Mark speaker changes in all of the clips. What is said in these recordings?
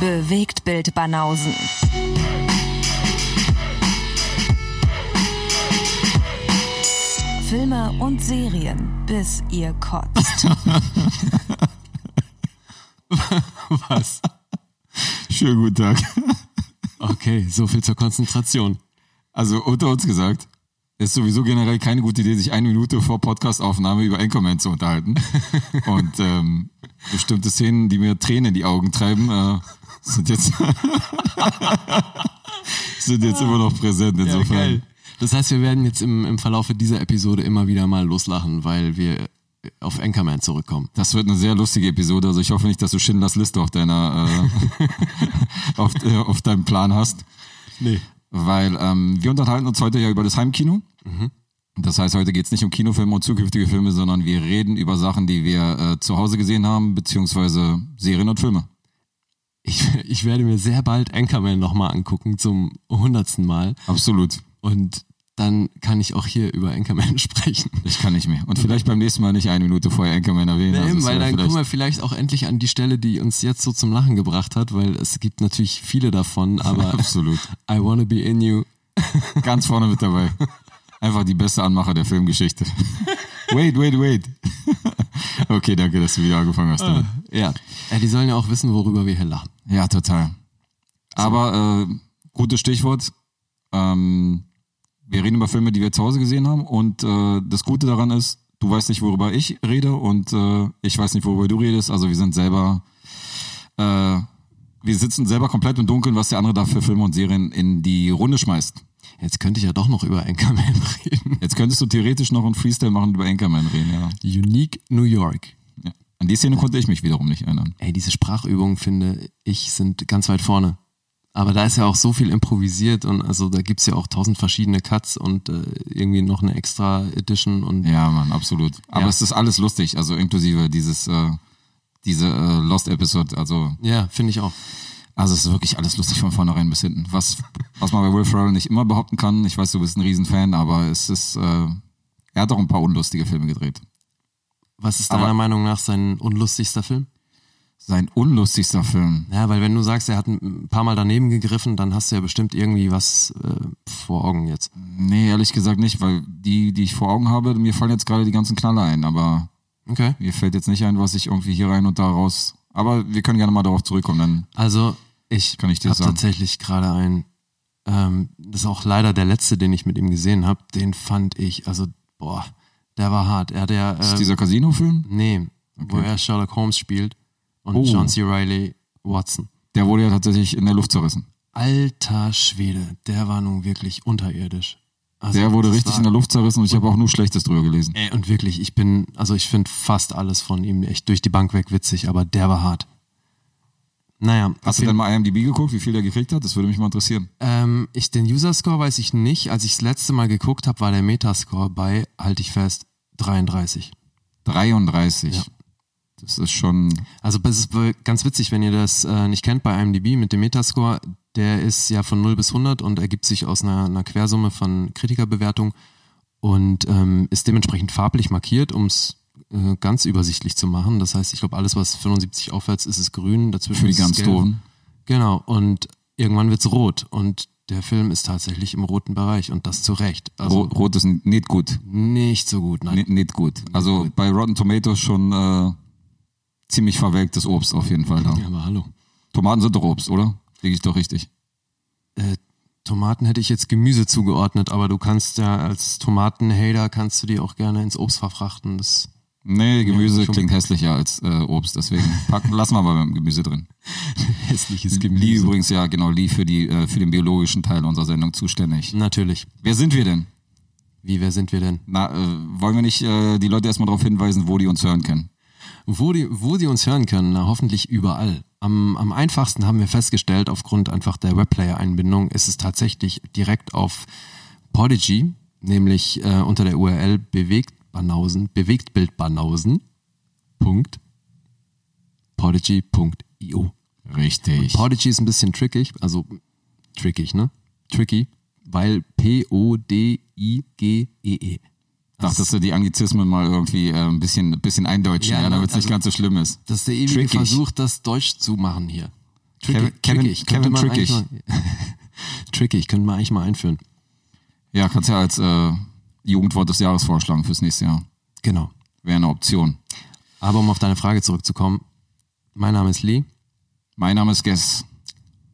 Speaker 1: Bewegt Bild Banausen. Filme und Serien, bis ihr kotzt.
Speaker 2: Was?
Speaker 3: Schönen guten Tag.
Speaker 2: Okay, so viel zur Konzentration.
Speaker 3: Also unter uns gesagt, ist sowieso generell keine gute Idee, sich eine Minute vor Podcastaufnahme über Anchorman zu unterhalten. Und ähm, bestimmte Szenen, die mir Tränen in die Augen treiben, äh, sind jetzt sind jetzt immer noch präsent. Insofern.
Speaker 2: Das heißt, wir werden jetzt im, im Verlaufe dieser Episode immer wieder mal loslachen, weil wir auf Anchorman zurückkommen.
Speaker 3: das wird eine sehr lustige Episode. Also ich hoffe nicht, dass du Schindlers Liste auf deiner äh, auf, äh, auf deinem Plan hast.
Speaker 2: Nee.
Speaker 3: weil ähm, wir unterhalten uns heute ja über das Heimkino. Das heißt, heute geht's nicht um Kinofilme und zukünftige Filme, sondern wir reden über Sachen, die wir äh, zu Hause gesehen haben, beziehungsweise Serien und Filme.
Speaker 2: Ich, ich werde mir sehr bald Anchorman nochmal angucken, zum hundertsten Mal.
Speaker 3: Absolut.
Speaker 2: Und dann kann ich auch hier über Anchorman sprechen.
Speaker 3: Ich kann nicht mehr. Und vielleicht beim nächsten Mal nicht eine Minute vorher Anchorman erwähnen.
Speaker 2: Ja,
Speaker 3: Also
Speaker 2: eben,
Speaker 3: es
Speaker 2: weil
Speaker 3: wäre
Speaker 2: dann
Speaker 3: vielleicht-
Speaker 2: kommen wir vielleicht auch endlich an die Stelle, die uns jetzt so zum Lachen gebracht hat, weil es gibt natürlich viele davon, aber
Speaker 3: Absolut.
Speaker 2: I Wanna Be In You,
Speaker 3: Ganz vorne mit dabei. Einfach die beste Anmacher der Filmgeschichte. wait, wait, wait. okay, danke, dass du wieder angefangen
Speaker 2: Ah.
Speaker 3: hast damit.
Speaker 2: ja. ja, die sollen ja auch wissen, worüber wir hier lachen.
Speaker 3: Ja, total. Aber äh, gutes Stichwort. Ähm, wir reden über Filme, die wir zu Hause gesehen haben. Und äh, das Gute daran ist, du weißt nicht, worüber ich rede und äh, ich weiß nicht, worüber du redest. Also wir sind selber, äh, wir sitzen selber komplett im Dunkeln, was der andere da für Filme und Serien in die Runde schmeißt.
Speaker 2: Jetzt könnte ich ja doch noch über Anchorman reden.
Speaker 3: Jetzt könntest du theoretisch noch einen Freestyle machen und über Anchorman reden, ja.
Speaker 2: Unique New York.
Speaker 3: ja. An die Szene konnte ich mich wiederum nicht erinnern.
Speaker 2: Ey, diese Sprachübungen, finde ich, sind ganz weit vorne. Aber da ist ja auch so viel improvisiert und also da gibt's ja auch tausend verschiedene Cuts und äh, irgendwie noch eine extra Edition und
Speaker 3: Ja, Mann, absolut. Aber
Speaker 2: Ja.
Speaker 3: es ist alles lustig, also inklusive dieses, äh, diese äh, Lost Episode. Also,
Speaker 2: ja finde ich auch.
Speaker 3: also es ist wirklich alles lustig von vornherein bis hinten. Was, was man bei Will Ferrell nicht immer behaupten kann. Ich weiß, du bist ein Riesenfan, aber es ist, äh, er hat auch ein paar unlustige Filme gedreht.
Speaker 2: Was ist deiner
Speaker 3: Aber-
Speaker 2: Meinung nach sein unlustigster Film?
Speaker 3: Sein unlustigster Film.
Speaker 2: Ja, weil wenn du sagst, er hat ein paar Mal daneben gegriffen, dann hast du ja bestimmt irgendwie was äh, vor Augen jetzt.
Speaker 3: Nee, ehrlich gesagt nicht, weil die, die ich vor Augen habe, mir fallen jetzt gerade die ganzen Knaller ein, aber
Speaker 2: Okay.
Speaker 3: mir fällt jetzt nicht ein, was ich irgendwie hier rein und da raus. Aber wir können gerne mal darauf zurückkommen, dann
Speaker 2: Also ich,
Speaker 3: Kann ich dir
Speaker 2: hab
Speaker 3: sagen.
Speaker 2: tatsächlich gerade einen, ähm, das ist auch leider der letzte, den ich mit ihm gesehen habe, den fand ich, also boah, der war hart. Er hat ja,
Speaker 3: ist
Speaker 2: äh,
Speaker 3: dieser Casino-Film.
Speaker 2: nee, wo er Sherlock Holmes spielt und
Speaker 3: Oh.
Speaker 2: John C. Reilly Watson.
Speaker 3: Der wurde ja tatsächlich in der Luft zerrissen.
Speaker 2: Alter Schwede, der war nun wirklich unterirdisch. Also,
Speaker 3: Der wurde
Speaker 2: das Äh,
Speaker 3: richtig
Speaker 2: war-
Speaker 3: in der Luft zerrissen und ich habe auch nur Schlechtes drüber gelesen.
Speaker 2: Ey, und wirklich, ich bin, also ich finde fast alles von ihm echt durch die Bank weg witzig, aber der war hart. Naja,
Speaker 3: Hast du denn mal IMDb geguckt, wie viel der gekriegt hat? Das würde mich mal interessieren.
Speaker 2: ähm, ich, den User-Score weiß ich nicht. Als ich das letzte Mal geguckt habe, war der Metascore bei, halte ich fest, 33.
Speaker 3: 33.
Speaker 2: Ja.
Speaker 3: Das ist schon.
Speaker 2: Also das ist wohl ganz witzig, wenn ihr das äh, nicht kennt bei IMDb mit dem Metascore, der ist ja von 0 bis 100 und ergibt sich aus einer, einer Quersumme von Kritikerbewertung und ähm, ist dementsprechend farblich markiert, um es äh, ganz übersichtlich zu machen. Das heißt, ich glaube, alles, was 75 aufwärts ist, ist grün, dazwischen
Speaker 3: Für die
Speaker 2: ist es
Speaker 3: ganz
Speaker 2: gelb.
Speaker 3: Doofen.
Speaker 2: Genau, und irgendwann wird es rot und der Film ist tatsächlich im roten Bereich und das zu Recht. Also
Speaker 3: Ro- Rot ist n- nicht gut.
Speaker 2: nicht so gut, nein.
Speaker 3: Ni- Nicht gut. Also bei Rotten Tomatoes schon äh, ziemlich verwelktes Obst auf jeden Fall. Da.
Speaker 2: Ja, aber hallo.
Speaker 3: Tomaten sind doch Obst, oder? Liege ich doch richtig.
Speaker 2: Äh, Tomaten hätte ich jetzt Gemüse zugeordnet, aber du kannst ja als Tomatenhater kannst du die auch gerne ins Obst verfrachten. Das,
Speaker 3: Nee, Gemüse
Speaker 2: schon.
Speaker 3: klingt hässlicher als äh, Obst, deswegen packen, lassen wir mal beim Gemüse drin.
Speaker 2: hässliches
Speaker 3: Lee übrigens, ja, genau, Lee für, die, äh, für den biologischen Teil unserer Sendung
Speaker 2: Hm.
Speaker 3: zuständig.
Speaker 2: Natürlich.
Speaker 3: Wer sind wir denn?
Speaker 2: Wie, wer sind wir denn?
Speaker 3: Na, äh, wollen wir nicht äh, die Leute erstmal darauf hinweisen, wo die uns hören können?
Speaker 2: Wo, die, wo sie uns hören können, na, hoffentlich überall. Am, am einfachsten haben wir festgestellt, aufgrund einfach der Webplayer-Einbindung, ist es tatsächlich direkt auf Podigy, nämlich äh, unter der URL bewegtbanausen, bewegtbildbanausen. Punkt. Podigy.io.
Speaker 3: Richtig.
Speaker 2: Podigy ist ein bisschen trickig, also trickig, ne? Tricky, weil P-O-D-I-G-E-E.
Speaker 3: Dachtest du, die Anglizismen mal irgendwie äh, ein bisschen, ein bisschen eindeutschen,
Speaker 2: Ja,
Speaker 3: ja, damit es
Speaker 2: also-
Speaker 3: nicht ganz so schlimm ist.
Speaker 2: Das ist der ewige
Speaker 3: Trickig.
Speaker 2: Versuch, das deutsch zu machen hier. Tricky,
Speaker 3: Kevin-
Speaker 2: tricky. könnte
Speaker 3: Kevin
Speaker 2: man eigentlich
Speaker 3: Trickig.
Speaker 2: mal- tricky, könnte man eigentlich mal einführen.
Speaker 3: Ja, kannst ja als äh, Jugendwort des Jahres vorschlagen fürs nächste Jahr.
Speaker 2: Genau.
Speaker 3: Wäre eine Option.
Speaker 2: Aber um auf deine Frage zurückzukommen, mein Name ist Lee
Speaker 3: Mein Name ist Guess.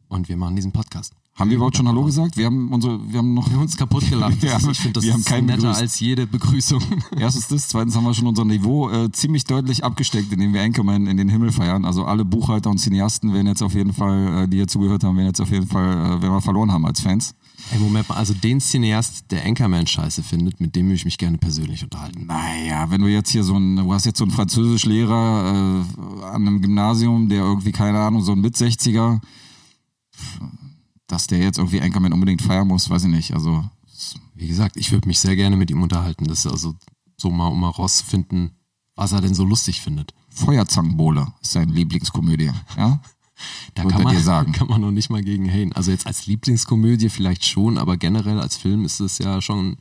Speaker 2: und wir machen diesen Podcast.
Speaker 3: Haben wir überhaupt schon Hallo gesagt? Wir haben unsere, wir haben noch
Speaker 2: Wir haben uns kaputt gelacht.
Speaker 3: Ja,
Speaker 2: ich finde, das
Speaker 3: wir haben
Speaker 2: ist
Speaker 3: keinen
Speaker 2: netter
Speaker 3: begrüßt.
Speaker 2: als jede Begrüßung.
Speaker 3: Erstens das, zweitens haben wir schon unser Niveau äh, ziemlich deutlich abgesteckt, indem wir Anchorman in den Himmel feiern. Also alle Buchhalter und Cineasten werden jetzt auf jeden Fall, äh, die hier zugehört haben, werden jetzt auf jeden Fall, äh, werden wir verloren haben als Fans.
Speaker 2: Ey, Moment mal, also den Cineast, der Anchorman scheiße findet, mit dem würde ich mich gerne persönlich unterhalten.
Speaker 3: Naja, wenn du jetzt hier so ein, du hast jetzt so einen Französischlehrer äh, an einem Gymnasium, der irgendwie, keine Ahnung, so ein Mit-60er, dass der jetzt irgendwie Anchorman unbedingt feiern muss, weiß ich nicht. Also
Speaker 2: Wie gesagt, ich würde mich sehr gerne mit ihm unterhalten. Das ist also so mal um mal rausfinden, was er denn so lustig findet.
Speaker 3: Feuerzangenbowle ist seine Lieblingskomödie. Ja?
Speaker 2: Da
Speaker 3: Wollte
Speaker 2: kann man,
Speaker 3: dir sagen.
Speaker 2: kann man noch nicht mal gegen haten. Also jetzt als Lieblingskomödie vielleicht schon, aber generell als Film ist es ja schon.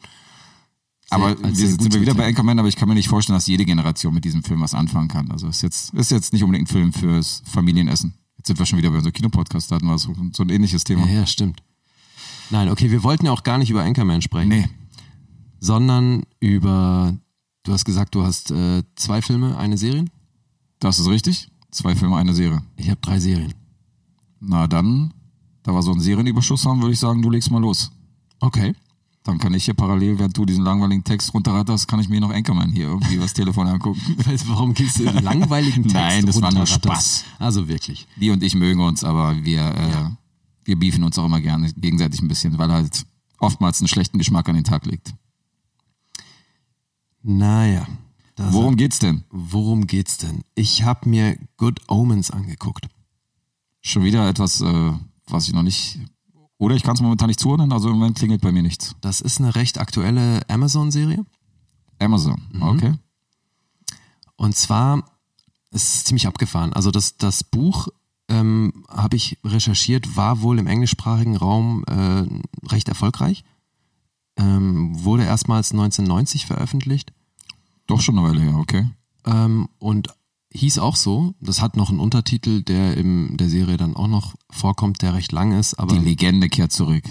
Speaker 2: sehr-
Speaker 3: Aber
Speaker 2: als
Speaker 3: wir
Speaker 2: sehr
Speaker 3: sind,
Speaker 2: gut
Speaker 3: sind wir wieder bei
Speaker 2: zu
Speaker 3: Anchorman, aber ich kann mir nicht vorstellen, dass jede Generation mit diesem Film was anfangen kann. Also ist jetzt, ist jetzt nicht unbedingt ein Film fürs Familienessen. Jetzt sind wir schon wieder bei unserem Kinopodcast, da hatten wir so, so ein ähnliches Thema.
Speaker 2: Ja, ja, stimmt. Nein, okay, wir wollten ja auch gar nicht über Anchorman sprechen,
Speaker 3: Nee,
Speaker 2: sondern über, du hast gesagt, du hast äh, zwei Filme, eine Serie?
Speaker 3: das ist richtig. Zwei Filme, eine Serie.
Speaker 2: Ich habe drei Serien.
Speaker 3: Na dann, da wir so einen Serienüberschuss haben, würde ich sagen, du legst mal los.
Speaker 2: Okay.
Speaker 3: Dann kann ich hier parallel, während du diesen langweiligen Text runterratterst, kann ich mir noch Anchorman hier irgendwie übers Telefon angucken.
Speaker 2: Weiß, Warum gibst du einen langweiligen Text
Speaker 3: Nein, das war nur
Speaker 2: runterrattern?
Speaker 3: Spaß.
Speaker 2: Also wirklich.
Speaker 3: Die und ich mögen uns, aber wir, äh, wir beefen uns auch immer gerne gegenseitig ein bisschen, weil er halt oftmals einen schlechten Geschmack an den Tag legt.
Speaker 2: Naja. Das
Speaker 3: Worum geht's denn?
Speaker 2: worum geht's denn? Ich habe mir Good Omens angeguckt.
Speaker 3: Schon wieder etwas, äh, was ich noch nicht. Oder ich kann es momentan nicht zuordnen, also im Moment klingelt bei mir nichts.
Speaker 2: Das ist eine recht aktuelle Amazon-Serie.
Speaker 3: Amazon, okay.
Speaker 2: Und zwar, es ist ziemlich abgefahren. Also das, das Buch ähm, habe ich recherchiert, war wohl im englischsprachigen Raum äh, recht erfolgreich. Ähm, wurde erstmals 1990 veröffentlicht
Speaker 3: Doch schon eine Weile her, okay.
Speaker 2: ähm, und hieß auch so. Das hat noch einen Untertitel, der in der Serie dann auch noch vorkommt, der recht lang ist. Aber
Speaker 3: Die Legende kehrt zurück.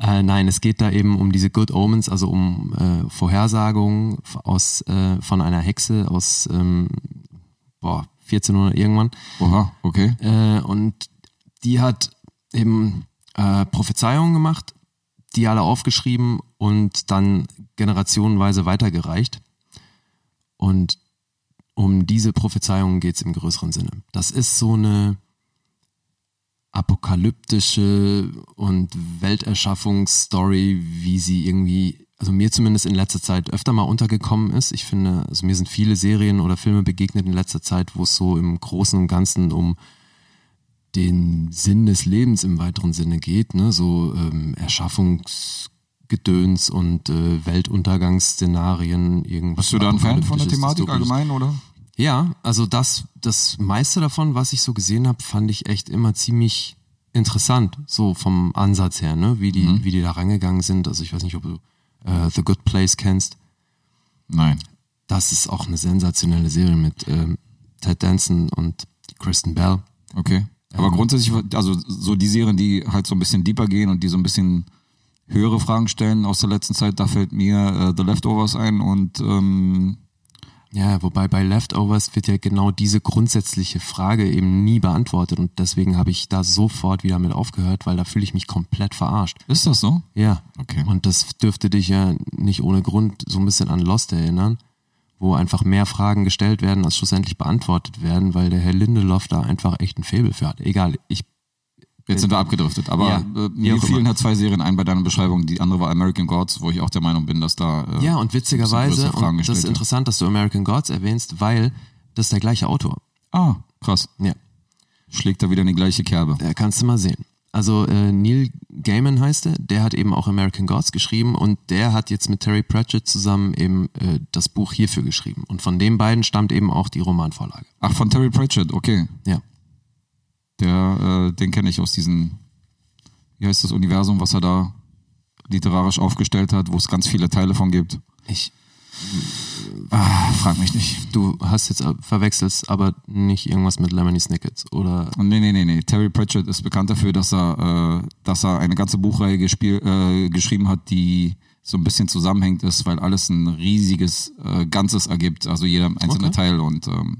Speaker 2: Äh, nein, es geht da eben um diese Good Omens, also um äh, Vorhersagungen f- aus, äh, von einer Hexe aus ähm, boah, 1400 irgendwann.
Speaker 3: Oha, okay.
Speaker 2: Äh, und die hat eben äh, Prophezeiungen gemacht, die alle aufgeschrieben und dann generationenweise weitergereicht. Und um diese Prophezeiungen geht es im größeren Sinne. Das ist so eine apokalyptische und Welterschaffungsstory, wie sie irgendwie, also mir zumindest in letzter Zeit öfter mal untergekommen ist. Ich finde, also mir sind viele Serien oder Filme begegnet in letzter Zeit, wo es so im Großen und Ganzen um den Sinn des Lebens im weiteren Sinne geht, ne? so ähm, Erschaffungsgedöns und äh, Weltuntergangsszenarien. Irgendwas
Speaker 3: Bist du da ein Fan von der
Speaker 2: Apokalyptisches,
Speaker 3: Thematik
Speaker 2: Dystopisches.
Speaker 3: allgemein, oder?
Speaker 2: Ja, also das, das meiste davon, was ich so gesehen habe, fand ich echt immer ziemlich interessant, so vom Ansatz her, ne? wie, die, wie die da rangegangen sind. Also ich weiß nicht, ob du äh, The Good Place kennst.
Speaker 3: Nein.
Speaker 2: Das ist auch eine sensationelle Serie mit ähm, Ted Danson und Kristen Bell.
Speaker 3: Okay. Aber grundsätzlich, also so die Serien, die halt so ein bisschen deeper gehen und die so ein bisschen höhere Fragen stellen aus der letzten Zeit, da fällt mir äh, The Leftovers ein und ähm,
Speaker 2: Ja, wobei bei Leftovers wird ja genau diese grundsätzliche Frage eben nie beantwortet und deswegen habe ich da sofort wieder mit aufgehört, weil da fühle ich mich komplett verarscht.
Speaker 3: ist das so?
Speaker 2: Ja.
Speaker 3: Okay.
Speaker 2: Und das dürfte dich ja nicht ohne Grund so ein bisschen an Lost erinnern, wo einfach mehr Fragen gestellt werden, als schlussendlich beantwortet werden, weil der Herr Lindelof da einfach echt ein Faible für hat. Egal, ich
Speaker 3: Jetzt sind wir abgedriftet. Aber
Speaker 2: Ja,
Speaker 3: äh,
Speaker 2: wie
Speaker 3: mir
Speaker 2: auch
Speaker 3: fielen
Speaker 2: immer.
Speaker 3: halt zwei Serien ein bei deiner Beschreibung. Die andere war American Gods, wo ich auch der Meinung bin, dass da. Äh,
Speaker 2: Ja, und
Speaker 3: ein bisschen
Speaker 2: witzigerweise,
Speaker 3: größere Fragen
Speaker 2: und das
Speaker 3: gestellt
Speaker 2: ist
Speaker 3: werden.
Speaker 2: interessant, dass du American Gods erwähnst, weil das ist der gleiche Autor.
Speaker 3: Ah, krass.
Speaker 2: Ja.
Speaker 3: Schlägt da wieder in die gleiche Kerbe.
Speaker 2: Da Äh, kannst du mal sehen. Also äh, Neil Gaiman heißt er, der hat eben auch American Gods geschrieben und der hat jetzt mit Terry Pratchett zusammen eben äh, das Buch hierfür geschrieben. Und von den beiden stammt eben auch die Romanvorlage.
Speaker 3: Ach, von Terry Pratchett, okay.
Speaker 2: Ja.
Speaker 3: Der, äh, den kenne ich aus diesem, wie heißt das Universum, was er da literarisch aufgestellt hat, wo es ganz viele Teile von gibt.
Speaker 2: Ich
Speaker 3: Ah, frag mich nicht.
Speaker 2: Du hast jetzt äh, verwechselst aber nicht irgendwas mit Lemony Snicket oder
Speaker 3: Und Nee, nee, nee, nee. Terry Pratchett ist bekannt dafür, dass er, äh, dass er eine ganze Buchreihe gespiel, äh, geschrieben hat, die so ein bisschen zusammenhängt ist, weil alles ein riesiges äh, Ganzes ergibt, also jeder einzelne
Speaker 2: Okay.
Speaker 3: Teil und, ähm,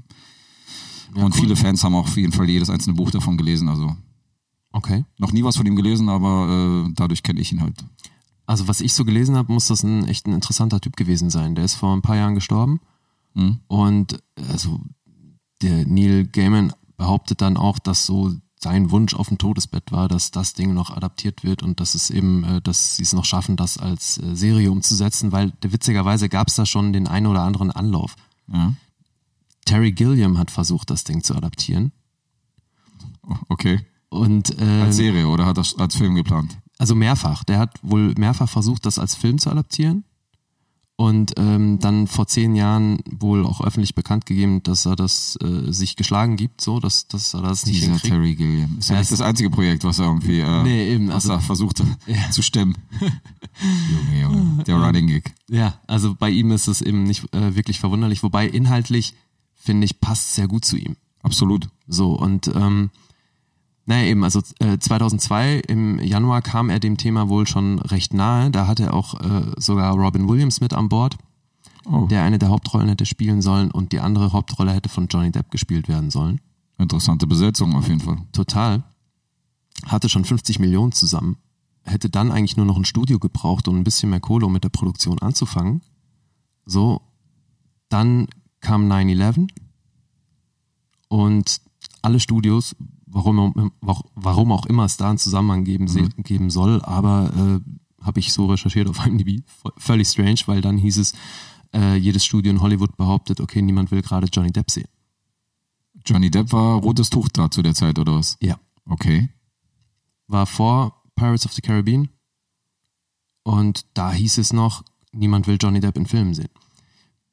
Speaker 2: Ja,
Speaker 3: und
Speaker 2: cool.
Speaker 3: viele Fans haben auch auf jeden Fall jedes einzelne Buch davon gelesen. Also
Speaker 2: Okay.
Speaker 3: noch nie was von ihm gelesen, aber äh, dadurch kenne ich ihn halt.
Speaker 2: Also was ich so gelesen habe, muss das ein echt ein interessanter Typ gewesen sein. Der ist vor ein paar Jahren gestorben
Speaker 3: Mhm.
Speaker 2: und also der Neil Gaiman behauptet dann auch, dass so sein Wunsch auf dem Todesbett war, dass das Ding noch adaptiert wird und dass es eben, äh, dass sie es noch schaffen, das als äh, Serie umzusetzen, weil der- witzigerweise gab es da schon den einen oder anderen Anlauf.
Speaker 3: Ja.
Speaker 2: Terry Gilliam hat versucht, das Ding zu adaptieren
Speaker 3: Okay.
Speaker 2: und äh,
Speaker 3: Als Serie oder hat er sch- als Film geplant?
Speaker 2: Also mehrfach. Der hat wohl mehrfach versucht, das als Film zu adaptieren. Und ähm, dann vor zehn Jahren wohl auch öffentlich bekannt gegeben, dass er das äh, sich geschlagen gibt, so, dass, dass er das nicht
Speaker 3: Dieser
Speaker 2: hinkriegt.
Speaker 3: Terry Gilliam. Ist ja
Speaker 2: Er
Speaker 3: nicht
Speaker 2: ist-
Speaker 3: das einzige Projekt, was er irgendwie äh,
Speaker 2: Nee, eben,
Speaker 3: was
Speaker 2: also-
Speaker 3: er versucht zu stemmen. Junge, Junge. Der Running Gig.
Speaker 2: Ja, also bei ihm ist es eben nicht äh, wirklich verwunderlich. Wobei inhaltlich, finde ich, passt sehr gut zu ihm.
Speaker 3: Absolut.
Speaker 2: So, und ähm, naja, eben, also äh, 2002 im Januar kam er dem Thema wohl schon recht nahe. Da hatte er auch äh, sogar Robin Williams mit an Bord.
Speaker 3: Oh,
Speaker 2: der eine der Hauptrollen hätte spielen sollen und die andere Hauptrolle hätte von Johnny Depp gespielt werden sollen.
Speaker 3: interessante Besetzung auf jeden Fall.
Speaker 2: Total. Hatte schon 50 Millionen zusammen. Hätte dann eigentlich nur noch ein Studio gebraucht und ein bisschen mehr Kohle, um mit der Produktion anzufangen. So, dann kam 9-11 und alle Studios, warum, warum auch immer es da einen Zusammenhang geben, se- geben soll, aber äh, habe ich so recherchiert auf IMDb, V- völlig strange, weil dann hieß es, äh, jedes Studio in Hollywood behauptet, okay, niemand will gerade Johnny Depp sehen.
Speaker 3: Johnny Depp war rotes Tuch da zu der Zeit, oder was?
Speaker 2: Ja,
Speaker 3: Okay.
Speaker 2: war vor Pirates of the Caribbean und da hieß es noch, niemand will Johnny Depp in Filmen sehen.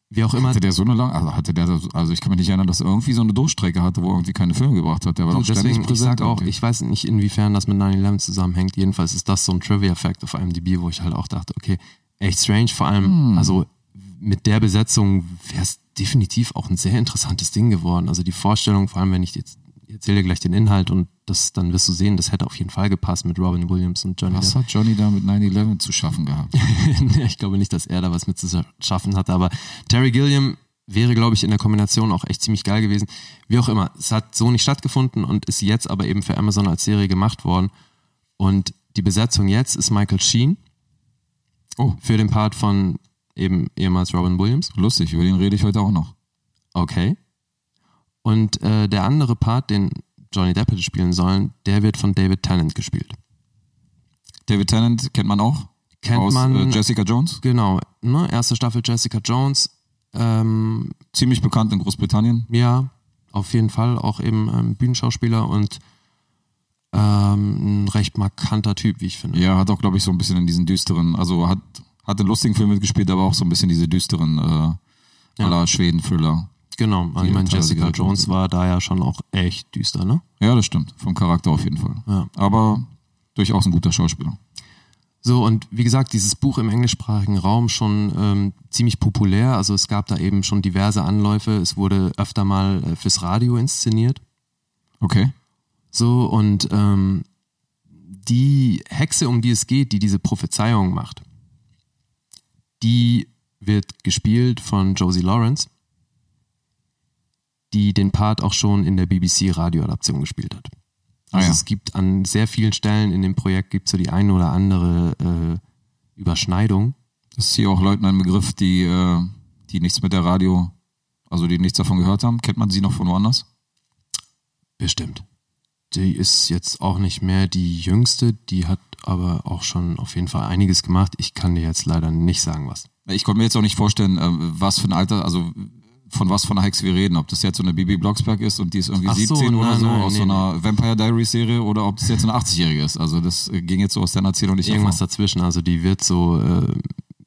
Speaker 2: Wie auch immer,
Speaker 3: Hatte der so eine lange, also hatte der, also ich kann mich nicht erinnern, dass er irgendwie so eine Durchstrecke hatte, wo er irgendwie keine Filme gebracht hat. Der war
Speaker 2: du,
Speaker 3: doch ständig
Speaker 2: deswegen, ich
Speaker 3: präsent.
Speaker 2: sag auch,
Speaker 3: irgendwie.
Speaker 2: ich weiß nicht, inwiefern das mit 9-11 zusammenhängt. Jedenfalls ist das so ein Trivia-Fact auf IMDb, wo ich halt auch dachte, okay, echt strange, vor allem,
Speaker 3: Hm.
Speaker 2: also mit der Besetzung wäre es definitiv auch ein sehr interessantes Ding geworden. Also die Vorstellung, vor allem wenn ich jetzt, ich erzähle dir gleich den Inhalt und das, dann wirst du sehen, das hätte auf jeden Fall gepasst mit Robin Williams und Johnny Depp.
Speaker 3: was hat Johnny da mit 9-11 zu schaffen gehabt?
Speaker 2: Nee, ich glaube nicht, dass er da was mit zu schaffen hatte, aber Terry Gilliam wäre, glaube ich, in der Kombination auch echt ziemlich geil gewesen. Wie auch immer, es hat so nicht stattgefunden und ist jetzt aber eben für Amazon als Serie gemacht worden. Und die Besetzung jetzt ist Michael Sheen
Speaker 3: Oh.
Speaker 2: für den Part von eben ehemals Robin Williams.
Speaker 3: Lustig, über den rede ich heute auch noch.
Speaker 2: Okay. Und äh, der andere Part, den Johnny Depp hätte spielen sollen, der wird von David Tennant gespielt.
Speaker 3: David Tennant kennt man auch.
Speaker 2: Kennt
Speaker 3: aus
Speaker 2: man-
Speaker 3: Äh, Jessica Jones.
Speaker 2: Genau, ne? erste Staffel Jessica Jones. Ähm,
Speaker 3: Ziemlich bekannt in Großbritannien.
Speaker 2: Ja, auf jeden Fall. Auch eben ähm, Bühnenschauspieler und ähm, ein recht markanter Typ, wie ich finde.
Speaker 3: Ja, hat auch, glaube ich, so ein bisschen in diesen düsteren, also hat, hat einen lustigen Film mitgespielt, aber auch so ein bisschen diese düsteren äh,
Speaker 2: Ja.
Speaker 3: aller Schweden-Thriller.
Speaker 2: Genau. Also, ich meine,
Speaker 3: teilweise
Speaker 2: Jessica
Speaker 3: Leute
Speaker 2: Jones
Speaker 3: sind.
Speaker 2: war da ja schon auch echt düster, ne?
Speaker 3: Ja, das stimmt. Vom Charakter auf jeden Fall.
Speaker 2: Ja.
Speaker 3: Aber durchaus ein guter Schauspieler.
Speaker 2: So, und wie gesagt, dieses Buch im englischsprachigen Raum schon ähm, ziemlich populär. Also es gab da eben schon diverse Anläufe. Es wurde öfter mal äh, fürs Radio inszeniert.
Speaker 3: Okay.
Speaker 2: So, und ähm, die Hexe, um die es geht, die diese Prophezeiung macht, die wird gespielt von Josie Lawrence, die den Part auch schon in der BBC-Radioadaption gespielt hat.
Speaker 3: Ah,
Speaker 2: Also
Speaker 3: ja.
Speaker 2: es gibt an sehr vielen Stellen in dem Projekt gibt so die eine oder andere äh, Überschneidung.
Speaker 3: Das ist hier auch Leuten ein Begriff, die, äh, die nichts mit der Radio, also die nichts davon gehört haben. Kennt man sie noch von woanders?
Speaker 2: Bestimmt. Die ist jetzt auch nicht mehr die jüngste, die hat aber auch schon auf jeden Fall einiges gemacht. Ich kann dir jetzt leider nicht sagen, was.
Speaker 3: Ich konnte mir jetzt auch nicht vorstellen, äh, was für ein Alter, also von was von einer Hexe wir reden. Ob das jetzt so eine Bibi Blocksberg ist und die ist irgendwie
Speaker 2: Ach so,
Speaker 3: 17 oder
Speaker 2: nein,
Speaker 3: so
Speaker 2: nein,
Speaker 3: aus
Speaker 2: nee,
Speaker 3: so einer Vampire Diaries Serie oder ob das jetzt so eine 80-Jährige ist. Also das äh, ging jetzt so aus deiner Erzählung nicht
Speaker 2: irgendwas dazwischen. Also die wird so äh,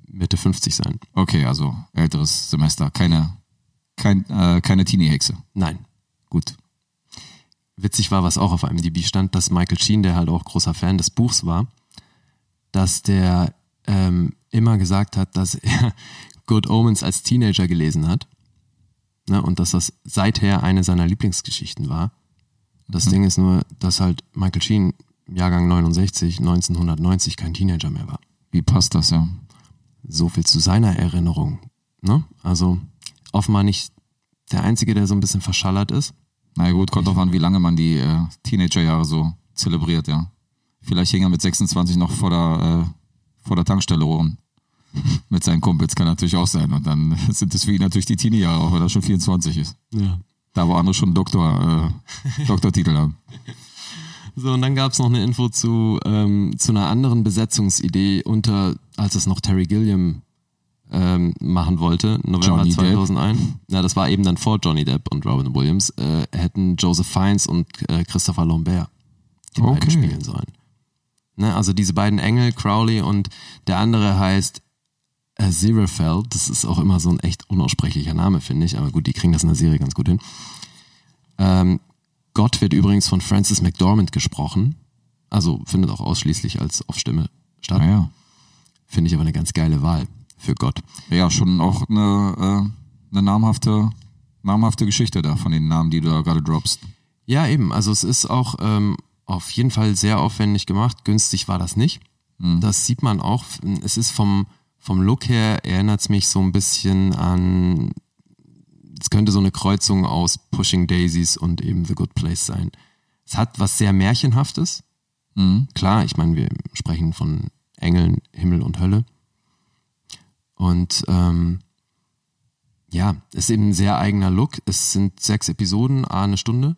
Speaker 2: Mitte 50 sein.
Speaker 3: hervor. Okay, also älteres Semester. Keine, kein, äh, keine Teenie-Hexe.
Speaker 2: Nein.
Speaker 3: Gut.
Speaker 2: Witzig war, was auch auf IMDb stand, dass Michael Sheen, der halt auch großer Fan des Buchs war, dass der ähm, immer gesagt hat, dass er Good Omens als Teenager gelesen hat ne, und dass das seither eine seiner Lieblingsgeschichten war. Das Ding ist nur, dass halt Michael Sheen im Jahrgang 69, 1990 kein Teenager mehr war.
Speaker 3: Wie passt das, ja?
Speaker 2: So viel zu seiner Erinnerung. Ne? Also offenbar nicht der Einzige, der so ein bisschen verschallert ist.
Speaker 3: Na gut, kommt drauf an, wie lange man die äh, Teenagerjahre so zelebriert, ja. Vielleicht hing er mit 26 noch vor der, äh, vor der Tankstelle rum. mit seinen Kumpels kann natürlich auch sein. Und dann sind es für ihn natürlich die Teenie-Jahre, auch wenn er schon 24 ist.
Speaker 2: Ja.
Speaker 3: Da, wo andere schon Doktor, äh, Doktortitel haben.
Speaker 2: So, und dann gab es noch eine Info zu, ähm, zu einer anderen Besetzungsidee unter, als es noch Terry Gilliam ähm, machen wollte, November
Speaker 3: Johnny Depp.
Speaker 2: 2001. Na, das war eben dann vor Johnny Depp und Robin Williams, äh, hätten Joseph Fiennes und äh, Christopher Lambert die beiden
Speaker 3: Okay.
Speaker 2: spielen sollen. Ne, also diese beiden Engel, Crowley und der andere heißt Aziraphale. Äh, Das ist auch immer so ein echt unaussprechlicher Name, finde ich. Aber gut, die kriegen das in der Serie ganz gut hin. Ähm, Gott wird übrigens von Francis McDormand gesprochen. Also findet auch ausschließlich als Off-Stimme statt.
Speaker 3: Naja.
Speaker 2: Finde ich aber eine ganz geile Wahl für Gott.
Speaker 3: Ja, schon auch eine, äh, eine namhafte, namhafte Geschichte da von den Namen, die du da gerade droppst.
Speaker 2: Ja, eben. Also es ist auch ähm, auf jeden Fall sehr aufwendig gemacht. Günstig war das nicht. Das sieht man auch. Es ist vom, vom Look her, erinnert es mich so ein bisschen an, es könnte so eine Kreuzung aus Pushing Daisies und eben The Good Place sein. Es hat was sehr Märchenhaftes.
Speaker 3: Mhm.
Speaker 2: Klar, ich meine, wir sprechen von Engeln, Himmel und Hölle. Und ähm, ja, es ist eben ein sehr eigener Look. Es sind sechs Episoden, a eine Stunde.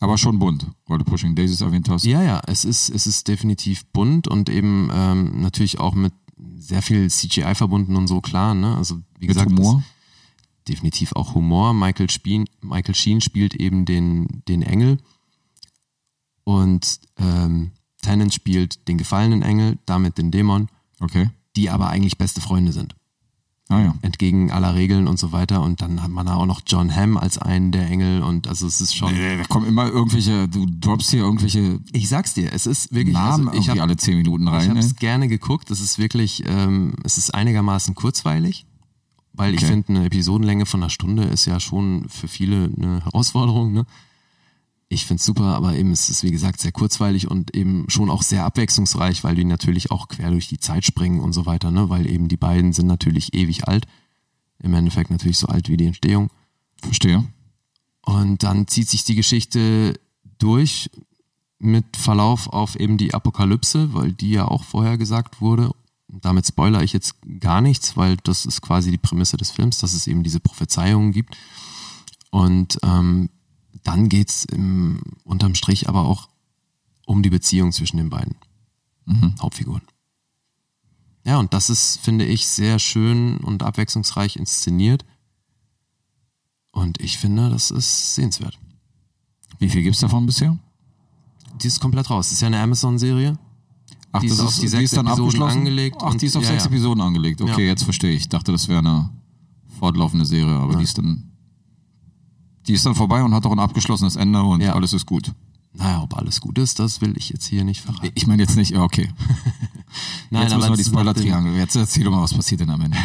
Speaker 3: Aber schon bunt, weil du Pushing Daisies erwähnt hast.
Speaker 2: Ja, ja, es ist, es ist definitiv bunt und eben ähm, natürlich auch mit sehr viel CGI verbunden und so, klar. Ne? Also, wie
Speaker 3: Mit
Speaker 2: gesagt,
Speaker 3: Humor.
Speaker 2: es- definitiv auch Humor. Michael, Spien, Michael Sheen spielt eben den, den Engel und ähm, Tennant spielt den gefallenen Engel, damit den Dämon,
Speaker 3: Okay.
Speaker 2: die aber eigentlich beste Freunde sind.
Speaker 3: Ah ja.
Speaker 2: Entgegen aller Regeln und so weiter. Und dann hat man da auch noch John Hamm als einen der Engel und also es ist schon.
Speaker 3: Äh, Da kommen immer irgendwelche, du droppst hier irgendwelche
Speaker 2: Ich sag's dir, es ist wirklich.
Speaker 3: Namen
Speaker 2: also ich hab-
Speaker 3: irgendwie alle 10 Minuten
Speaker 2: Ich
Speaker 3: rein. ne?
Speaker 2: habe es gerne geguckt. Es ist wirklich, ähm, es ist einigermaßen kurzweilig, weil ich
Speaker 3: Okay.
Speaker 2: finde, eine Episodenlänge von einer Stunde ist ja schon für viele eine Herausforderung. Ne? Ich finde es super, aber eben es ist, wie gesagt, sehr kurzweilig und eben schon auch sehr abwechslungsreich, weil die natürlich auch quer durch die Zeit springen und so weiter, ne? weil eben die beiden sind natürlich ewig alt. Im Endeffekt natürlich so alt wie die Entstehung.
Speaker 3: Verstehe.
Speaker 2: Und dann zieht sich die Geschichte durch mit Verlauf auf eben die Apokalypse, weil die ja auch vorher gesagt wurde. Damit spoiler ich jetzt gar nichts, weil das ist quasi die Prämisse des Films, dass es eben diese Prophezeiungen gibt. Und ähm, dann geht's im, unterm Strich aber auch um die Beziehung zwischen den beiden Hauptfiguren. Ja, und das ist, finde ich, sehr schön und abwechslungsreich inszeniert. Und ich finde, das ist sehenswert.
Speaker 3: Wie viel gibt's davon bisher?
Speaker 2: Die ist komplett raus. Das ist ja eine Amazon-Serie.
Speaker 3: Ach,
Speaker 2: Die ist auf die sechs Episoden angelegt
Speaker 3: Ach,
Speaker 2: und-
Speaker 3: die ist auf
Speaker 2: ja,
Speaker 3: sechs
Speaker 2: ja.
Speaker 3: Episoden angelegt. Okay,
Speaker 2: Ja.
Speaker 3: jetzt verstehe ich. Ich dachte, das wäre eine fortlaufende Serie, aber die ist dann. Die ist dann vorbei und hat auch ein abgeschlossenes Ende und
Speaker 2: Ja.
Speaker 3: alles ist gut.
Speaker 2: Naja, ob alles gut ist, das will ich jetzt hier nicht verraten.
Speaker 3: Ich meine jetzt nicht, ja, okay. jetzt müssen wir die
Speaker 2: es ist nach dem-
Speaker 3: Spoiler-Triangel. Jetzt erzähl doch mal, was passiert denn am Ende.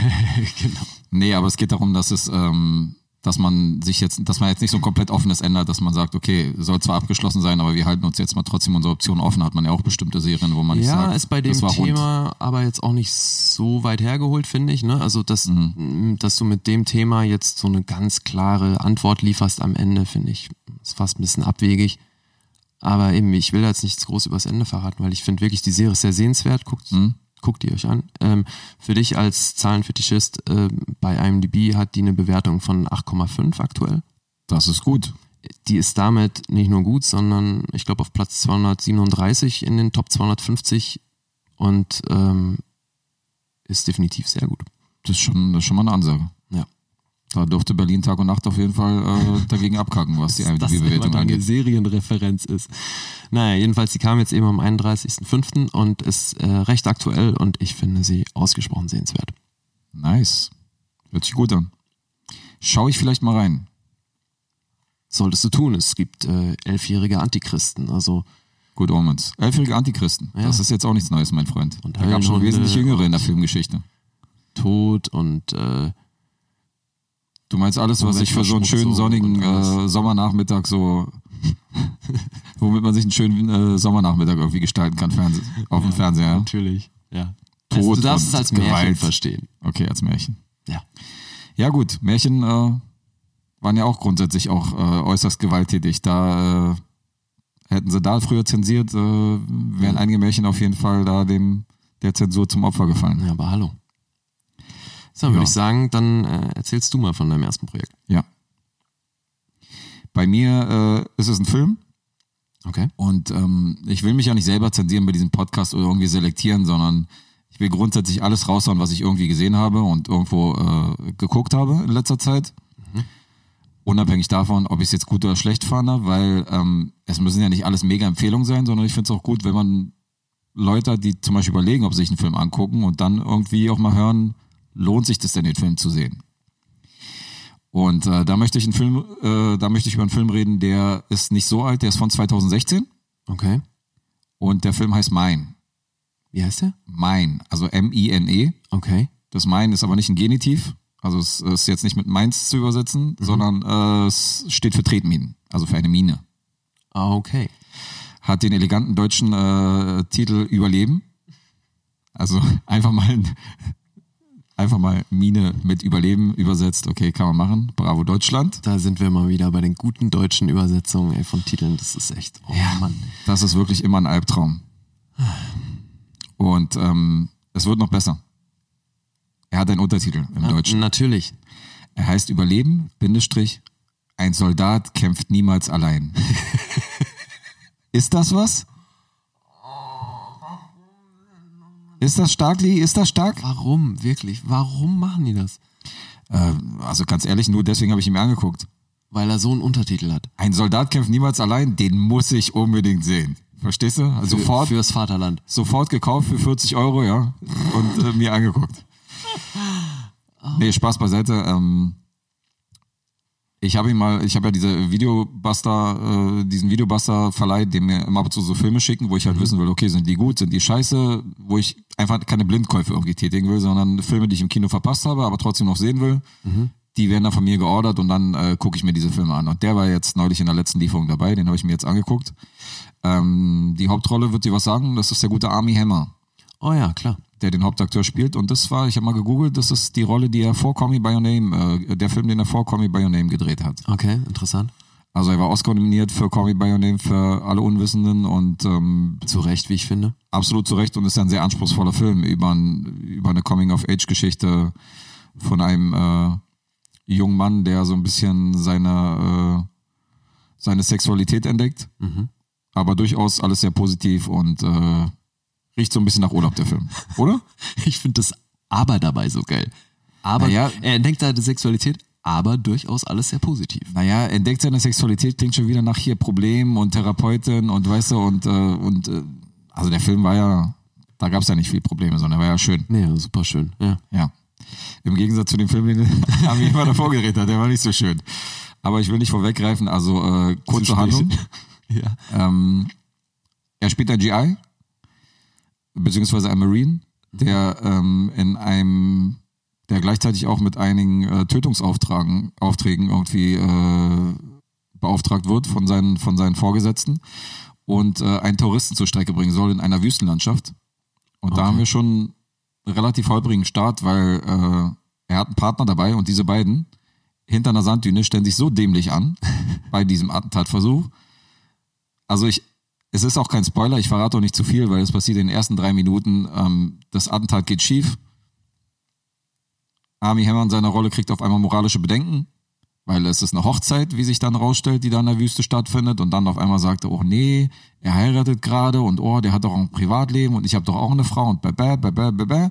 Speaker 2: genau.
Speaker 3: Nee, aber es geht darum, dass es, ähm, dass man sich jetzt, dass man jetzt nicht so ein komplett offenes Ende hat, dass man sagt, okay, soll zwar abgeschlossen sein, aber wir halten uns jetzt mal trotzdem unsere Optionen offen. Hat man ja auch bestimmte Serien, wo man nicht
Speaker 2: Ja,
Speaker 3: sagt,
Speaker 2: ist bei dem
Speaker 3: das war rund.
Speaker 2: Thema aber jetzt auch nicht so weit hergeholt, finde ich. Ne? Also, dass,
Speaker 3: Mhm.
Speaker 2: m, dass du mit dem Thema jetzt so eine ganz klare Antwort lieferst am Ende, finde ich, ist fast ein bisschen abwegig. Aber eben, ich will da jetzt nichts groß übers Ende verraten, weil ich finde wirklich, die Serie ist sehr sehenswert. Guckt,
Speaker 3: Mhm.
Speaker 2: guckt die euch an. Ähm, für dich als Zahlenfetischist äh, bei IMDb hat die eine Bewertung von 8,5 aktuell.
Speaker 3: Das ist gut.
Speaker 2: die ist damit nicht nur gut, sondern ich glaube auf Platz 237 in den Top 250 und ähm, ist definitiv sehr gut.
Speaker 3: Das ist schon, das ist schon mal eine Ansage.
Speaker 2: Ja.
Speaker 3: Da durfte Berlin Tag und Nacht auf jeden Fall äh, dagegen abkacken, was die IMDb-Bewertung angeht.
Speaker 2: Serienreferenz ist. Naja, jedenfalls, die kam jetzt eben am 31.05. und ist äh, recht aktuell und ich finde sie ausgesprochen sehenswert.
Speaker 3: Nice. Hört sich gut an. Schau ich vielleicht mal rein.
Speaker 2: Solltest du tun. Es gibt äh, elfjährige Antichristen, also
Speaker 3: Good Omens. Elfjährige Antichristen. Das ist jetzt auch nichts Neues, mein Freund.
Speaker 2: Und
Speaker 3: da gab es schon
Speaker 2: Höllenhunde
Speaker 3: wesentlich Jüngere in der Filmgeschichte.
Speaker 2: Tod und äh,
Speaker 3: Du meinst alles, was
Speaker 2: Moment,
Speaker 3: ich für so einen
Speaker 2: Verschmutzung
Speaker 3: schönen sonnigen
Speaker 2: und alles.
Speaker 3: äh, Sommernachmittag so, womit man sich einen schönen äh, Sommernachmittag irgendwie gestalten kann, Fernseh, auf dem Fernseher. ja?
Speaker 2: natürlich. Ja.
Speaker 3: Tod
Speaker 2: also, du darfst
Speaker 3: und
Speaker 2: es als Märchen
Speaker 3: Gewalt.
Speaker 2: verstehen.
Speaker 3: Okay, als Märchen.
Speaker 2: Ja.
Speaker 3: Ja gut, Märchen äh, waren ja auch grundsätzlich auch äh, äußerst gewalttätig. Da äh, hätten sie da früher zensiert, äh, wären einige Märchen auf jeden Fall da dem der Zensur zum Opfer gefallen.
Speaker 2: Ja, aber hallo. So, dann
Speaker 3: Ja.
Speaker 2: würde ich sagen, dann äh, erzählst du mal von deinem ersten Projekt.
Speaker 3: Ja. Bei mir äh, ist es ein Film.
Speaker 2: Okay.
Speaker 3: Und ähm, ich will mich ja nicht selber zensieren bei diesem Podcast oder irgendwie selektieren, sondern ich will grundsätzlich alles raushauen, was ich irgendwie gesehen habe und irgendwo äh, geguckt habe in letzter Zeit. Unabhängig davon, ob ich es jetzt gut oder schlecht fand, weil ähm, es müssen ja nicht alles mega Empfehlungen sein, sondern ich finde es auch gut, wenn man Leute hat, die zum Beispiel überlegen, ob sie sich einen Film angucken und dann irgendwie auch mal hören, lohnt sich das denn, den Film zu sehen? Und äh, da möchte ich einen Film, äh, da möchte ich über einen Film reden, der ist nicht so alt, der ist von 2016.
Speaker 2: Okay.
Speaker 3: Und der Film heißt Mein.
Speaker 2: Wie heißt der?
Speaker 3: Mein, also M-I-N-E.
Speaker 2: Okay.
Speaker 3: Das Mein ist aber nicht ein Genitiv. Also es ist jetzt nicht mit Meins zu übersetzen, sondern äh, es steht für Tretminen, also für eine Mine.
Speaker 2: Ah, okay.
Speaker 3: Hat den eleganten deutschen äh, Titel Überleben. Also einfach mal, einfach mal Mine mit Überleben übersetzt. Okay, kann man machen. Bravo Deutschland.
Speaker 2: Da sind wir mal wieder bei den guten deutschen Übersetzungen ey, von Titeln. Das ist echt, oh ja. Mann.
Speaker 3: Das ist wirklich immer ein Albtraum. Und ähm, es wird noch besser. Er hat einen Untertitel im
Speaker 2: Na,
Speaker 3: Deutschen.
Speaker 2: natürlich.
Speaker 3: Er heißt Überleben, Bindestrich, ein Soldat kämpft niemals allein. ist das was? Ist das stark, Lee? Ist das stark?
Speaker 2: Warum, wirklich? Warum machen die das?
Speaker 3: Äh, also ganz ehrlich, nur deswegen habe ich ihn mir angeguckt.
Speaker 2: Weil er so einen Untertitel hat.
Speaker 3: Ein Soldat kämpft niemals allein, den muss ich unbedingt sehen. Verstehst du? Also sofort,
Speaker 2: Fürs Vaterland.
Speaker 3: sofort gekauft für 40 Euro, ja. Und äh, mir angeguckt. Nee, Spaß beiseite. Ähm, ich habe ihn mal, ich habe ja diese Videobuster, äh, diesen Videobuster-Verleih, den mir immer ab und zu so Filme schicken, wo ich halt wissen will, okay, sind die gut, sind die scheiße, wo ich einfach keine Blindkäufe irgendwie tätigen will, sondern Filme, die ich im Kino verpasst habe, aber trotzdem noch sehen will, die werden dann von mir geordert und dann äh, gucke ich mir diese Filme an. Und der war jetzt neulich in der letzten Lieferung dabei, den habe ich mir jetzt angeguckt. Ähm, die Hauptrolle wird dir was sagen, das ist der gute Army Hammer
Speaker 2: Oh ja, klar.
Speaker 3: der den Hauptakteur spielt. Und das war, ich habe mal gegoogelt, das ist die Rolle, die er vor Call Me By Your Name, äh, der Film, den er vor Call Me By Your Name gedreht hat.
Speaker 2: Okay, interessant.
Speaker 3: Also er war Oscar nominiert für Call Me By Your Name für alle Unwissenden und ähm,
Speaker 2: Zu Recht, wie ich finde.
Speaker 3: absolut zu Recht und ist ja ein sehr anspruchsvoller Film über, ein, über eine Coming-of-Age-Geschichte von einem äh, jungen Mann, der so ein bisschen seine, äh, seine Sexualität entdeckt. Aber durchaus alles sehr positiv und äh, riecht so ein bisschen nach Urlaub, der Film. Oder?
Speaker 2: Ich finde das Aber dabei so geil. Aber
Speaker 3: Naja.
Speaker 2: er entdeckt seine Sexualität, aber durchaus alles sehr positiv.
Speaker 3: Naja, entdeckt seine Sexualität klingt schon wieder nach hier Problemen und Therapeutin und weißt du und äh, und äh, also der Film war ja, da gab es ja nicht viel Probleme, sondern war ja schön.
Speaker 2: Nee, super schön. Ja.
Speaker 3: Ja. Im Gegensatz zu dem Film, den haben wir immer davor geredet hat, der war nicht so schön. Aber ich will nicht vorweggreifen, also äh, kurze
Speaker 2: Zu
Speaker 3: Handlung.
Speaker 2: spät. ja.
Speaker 3: Ähm, er spielt ein GI, beziehungsweise ein Marine, der ähm, in einem, der gleichzeitig auch mit einigen äh, Tötungsaufträgen Aufträgen irgendwie äh, beauftragt wird von seinen, von seinen Vorgesetzten und äh, einen Terroristen zur Strecke bringen soll in einer Wüstenlandschaft. Und da
Speaker 2: Okay.
Speaker 3: haben wir schon einen relativ holprigen Start, weil äh, er hat einen Partner dabei und diese beiden hinter einer Sanddüne stellen sich so dämlich an bei diesem Attentatversuch. Also ich, es ist auch kein Spoiler, ich verrate auch nicht zu viel, weil es passiert in den ersten drei Minuten. Ähm, das Attentat geht schief. Army Hammer in seiner Rolle kriegt auf einmal moralische Bedenken, weil es ist eine Hochzeit, wie sich dann rausstellt, die da in der Wüste stattfindet und dann auf einmal sagt er, oh nee, er heiratet gerade und oh, der hat doch auch ein Privatleben und ich habe doch auch eine Frau und bäh, bäh, bäh, bäh, bäh, bäh.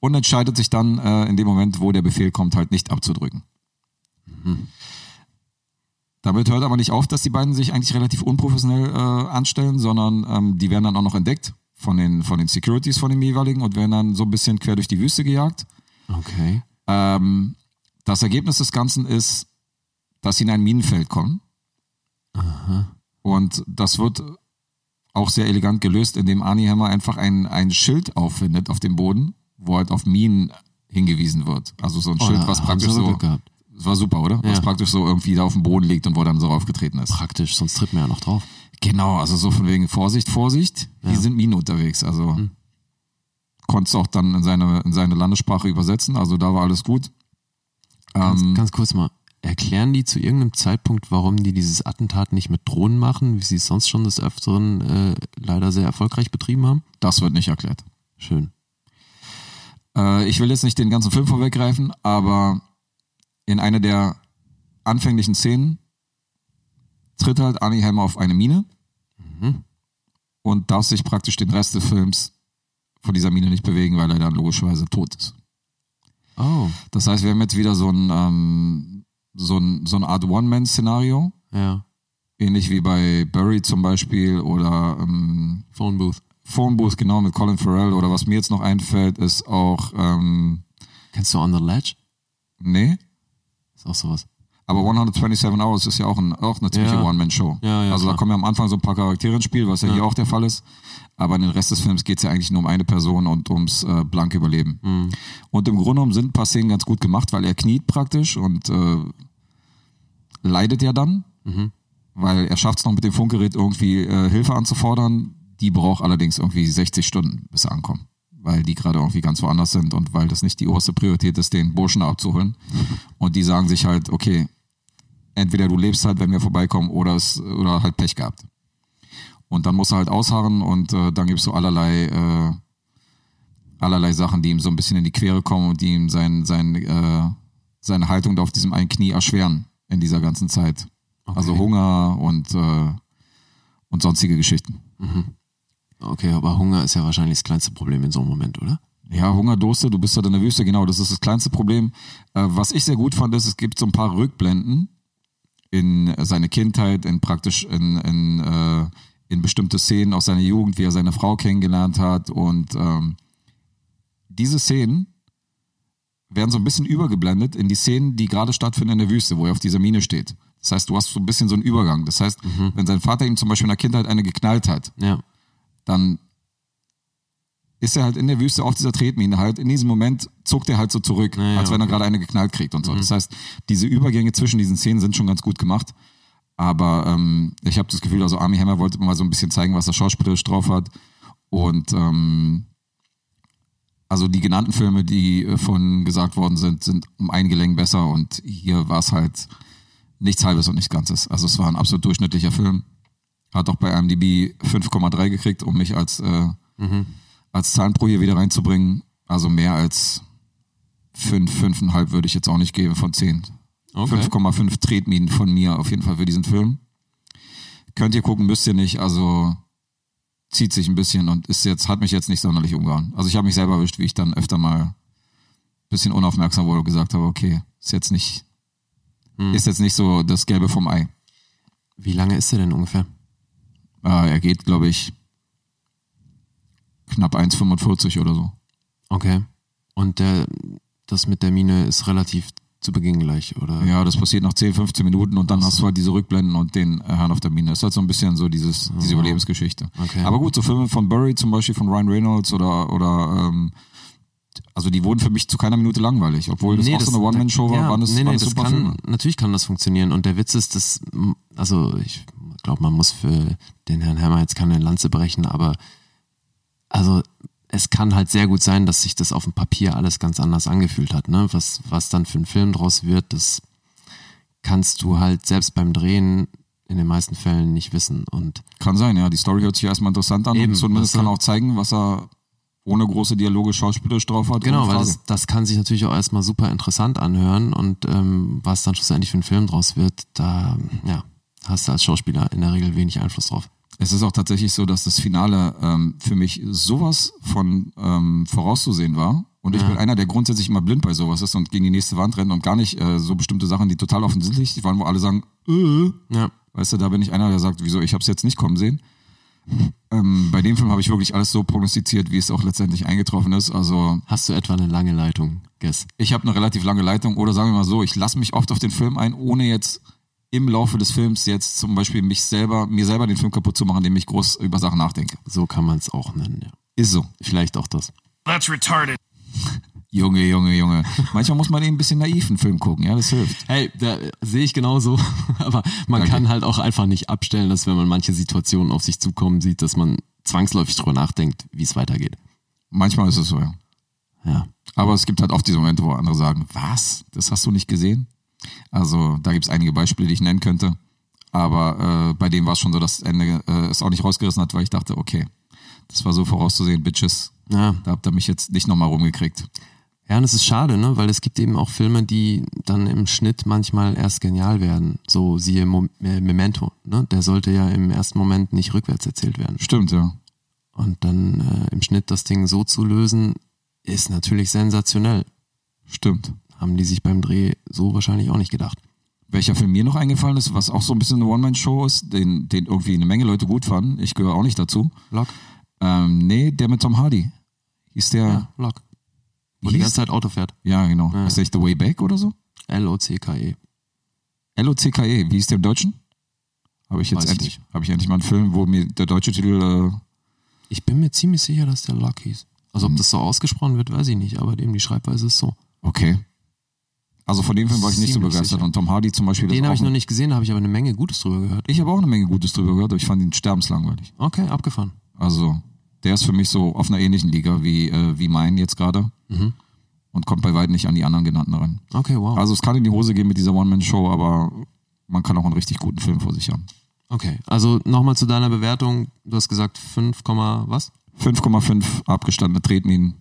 Speaker 3: und entscheidet sich dann äh, in dem Moment, wo der Befehl kommt, halt nicht abzudrücken. Damit hört aber nicht auf, dass die beiden sich eigentlich relativ unprofessionell äh, anstellen, sondern ähm, die werden dann auch noch entdeckt von den, von den Securities von dem jeweiligen und werden dann so ein bisschen quer durch die Wüste gejagt.
Speaker 2: Okay.
Speaker 3: Ähm, das Ergebnis des Ganzen ist, dass sie in ein Minenfeld kommen. Und das wird auch sehr elegant gelöst, indem Arnie Hammer einfach ein, ein Schild auffindet auf dem Boden, wo halt auf Minen hingewiesen wird. Also so ein Schild,
Speaker 2: da
Speaker 3: was
Speaker 2: haben
Speaker 3: praktisch
Speaker 2: sie aber
Speaker 3: so.
Speaker 2: Glück gehabt.
Speaker 3: Das war super, oder? Was
Speaker 2: Oh Ja.
Speaker 3: praktisch so irgendwie da auf dem Boden liegt und wo dann so raufgetreten ist.
Speaker 2: Praktisch, sonst tritt man ja noch drauf.
Speaker 3: Genau, also so von wegen Vorsicht, Vorsicht. Die sind Minen unterwegs. Also konntest du auch dann in seine, in seine Landessprache übersetzen. Also da war alles gut.
Speaker 2: Ganz,
Speaker 3: Ähm,
Speaker 2: ganz kurz mal, erklären die zu irgendeinem Zeitpunkt, warum die dieses Attentat nicht mit Drohnen machen, wie sie es sonst schon des Öfteren äh, leider sehr erfolgreich betrieben haben?
Speaker 3: das wird nicht erklärt.
Speaker 2: Schön.
Speaker 3: Äh, ich will jetzt nicht den ganzen Film vorweggreifen, aber in einer der anfänglichen Szenen tritt halt Arnie Helmer auf eine Mine und darf sich praktisch den Rest des Films von dieser Mine nicht bewegen, weil er dann logischerweise tot ist.
Speaker 2: Oh,
Speaker 3: Das heißt, wir haben jetzt wieder so ein, ähm, so ein, so eine Art One-Man-Szenario,
Speaker 2: ja.
Speaker 3: ähnlich wie bei Barry zum Beispiel oder ähm,
Speaker 2: Phone Booth.
Speaker 3: Phone Booth, genau, mit Colin Farrell oder was mir jetzt noch einfällt, ist auch, ähm,
Speaker 2: Kennst du On the Ledge?
Speaker 3: nee,
Speaker 2: Ist auch sowas.
Speaker 3: aber 127 Hours ist ja auch, ein, auch eine ziemliche
Speaker 2: Ja.
Speaker 3: One-Man-Show.
Speaker 2: Ja, ja,
Speaker 3: also da
Speaker 2: klar.
Speaker 3: kommen ja am Anfang so ein paar Charaktere ins Spiel, was ja, hier auch der Fall ist, aber in den Rest des Films geht es ja eigentlich nur um eine Person und ums äh, blanke Überleben.
Speaker 2: Mhm.
Speaker 3: Und im Grunde genommen sind ein paar Szenen ganz gut gemacht, weil er kniet praktisch und äh, leidet ja dann,
Speaker 2: Mhm.
Speaker 3: weil er schafft es noch mit dem Funkgerät irgendwie äh, Hilfe anzufordern. Die braucht allerdings irgendwie 60 Stunden, bis sie ankommen, weil die gerade irgendwie ganz woanders sind und weil das nicht die oberste Priorität ist, den Burschen da abzuholen. Und die sagen sich halt, okay, entweder du lebst halt, wenn wir vorbeikommen, oder, es, oder halt Pech gehabt. Und dann muss er halt ausharren und äh, dann gibt's so allerlei, äh, allerlei Sachen, die ihm so ein bisschen in die Quere kommen und die ihm sein, sein, äh, seine Haltung da auf diesem einen Knie erschweren in dieser ganzen Zeit. Also Hunger und, äh, und sonstige Geschichten.
Speaker 2: Okay, aber Hunger ist ja wahrscheinlich das kleinste Problem in so einem Moment, oder?
Speaker 3: Ja, Hunger, Durste, du bist halt in der Wüste, genau, das ist das kleinste Problem. Äh, was ich sehr gut fand, ist, es gibt so ein paar Rückblenden in äh, seine Kindheit, in praktisch in, in, äh, in bestimmte Szenen aus seiner Jugend, wie er seine Frau kennengelernt hat. Und ähm, diese Szenen werden so ein bisschen übergeblendet in die Szenen, die gerade stattfinden in der Wüste, wo er auf dieser Mine steht. Das heißt, du hast so ein bisschen so einen Übergang. Das heißt, wenn sein Vater ihm zum Beispiel in der Kindheit eine geknallt hat,
Speaker 2: Ja.
Speaker 3: dann ist er halt in der Wüste auf dieser Tretmine halt. In diesem Moment zuckt er halt so zurück,
Speaker 2: Ja, Mhm. ja,
Speaker 3: als wenn er gerade eine geknallt kriegt und so. Das heißt, diese Übergänge zwischen diesen Szenen sind schon ganz gut gemacht. Aber ähm, ich habe das Gefühl, also Army Hammer wollte mal so ein bisschen zeigen, was er schauspielerisch drauf hat. Und ähm, also die genannten Filme, die äh, von gesagt worden sind, sind um einige Längen besser. Und hier war es halt nichts Halbes und nichts Ganzes. Also es war ein absolut durchschnittlicher Film. Hat auch bei IMDb 5,3 gekriegt, um mich als, äh, als Zahlenpro hier wieder reinzubringen. Also mehr als 5, 5,5 würde ich jetzt auch nicht geben von 10.
Speaker 2: Okay.
Speaker 3: 5,5 Tretminen von mir auf jeden Fall für diesen Film. Könnt ihr gucken, müsst ihr nicht. Also zieht sich ein bisschen und ist jetzt, hat mich jetzt nicht sonderlich umgehauen. Also ich habe mich selber erwischt, wie ich dann öfter mal ein bisschen unaufmerksam wurde und gesagt habe, okay, ist jetzt nicht, ist jetzt nicht so das Gelbe vom Ei.
Speaker 2: Wie lange ist der denn ungefähr?
Speaker 3: Äh, er geht, glaube ich, knapp 1,45 oder so.
Speaker 2: Okay. Und der, das mit der Mine ist relativ zu Beginn gleich, oder?
Speaker 3: Ja, das passiert nach 10, 15 Minuten und dann hast du halt diese Rückblenden und den äh, Herrn auf der Mine. Das ist halt so ein bisschen so dieses, diese Überlebensgeschichte.
Speaker 2: Okay.
Speaker 3: Aber gut, so Filme von Burry zum Beispiel, von Ryan Reynolds oder, oder ähm, also die wurden für mich zu keiner Minute langweilig. Obwohl das auch so eine One-Man-Show war,
Speaker 2: ja,
Speaker 3: waren das,
Speaker 2: nee, nee,
Speaker 3: waren das,
Speaker 2: das
Speaker 3: super
Speaker 2: kann,
Speaker 3: Filme.
Speaker 2: Natürlich kann das funktionieren. Und der Witz ist, dass, m, also ich glaube, man muss für den Herrn Hammer jetzt keine Lanze brechen, aber also es kann halt sehr gut sein, dass sich das auf dem Papier alles ganz anders angefühlt hat. Ne? Was, was dann für ein Film draus wird, das kannst du halt selbst beim Drehen in den meisten Fällen nicht wissen. Und
Speaker 3: Kann sein, ja. Die Story hört sich erstmal interessant an
Speaker 2: Eben,
Speaker 3: und zumindest
Speaker 2: was
Speaker 3: kann
Speaker 2: er-
Speaker 3: auch zeigen, was er ohne große Dialoge schauspielerisch drauf hat.
Speaker 2: Genau,
Speaker 3: ohne
Speaker 2: weil
Speaker 3: Frage.
Speaker 2: das, das kann sich natürlich auch erstmal super interessant anhören und ähm, was dann schlussendlich für ein Film draus wird, da ja, hast du als Schauspieler in der Regel wenig Einfluss drauf.
Speaker 3: Es ist auch tatsächlich so, dass das Finale ähm, für mich sowas von ähm, vorauszusehen war. Und ich bin einer, der grundsätzlich immer blind bei sowas ist und gegen die nächste Wand rennt und gar nicht äh, so bestimmte Sachen, die total offensichtlich waren, wo alle sagen, äh,
Speaker 2: Ja.
Speaker 3: weißt du, da bin ich einer, der sagt, wieso, ich habe es jetzt nicht kommen sehen. Ähm, bei dem Film habe ich wirklich alles so prognostiziert, wie es auch letztendlich eingetroffen ist. Also
Speaker 2: Hast du etwa eine lange Leitung, Guess?
Speaker 3: ich habe eine relativ lange Leitung oder sagen wir mal so, ich lasse mich oft auf den Film ein, ohne jetzt im Laufe des Films jetzt zum Beispiel mich selber, mir selber den Film kaputt zu machen, indem ich groß über Sachen nachdenke.
Speaker 2: So kann man es auch nennen, ja.
Speaker 3: Ist so.
Speaker 2: Vielleicht auch das.
Speaker 4: That's retarded.
Speaker 3: Junge, Junge, Junge. Manchmal muss man eben ein bisschen naiv einen Film gucken, ja, das hilft.
Speaker 2: Hey, da äh, sehe ich genauso. Aber man
Speaker 3: Danke.
Speaker 2: kann halt auch einfach nicht abstellen, dass wenn man manche Situationen auf sich zukommen sieht, dass man zwangsläufig drüber nachdenkt, wie es weitergeht.
Speaker 3: Manchmal ist es so, ja.
Speaker 2: Ja.
Speaker 3: Aber es gibt halt oft diese Momente, wo andere sagen, was, das hast du nicht gesehen? Also da gibt es einige Beispiele, die ich nennen könnte. Aber äh, bei dem war es schon so, dass das Ende äh, es auch nicht rausgerissen hat, weil ich dachte, okay, das war so vorauszusehen, Bitches.
Speaker 2: Ja.
Speaker 3: Da habt ihr mich jetzt nicht nochmal rumgekriegt.
Speaker 2: Ja, und es ist schade, ne? Weil es gibt eben auch Filme, die dann im Schnitt manchmal erst genial werden. So siehe Mo äh, Memento, ne? Der sollte ja im ersten Moment nicht rückwärts erzählt werden.
Speaker 3: Stimmt, ja.
Speaker 2: Und dann äh, im Schnitt das Ding so zu lösen, ist natürlich sensationell.
Speaker 3: Stimmt.
Speaker 2: Haben die sich beim Dreh so wahrscheinlich auch nicht gedacht.
Speaker 3: Welcher Film mir noch eingefallen ist, was auch so ein bisschen eine One-Man-Show ist, den, den irgendwie eine Menge Leute gut fanden. Ich gehöre auch nicht dazu.
Speaker 2: Lock?
Speaker 3: Ähm, nee, der mit Tom Hardy. Hieß der.
Speaker 2: Ja, Lock. Wo die
Speaker 3: Hieß-
Speaker 2: ganze Zeit Auto fährt.
Speaker 3: Ja, genau.
Speaker 2: Ja.
Speaker 3: Ist der nicht The Way Back oder so?
Speaker 2: L-O-C-K-E.
Speaker 3: L-O-C-K-E, E, wie ist der im Deutschen? Habe ich jetzt
Speaker 2: Weiß ich
Speaker 3: endlich, habe ich endlich mal einen Film, wo mir der deutsche Titel, äh,
Speaker 2: Ich bin mir ziemlich sicher, dass der Lock hieß. Also ob
Speaker 3: Hm.
Speaker 2: das so ausgesprochen wird, weiß ich nicht, aber eben die Schreibweise ist so.
Speaker 3: okay. Also von dem Film war ich nicht so
Speaker 2: Ziemlich
Speaker 3: begeistert.
Speaker 2: sicher.
Speaker 3: Und Tom Hardy zum Beispiel. das
Speaker 2: Den
Speaker 3: auch
Speaker 2: habe ich noch
Speaker 3: ein-
Speaker 2: nicht gesehen, da habe ich aber eine Menge Gutes drüber gehört.
Speaker 3: Ich habe auch eine Menge Gutes drüber gehört, aber ich fand ihn sterbenslangweilig.
Speaker 2: Okay, abgefahren.
Speaker 3: Also der ist für mich so auf einer ähnlichen Liga wie, äh, wie mein jetzt gerade
Speaker 2: Mhm.
Speaker 3: und kommt bei weitem nicht an die anderen genannten ran.
Speaker 2: Okay, wow.
Speaker 3: Also es kann in die Hose gehen mit dieser One-Man-Show, aber man kann auch einen richtig guten Film vor sich haben.
Speaker 2: Okay, also nochmal zu deiner Bewertung. Du hast gesagt 5, Komma was?
Speaker 3: 5,5 abgestandene Tretminen.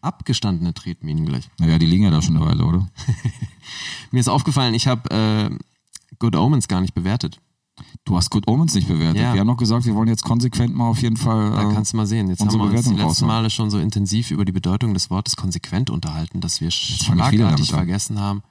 Speaker 2: Abgestandene Tretminen gleich.
Speaker 3: Naja, die liegen ja da schon eine Weile, oder?
Speaker 2: Mir ist aufgefallen, ich habe äh, Good Omens gar nicht bewertet.
Speaker 3: Du hast Good Omens nicht bewertet.
Speaker 2: Ja.
Speaker 3: Wir haben noch gesagt, wir wollen jetzt konsequent mal auf jeden Fall.
Speaker 2: Da
Speaker 3: äh,
Speaker 2: kannst du mal sehen. Jetzt haben
Speaker 3: unsere
Speaker 2: wir uns die
Speaker 3: Bewertung
Speaker 2: letzten
Speaker 3: raushauen.
Speaker 2: Male schon so intensiv über die Bedeutung des Wortes konsequent unterhalten, dass wir
Speaker 3: fangen viele
Speaker 2: schlagartig
Speaker 3: damit an.
Speaker 2: vergessen haben,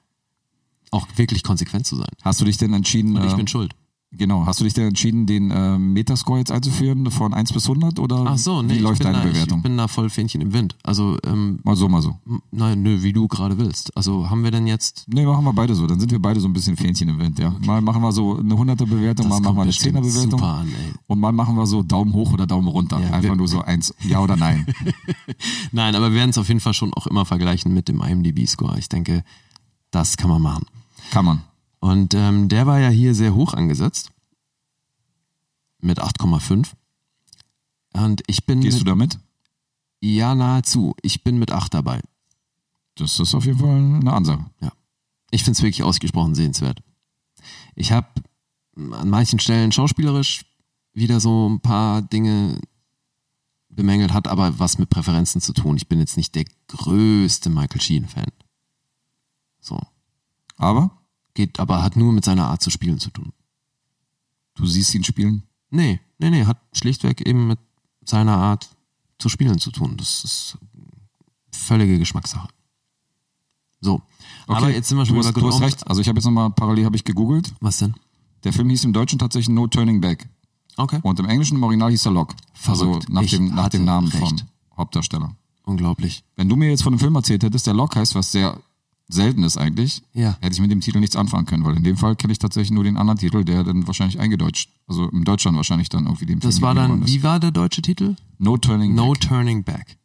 Speaker 2: auch wirklich konsequent zu sein.
Speaker 3: hast du dich denn entschieden?
Speaker 2: Und ich
Speaker 3: äh,
Speaker 2: bin schuld.
Speaker 3: genau. Hast du dich denn entschieden, den äh, Metascore jetzt einzuführen von 1 bis 100 oder
Speaker 2: Ach so, nee,
Speaker 3: wie läuft
Speaker 2: ich, bin
Speaker 3: deine
Speaker 2: da,
Speaker 3: Bewertung?
Speaker 2: ich bin da voll Fähnchen im Wind. Also, ähm,
Speaker 3: mal so, mal so.
Speaker 2: naja, nö, wie du gerade willst. Also haben wir denn jetzt
Speaker 3: Nee, machen wir beide so. Dann sind wir beide so ein bisschen Fähnchen im Wind, ja. Mal machen wir so eine 100er Bewertung, mal machen wir eine
Speaker 2: kommt bestimmt
Speaker 3: 10er
Speaker 2: super
Speaker 3: Bewertung.
Speaker 2: an, ey.
Speaker 3: Und mal machen wir so Daumen hoch oder Daumen runter.
Speaker 2: Ja, wir-
Speaker 3: Einfach nur so eins, ja oder nein.
Speaker 2: Nein, aber wir werden es auf jeden Fall schon auch immer vergleichen mit dem IMDb-Score. Ich denke, das kann man machen.
Speaker 3: Kann man.
Speaker 2: Und ähm, der war ja hier sehr hoch angesetzt. Mit 8,5. Und ich bin
Speaker 3: Gehst du
Speaker 2: mit,
Speaker 3: damit?
Speaker 2: ja nahezu. Ich bin mit 8 dabei.
Speaker 3: Das ist auf jeden Fall eine Ansage.
Speaker 2: Ich finde es wirklich ausgesprochen sehenswert. Ich habe an manchen Stellen schauspielerisch wieder so ein paar Dinge bemängelt, hat aber was mit Präferenzen zu tun. Ich bin jetzt nicht der größte Michael Sheen-Fan. So.
Speaker 3: Aber
Speaker 2: Geht, aber hat nur mit seiner Art zu spielen zu tun.
Speaker 3: du siehst ihn spielen.
Speaker 2: Nee, nee, nee, hat schlichtweg eben mit seiner Art zu spielen zu tun. Das ist völlige Geschmackssache. So. Aber jetzt sind wir schon
Speaker 3: du
Speaker 2: wieder
Speaker 3: hast, du hast recht. Also ich habe jetzt nochmal parallel habe ich gegoogelt.
Speaker 2: Was denn?
Speaker 3: Der Film hieß im Deutschen tatsächlich No Turning Back.
Speaker 2: Okay.
Speaker 3: Und im Englischen im Original hieß er Lock.
Speaker 2: Verrückt.
Speaker 3: Also nach
Speaker 2: Ich
Speaker 3: dem, nach
Speaker 2: hatte
Speaker 3: dem Namen
Speaker 2: recht.
Speaker 3: vom Hauptdarsteller.
Speaker 2: Unglaublich.
Speaker 3: Wenn du mir jetzt von einem Film erzählt hättest, der Lock heißt, was sehr selten ist eigentlich,
Speaker 2: Ja.
Speaker 3: hätte ich mit dem Titel nichts anfangen können, weil in dem Fall kenne ich tatsächlich nur den anderen Titel, der dann wahrscheinlich eingedeutscht, also in Deutschland wahrscheinlich dann irgendwie dem
Speaker 2: Das
Speaker 3: Film
Speaker 2: war
Speaker 3: gegeben
Speaker 2: dann,
Speaker 3: worden ist.
Speaker 2: wie war der deutsche Titel?
Speaker 3: No Turning
Speaker 2: No
Speaker 3: Back.
Speaker 2: Turning Back.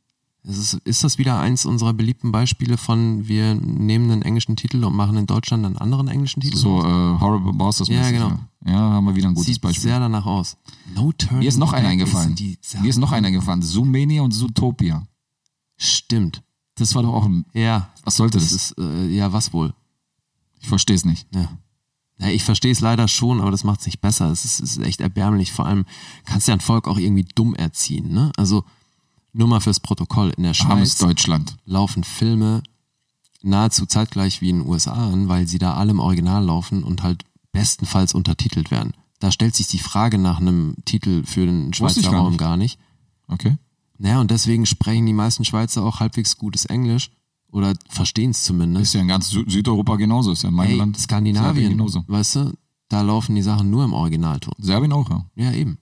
Speaker 2: Es ist, ist das wieder eins unserer beliebten Beispiele von, wir nehmen einen englischen Titel und machen in Deutschland einen anderen englischen Titel?
Speaker 3: So äh, Horrible Bosses.
Speaker 2: Ja, genau.
Speaker 3: Ja, haben wir wieder ein gutes
Speaker 2: Sieht
Speaker 3: Beispiel.
Speaker 2: sehr danach aus. No Turning
Speaker 3: Mir ist noch
Speaker 2: Back
Speaker 3: einer eingefallen.
Speaker 2: ist die Sache.
Speaker 3: Mir ist noch einer eingefallen. Zoomania und Zootopia.
Speaker 2: Stimmt.
Speaker 3: Das war doch auch ein.
Speaker 2: Ja,
Speaker 3: Was sollte
Speaker 2: das
Speaker 3: das?
Speaker 2: ist, äh, ja, was wohl?
Speaker 3: Ich verstehe es nicht.
Speaker 2: Ja. Ja, ich verstehe es leider schon, aber das macht es nicht besser. Es ist, es ist echt erbärmlich. Vor allem kannst du ja ein Volk auch irgendwie dumm erziehen. Ne? Also nur mal fürs Protokoll. In der
Speaker 3: Armes
Speaker 2: Schweiz
Speaker 3: Deutschland.
Speaker 2: laufen Filme nahezu zeitgleich wie in den USA an, weil sie da alle im Original laufen und halt bestenfalls untertitelt werden. Da stellt sich die Frage nach einem Titel für den
Speaker 3: Wusste ich
Speaker 2: Schweizer
Speaker 3: gar
Speaker 2: Raum
Speaker 3: nicht.
Speaker 2: gar nicht.
Speaker 3: Okay.
Speaker 2: Naja, und deswegen sprechen die meisten Schweizer auch halbwegs gutes Englisch oder verstehen es zumindest.
Speaker 3: Ist ja in ganz Sü Südeuropa genauso. Ist ja in meinem
Speaker 2: Hey,
Speaker 3: Land. Serbien
Speaker 2: Skandinavien,
Speaker 3: genauso.
Speaker 2: weißt du, da laufen die Sachen nur im Originalton.
Speaker 3: Serbien auch, ja.
Speaker 2: Ja, eben.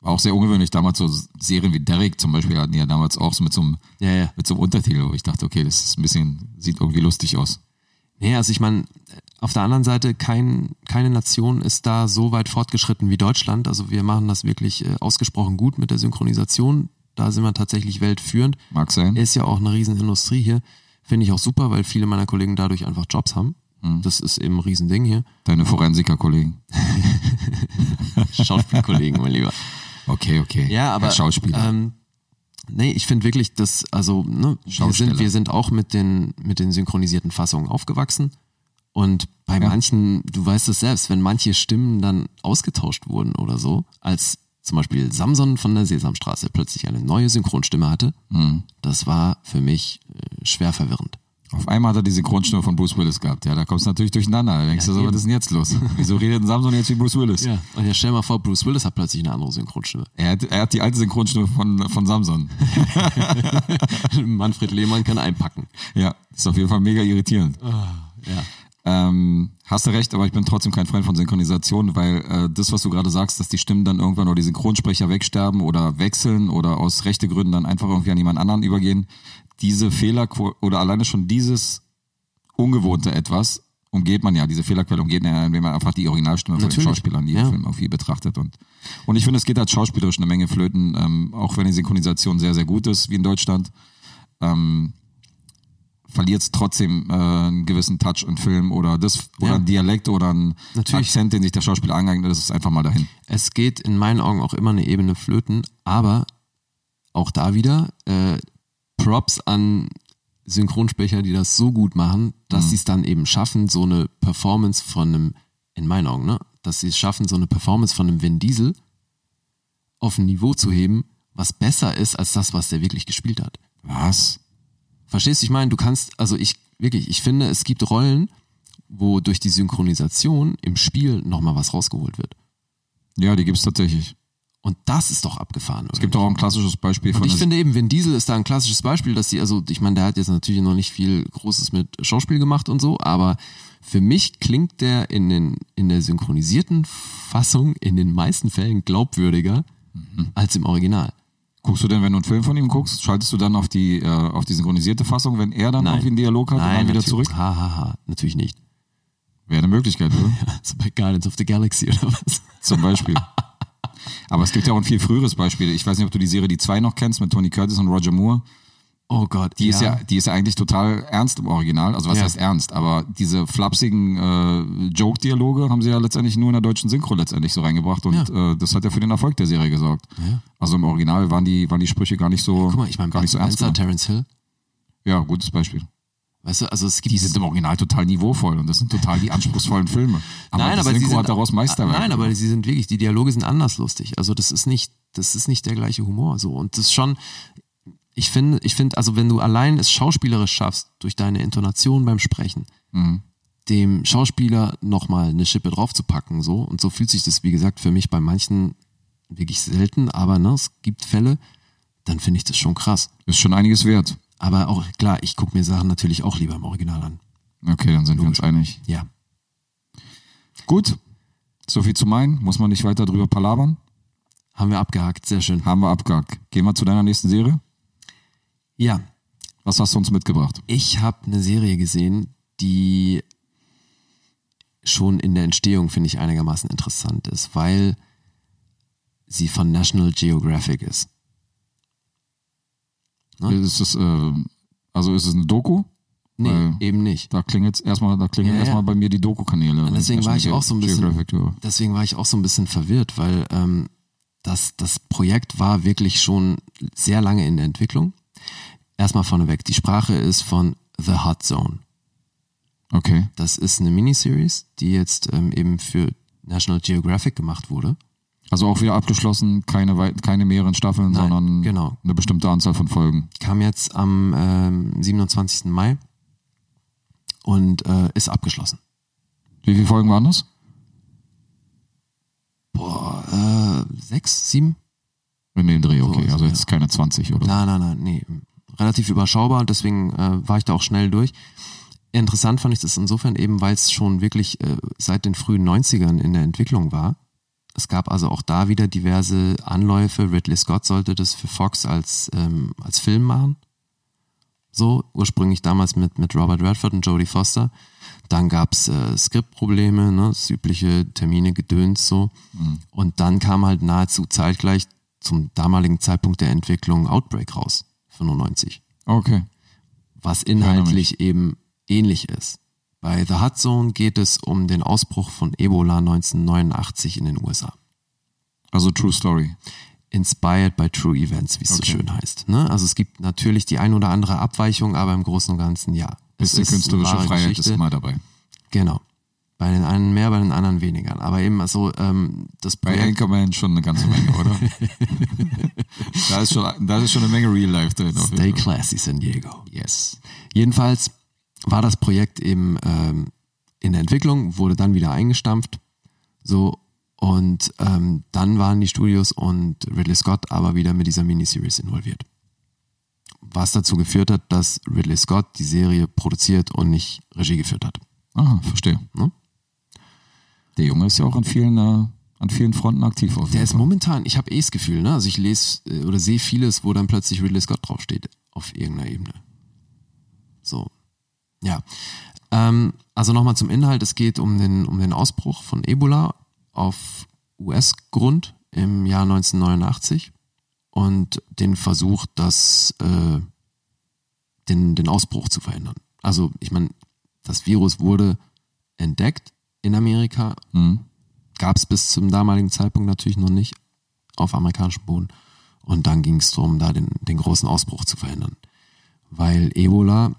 Speaker 3: War auch sehr ungewöhnlich. Damals so Serien wie Derek zum Beispiel hatten die ja damals auch so mit so einem,
Speaker 2: Ja, ja.
Speaker 3: mit so einem Untertitel, wo ich dachte, okay, das ist ein bisschen, sieht irgendwie lustig aus.
Speaker 2: Nee, also ich meine, auf der anderen Seite, kein, keine Nation ist da so weit fortgeschritten wie Deutschland. Also wir machen das wirklich äh, ausgesprochen gut mit der Synchronisation. Da sind wir tatsächlich weltführend.
Speaker 3: Mag sein.
Speaker 2: Ist ja auch eine Riesenindustrie hier. Finde ich auch super, weil viele meiner Kollegen dadurch einfach Jobs haben.
Speaker 3: Mhm.
Speaker 2: Das ist eben ein Riesending hier.
Speaker 3: Deine Forensiker-Kollegen.
Speaker 2: Schauspielkollegen, mein Lieber.
Speaker 3: Okay, okay.
Speaker 2: Ja, aber
Speaker 3: Herr Schauspieler.
Speaker 2: Ähm, nee, ich finde wirklich, dass also ne, wir
Speaker 3: Schausteller.
Speaker 2: sind wir sind auch mit den mit den synchronisierten Fassungen aufgewachsen und bei manchen, du weißt es selbst, wenn manche Stimmen dann ausgetauscht wurden oder so, als zum Beispiel Samson von der Sesamstraße plötzlich eine neue Synchronstimme hatte, das war für mich äh, schwer verwirrend.
Speaker 3: Auf einmal hat er diese Grundstimme von Bruce Willis gehabt. Ja, da kommst du natürlich durcheinander. Da denkst du so,
Speaker 2: eben.
Speaker 3: was ist denn jetzt los? Wieso redet denn Samson jetzt wie Bruce Willis?
Speaker 2: Und jetzt stell mal vor, Bruce Willis hat plötzlich eine andere Synchronstimme.
Speaker 3: Er, hat, er hat die alte Synchronstimme von, von Samson.
Speaker 2: Manfred Lehmann kann einpacken.
Speaker 3: Ja, ist auf jeden Fall mega irritierend.
Speaker 2: Ah, Ja.
Speaker 3: Ähm, hast du recht, aber ich bin trotzdem kein Freund von Synchronisation, weil äh, das, was du gerade sagst, dass die Stimmen dann irgendwann oder die Synchronsprecher wegsterben oder wechseln oder aus rechte Gründen dann einfach irgendwie an jemand anderen übergehen, diese Fehler oder alleine schon dieses ungewohnte etwas umgeht man ja, diese Fehlerquelle umgeht man ja, indem man einfach die Originalstimme von den
Speaker 2: Natürlich.
Speaker 3: Schauspielern, die
Speaker 2: Ja.
Speaker 3: im Film irgendwie betrachtet. Und, und ich finde, es geht halt schauspielerisch eine Menge flöten, ähm, auch wenn die Synchronisation sehr, sehr gut ist, wie in Deutschland verliert es trotzdem äh, einen gewissen Touch im Film oder das oder
Speaker 2: Ja.
Speaker 3: einen Dialekt oder einen
Speaker 2: Natürlich.
Speaker 3: Akzent, den sich der Schauspieler angeeignet hat, das ist einfach mal dahin.
Speaker 2: Es geht in meinen Augen auch immer eine Ebene flöten, aber auch da wieder äh, Props an Synchronsprecher, die das so gut machen, dass sie es dann eben schaffen, so eine Performance von einem, in meinen Augen, ne, dass sie es schaffen, so eine Performance von einem Vin Diesel auf ein Niveau zu heben, was besser ist als das, was der wirklich gespielt hat.
Speaker 3: Was?
Speaker 2: Verstehst du, ich meine, du kannst, also ich, wirklich, ich finde, es gibt Rollen, wo durch die Synchronisation im Spiel nochmal was rausgeholt wird.
Speaker 3: Ja, die gibt's tatsächlich.
Speaker 2: Und das ist doch abgefahren.
Speaker 3: Es gibt auch ein klassisches Beispiel von
Speaker 2: Und ich
Speaker 3: der-
Speaker 2: finde eben, Vin Diesel ist da ein klassisches Beispiel, dass sie, also ich meine, der hat jetzt natürlich noch nicht viel Großes mit Schauspiel gemacht und so, aber für mich klingt der in, den, in der synchronisierten Fassung in den meisten Fällen glaubwürdiger
Speaker 3: Mhm.
Speaker 2: als im Original.
Speaker 3: guckst du denn, wenn du einen Film von ihm guckst, schaltest du dann auf die äh, auf die synchronisierte Fassung, wenn er dann
Speaker 2: Nein.
Speaker 3: irgendwie einen Dialog hat und dann wieder
Speaker 2: natürlich-
Speaker 3: zurück?
Speaker 2: Ha, ha, ha, natürlich nicht.
Speaker 3: Wäre eine Möglichkeit, oder?
Speaker 2: Also bei Guardians of the Galaxy oder was?
Speaker 3: Zum Beispiel. Aber es gibt ja auch ein viel früheres Beispiel. Ich weiß nicht, ob du die Serie Die zwei noch kennst mit Tony Curtis und Roger Moore.
Speaker 2: Oh Gott,
Speaker 3: Die, ist ja, die ist ja eigentlich total ernst im Original. Also was
Speaker 2: Ja.
Speaker 3: heißt ernst? Aber diese flapsigen äh, Joke-Dialoge haben sie ja letztendlich nur in der deutschen Synchro letztendlich so reingebracht. Und äh, das hat ja für den Erfolg der Serie gesorgt. Also im Original waren die, waren die Sprüche gar nicht so,
Speaker 2: Guck mal, ich meine,
Speaker 3: gar
Speaker 2: Bud
Speaker 3: nicht so ernst.
Speaker 2: Spencer,
Speaker 3: genommen.
Speaker 2: Terence Hill,
Speaker 3: Ja, gutes Beispiel.
Speaker 2: weißt du, also es gibt
Speaker 3: Die sind im Original total niveauvoll und das sind total die anspruchsvollen Filme. Aber
Speaker 2: nein,
Speaker 3: das
Speaker 2: aber
Speaker 3: Synchro
Speaker 2: sie sind,
Speaker 3: hat daraus Meisterwerk.
Speaker 2: Nein, aber sie sind wirklich, die Dialoge sind anders lustig. Also das ist nicht, das ist nicht der gleiche Humor. So. Und das ist schon, ich finde, ich finde, also wenn du allein es schauspielerisch schaffst, durch deine Intonation beim Sprechen,
Speaker 3: Mhm.
Speaker 2: dem Schauspieler nochmal eine Schippe draufzupacken, so, und so fühlt sich das, wie gesagt, für mich bei manchen wirklich selten, aber ne, es gibt Fälle, dann finde ich das schon krass.
Speaker 3: ist schon einiges wert.
Speaker 2: Aber auch klar, ich gucke mir Sachen natürlich auch lieber im Original an.
Speaker 3: Okay, dann sind wir uns einig.
Speaker 2: Ja.
Speaker 3: Gut, soviel zu meinen. Muss man nicht weiter drüber palabern.
Speaker 2: Haben wir abgehakt, sehr schön.
Speaker 3: Haben wir abgehakt. Gehen wir zu deiner nächsten Serie.
Speaker 2: Ja,
Speaker 3: Was hast du uns mitgebracht?
Speaker 2: Ich habe eine Serie gesehen, die schon in der Entstehung, finde ich, einigermaßen interessant ist, weil sie von National Geographic ist. Ne?
Speaker 3: Ist es, äh, also ist es eine Doku?
Speaker 2: Nee,
Speaker 3: Weil-
Speaker 2: eben nicht.
Speaker 3: Da klingelt erstmal, da klingeln
Speaker 2: Ja, ja.
Speaker 3: erstmal bei mir die Doku-Kanäle.
Speaker 2: Und deswegen war ich auch so ein bisschen-
Speaker 3: Geographic, ja.
Speaker 2: Deswegen war ich auch so ein bisschen verwirrt, weil ähm, das, das Projekt war wirklich schon sehr lange in der Entwicklung. Erstmal vorneweg, die Sprache ist von The Hot Zone.
Speaker 3: Okay.
Speaker 2: Das ist eine Miniseries, die jetzt ähm, eben für National Geographic gemacht wurde.
Speaker 3: Also auch wieder abgeschlossen, keine, wei- keine mehreren Staffeln,
Speaker 2: Nein,
Speaker 3: sondern
Speaker 2: genau.
Speaker 3: eine bestimmte Anzahl von Folgen.
Speaker 2: kam jetzt am ähm, 27. Mai und äh, ist abgeschlossen.
Speaker 3: Wie viele Folgen waren das?
Speaker 2: Boah, äh, sechs, sieben?
Speaker 3: In dem Dreh, okay.
Speaker 2: so,
Speaker 3: also
Speaker 2: ja.
Speaker 3: jetzt keine 20 oder so.
Speaker 2: Nein, nein, nein, nee. Relativ überschaubar, deswegen äh, war ich da auch schnell durch. Interessant fand ich das insofern eben, weil es schon wirklich äh, seit den frühen 90ern in der Entwicklung war. Es gab also auch da wieder diverse Anläufe. Ridley Scott sollte das für Fox als, ähm, als Film machen. So, ursprünglich damals mit, mit Robert Redford und Jodie Foster. Dann gab's äh, Skriptprobleme, ne, das übliche Termine, Gedöns so.
Speaker 3: Mhm.
Speaker 2: Und dann kam halt nahezu zeitgleich zum damaligen Zeitpunkt der Entwicklung Outbreak raus, 95.
Speaker 3: Okay.
Speaker 2: was inhaltlich eben ähnlich ist. Bei The Hut Zone geht es um den Ausbruch von Ebola 1989 in den USA.
Speaker 3: Also True Story.
Speaker 2: Inspired by True Events, wie es
Speaker 3: Okay.
Speaker 2: so schön heißt. Ne? Also es gibt natürlich die ein oder andere Abweichung, aber im Großen und Ganzen ja.
Speaker 3: Ist
Speaker 2: Es
Speaker 3: die
Speaker 2: eine
Speaker 3: künstlerische
Speaker 2: wahre
Speaker 3: Freiheit
Speaker 2: Geschichte.
Speaker 3: ist immer dabei.
Speaker 2: Genau. Bei den einen mehr, bei den anderen weniger. Aber eben also ähm, das
Speaker 3: Bei
Speaker 2: Projekt
Speaker 3: Anchorman schon eine ganze Menge, oder? da, ist schon, da ist schon eine Menge Real Life drin. auf jeden
Speaker 2: Stay
Speaker 3: Fall.
Speaker 2: Classy San Diego.
Speaker 3: Yes.
Speaker 2: Jedenfalls war das Projekt eben ähm, in der Entwicklung, wurde dann wieder eingestampft. So, und ähm, dann waren die Studios und Ridley Scott aber wieder mit dieser Miniseries involviert. Was dazu geführt hat, dass Ridley Scott die Serie produziert und nicht Regie geführt hat.
Speaker 3: Ah, verstehe.
Speaker 2: Ne?
Speaker 3: Der Junge ist ja auch an vielen, äh, an vielen Fronten aktiv. Auf
Speaker 2: Der
Speaker 3: jeden
Speaker 2: ist
Speaker 3: Fall.
Speaker 2: momentan, ich habe eh das Gefühl, ne? Also ich lese äh, oder sehe vieles, wo dann plötzlich Ridley Scott draufsteht, auf irgendeiner Ebene. So. Ja. Ähm, also nochmal zum Inhalt. Es geht um den, um den Ausbruch von Ebola auf US-Grund im Jahr 1989 und den Versuch, das, äh, den, den Ausbruch zu verhindern. Also ich meine, das Virus wurde entdeckt in Amerika
Speaker 3: Mhm.
Speaker 2: gab es bis zum damaligen Zeitpunkt natürlich noch nicht auf amerikanischem Boden. Und dann ging es darum, da den, den großen Ausbruch zu verhindern. Weil Ebola,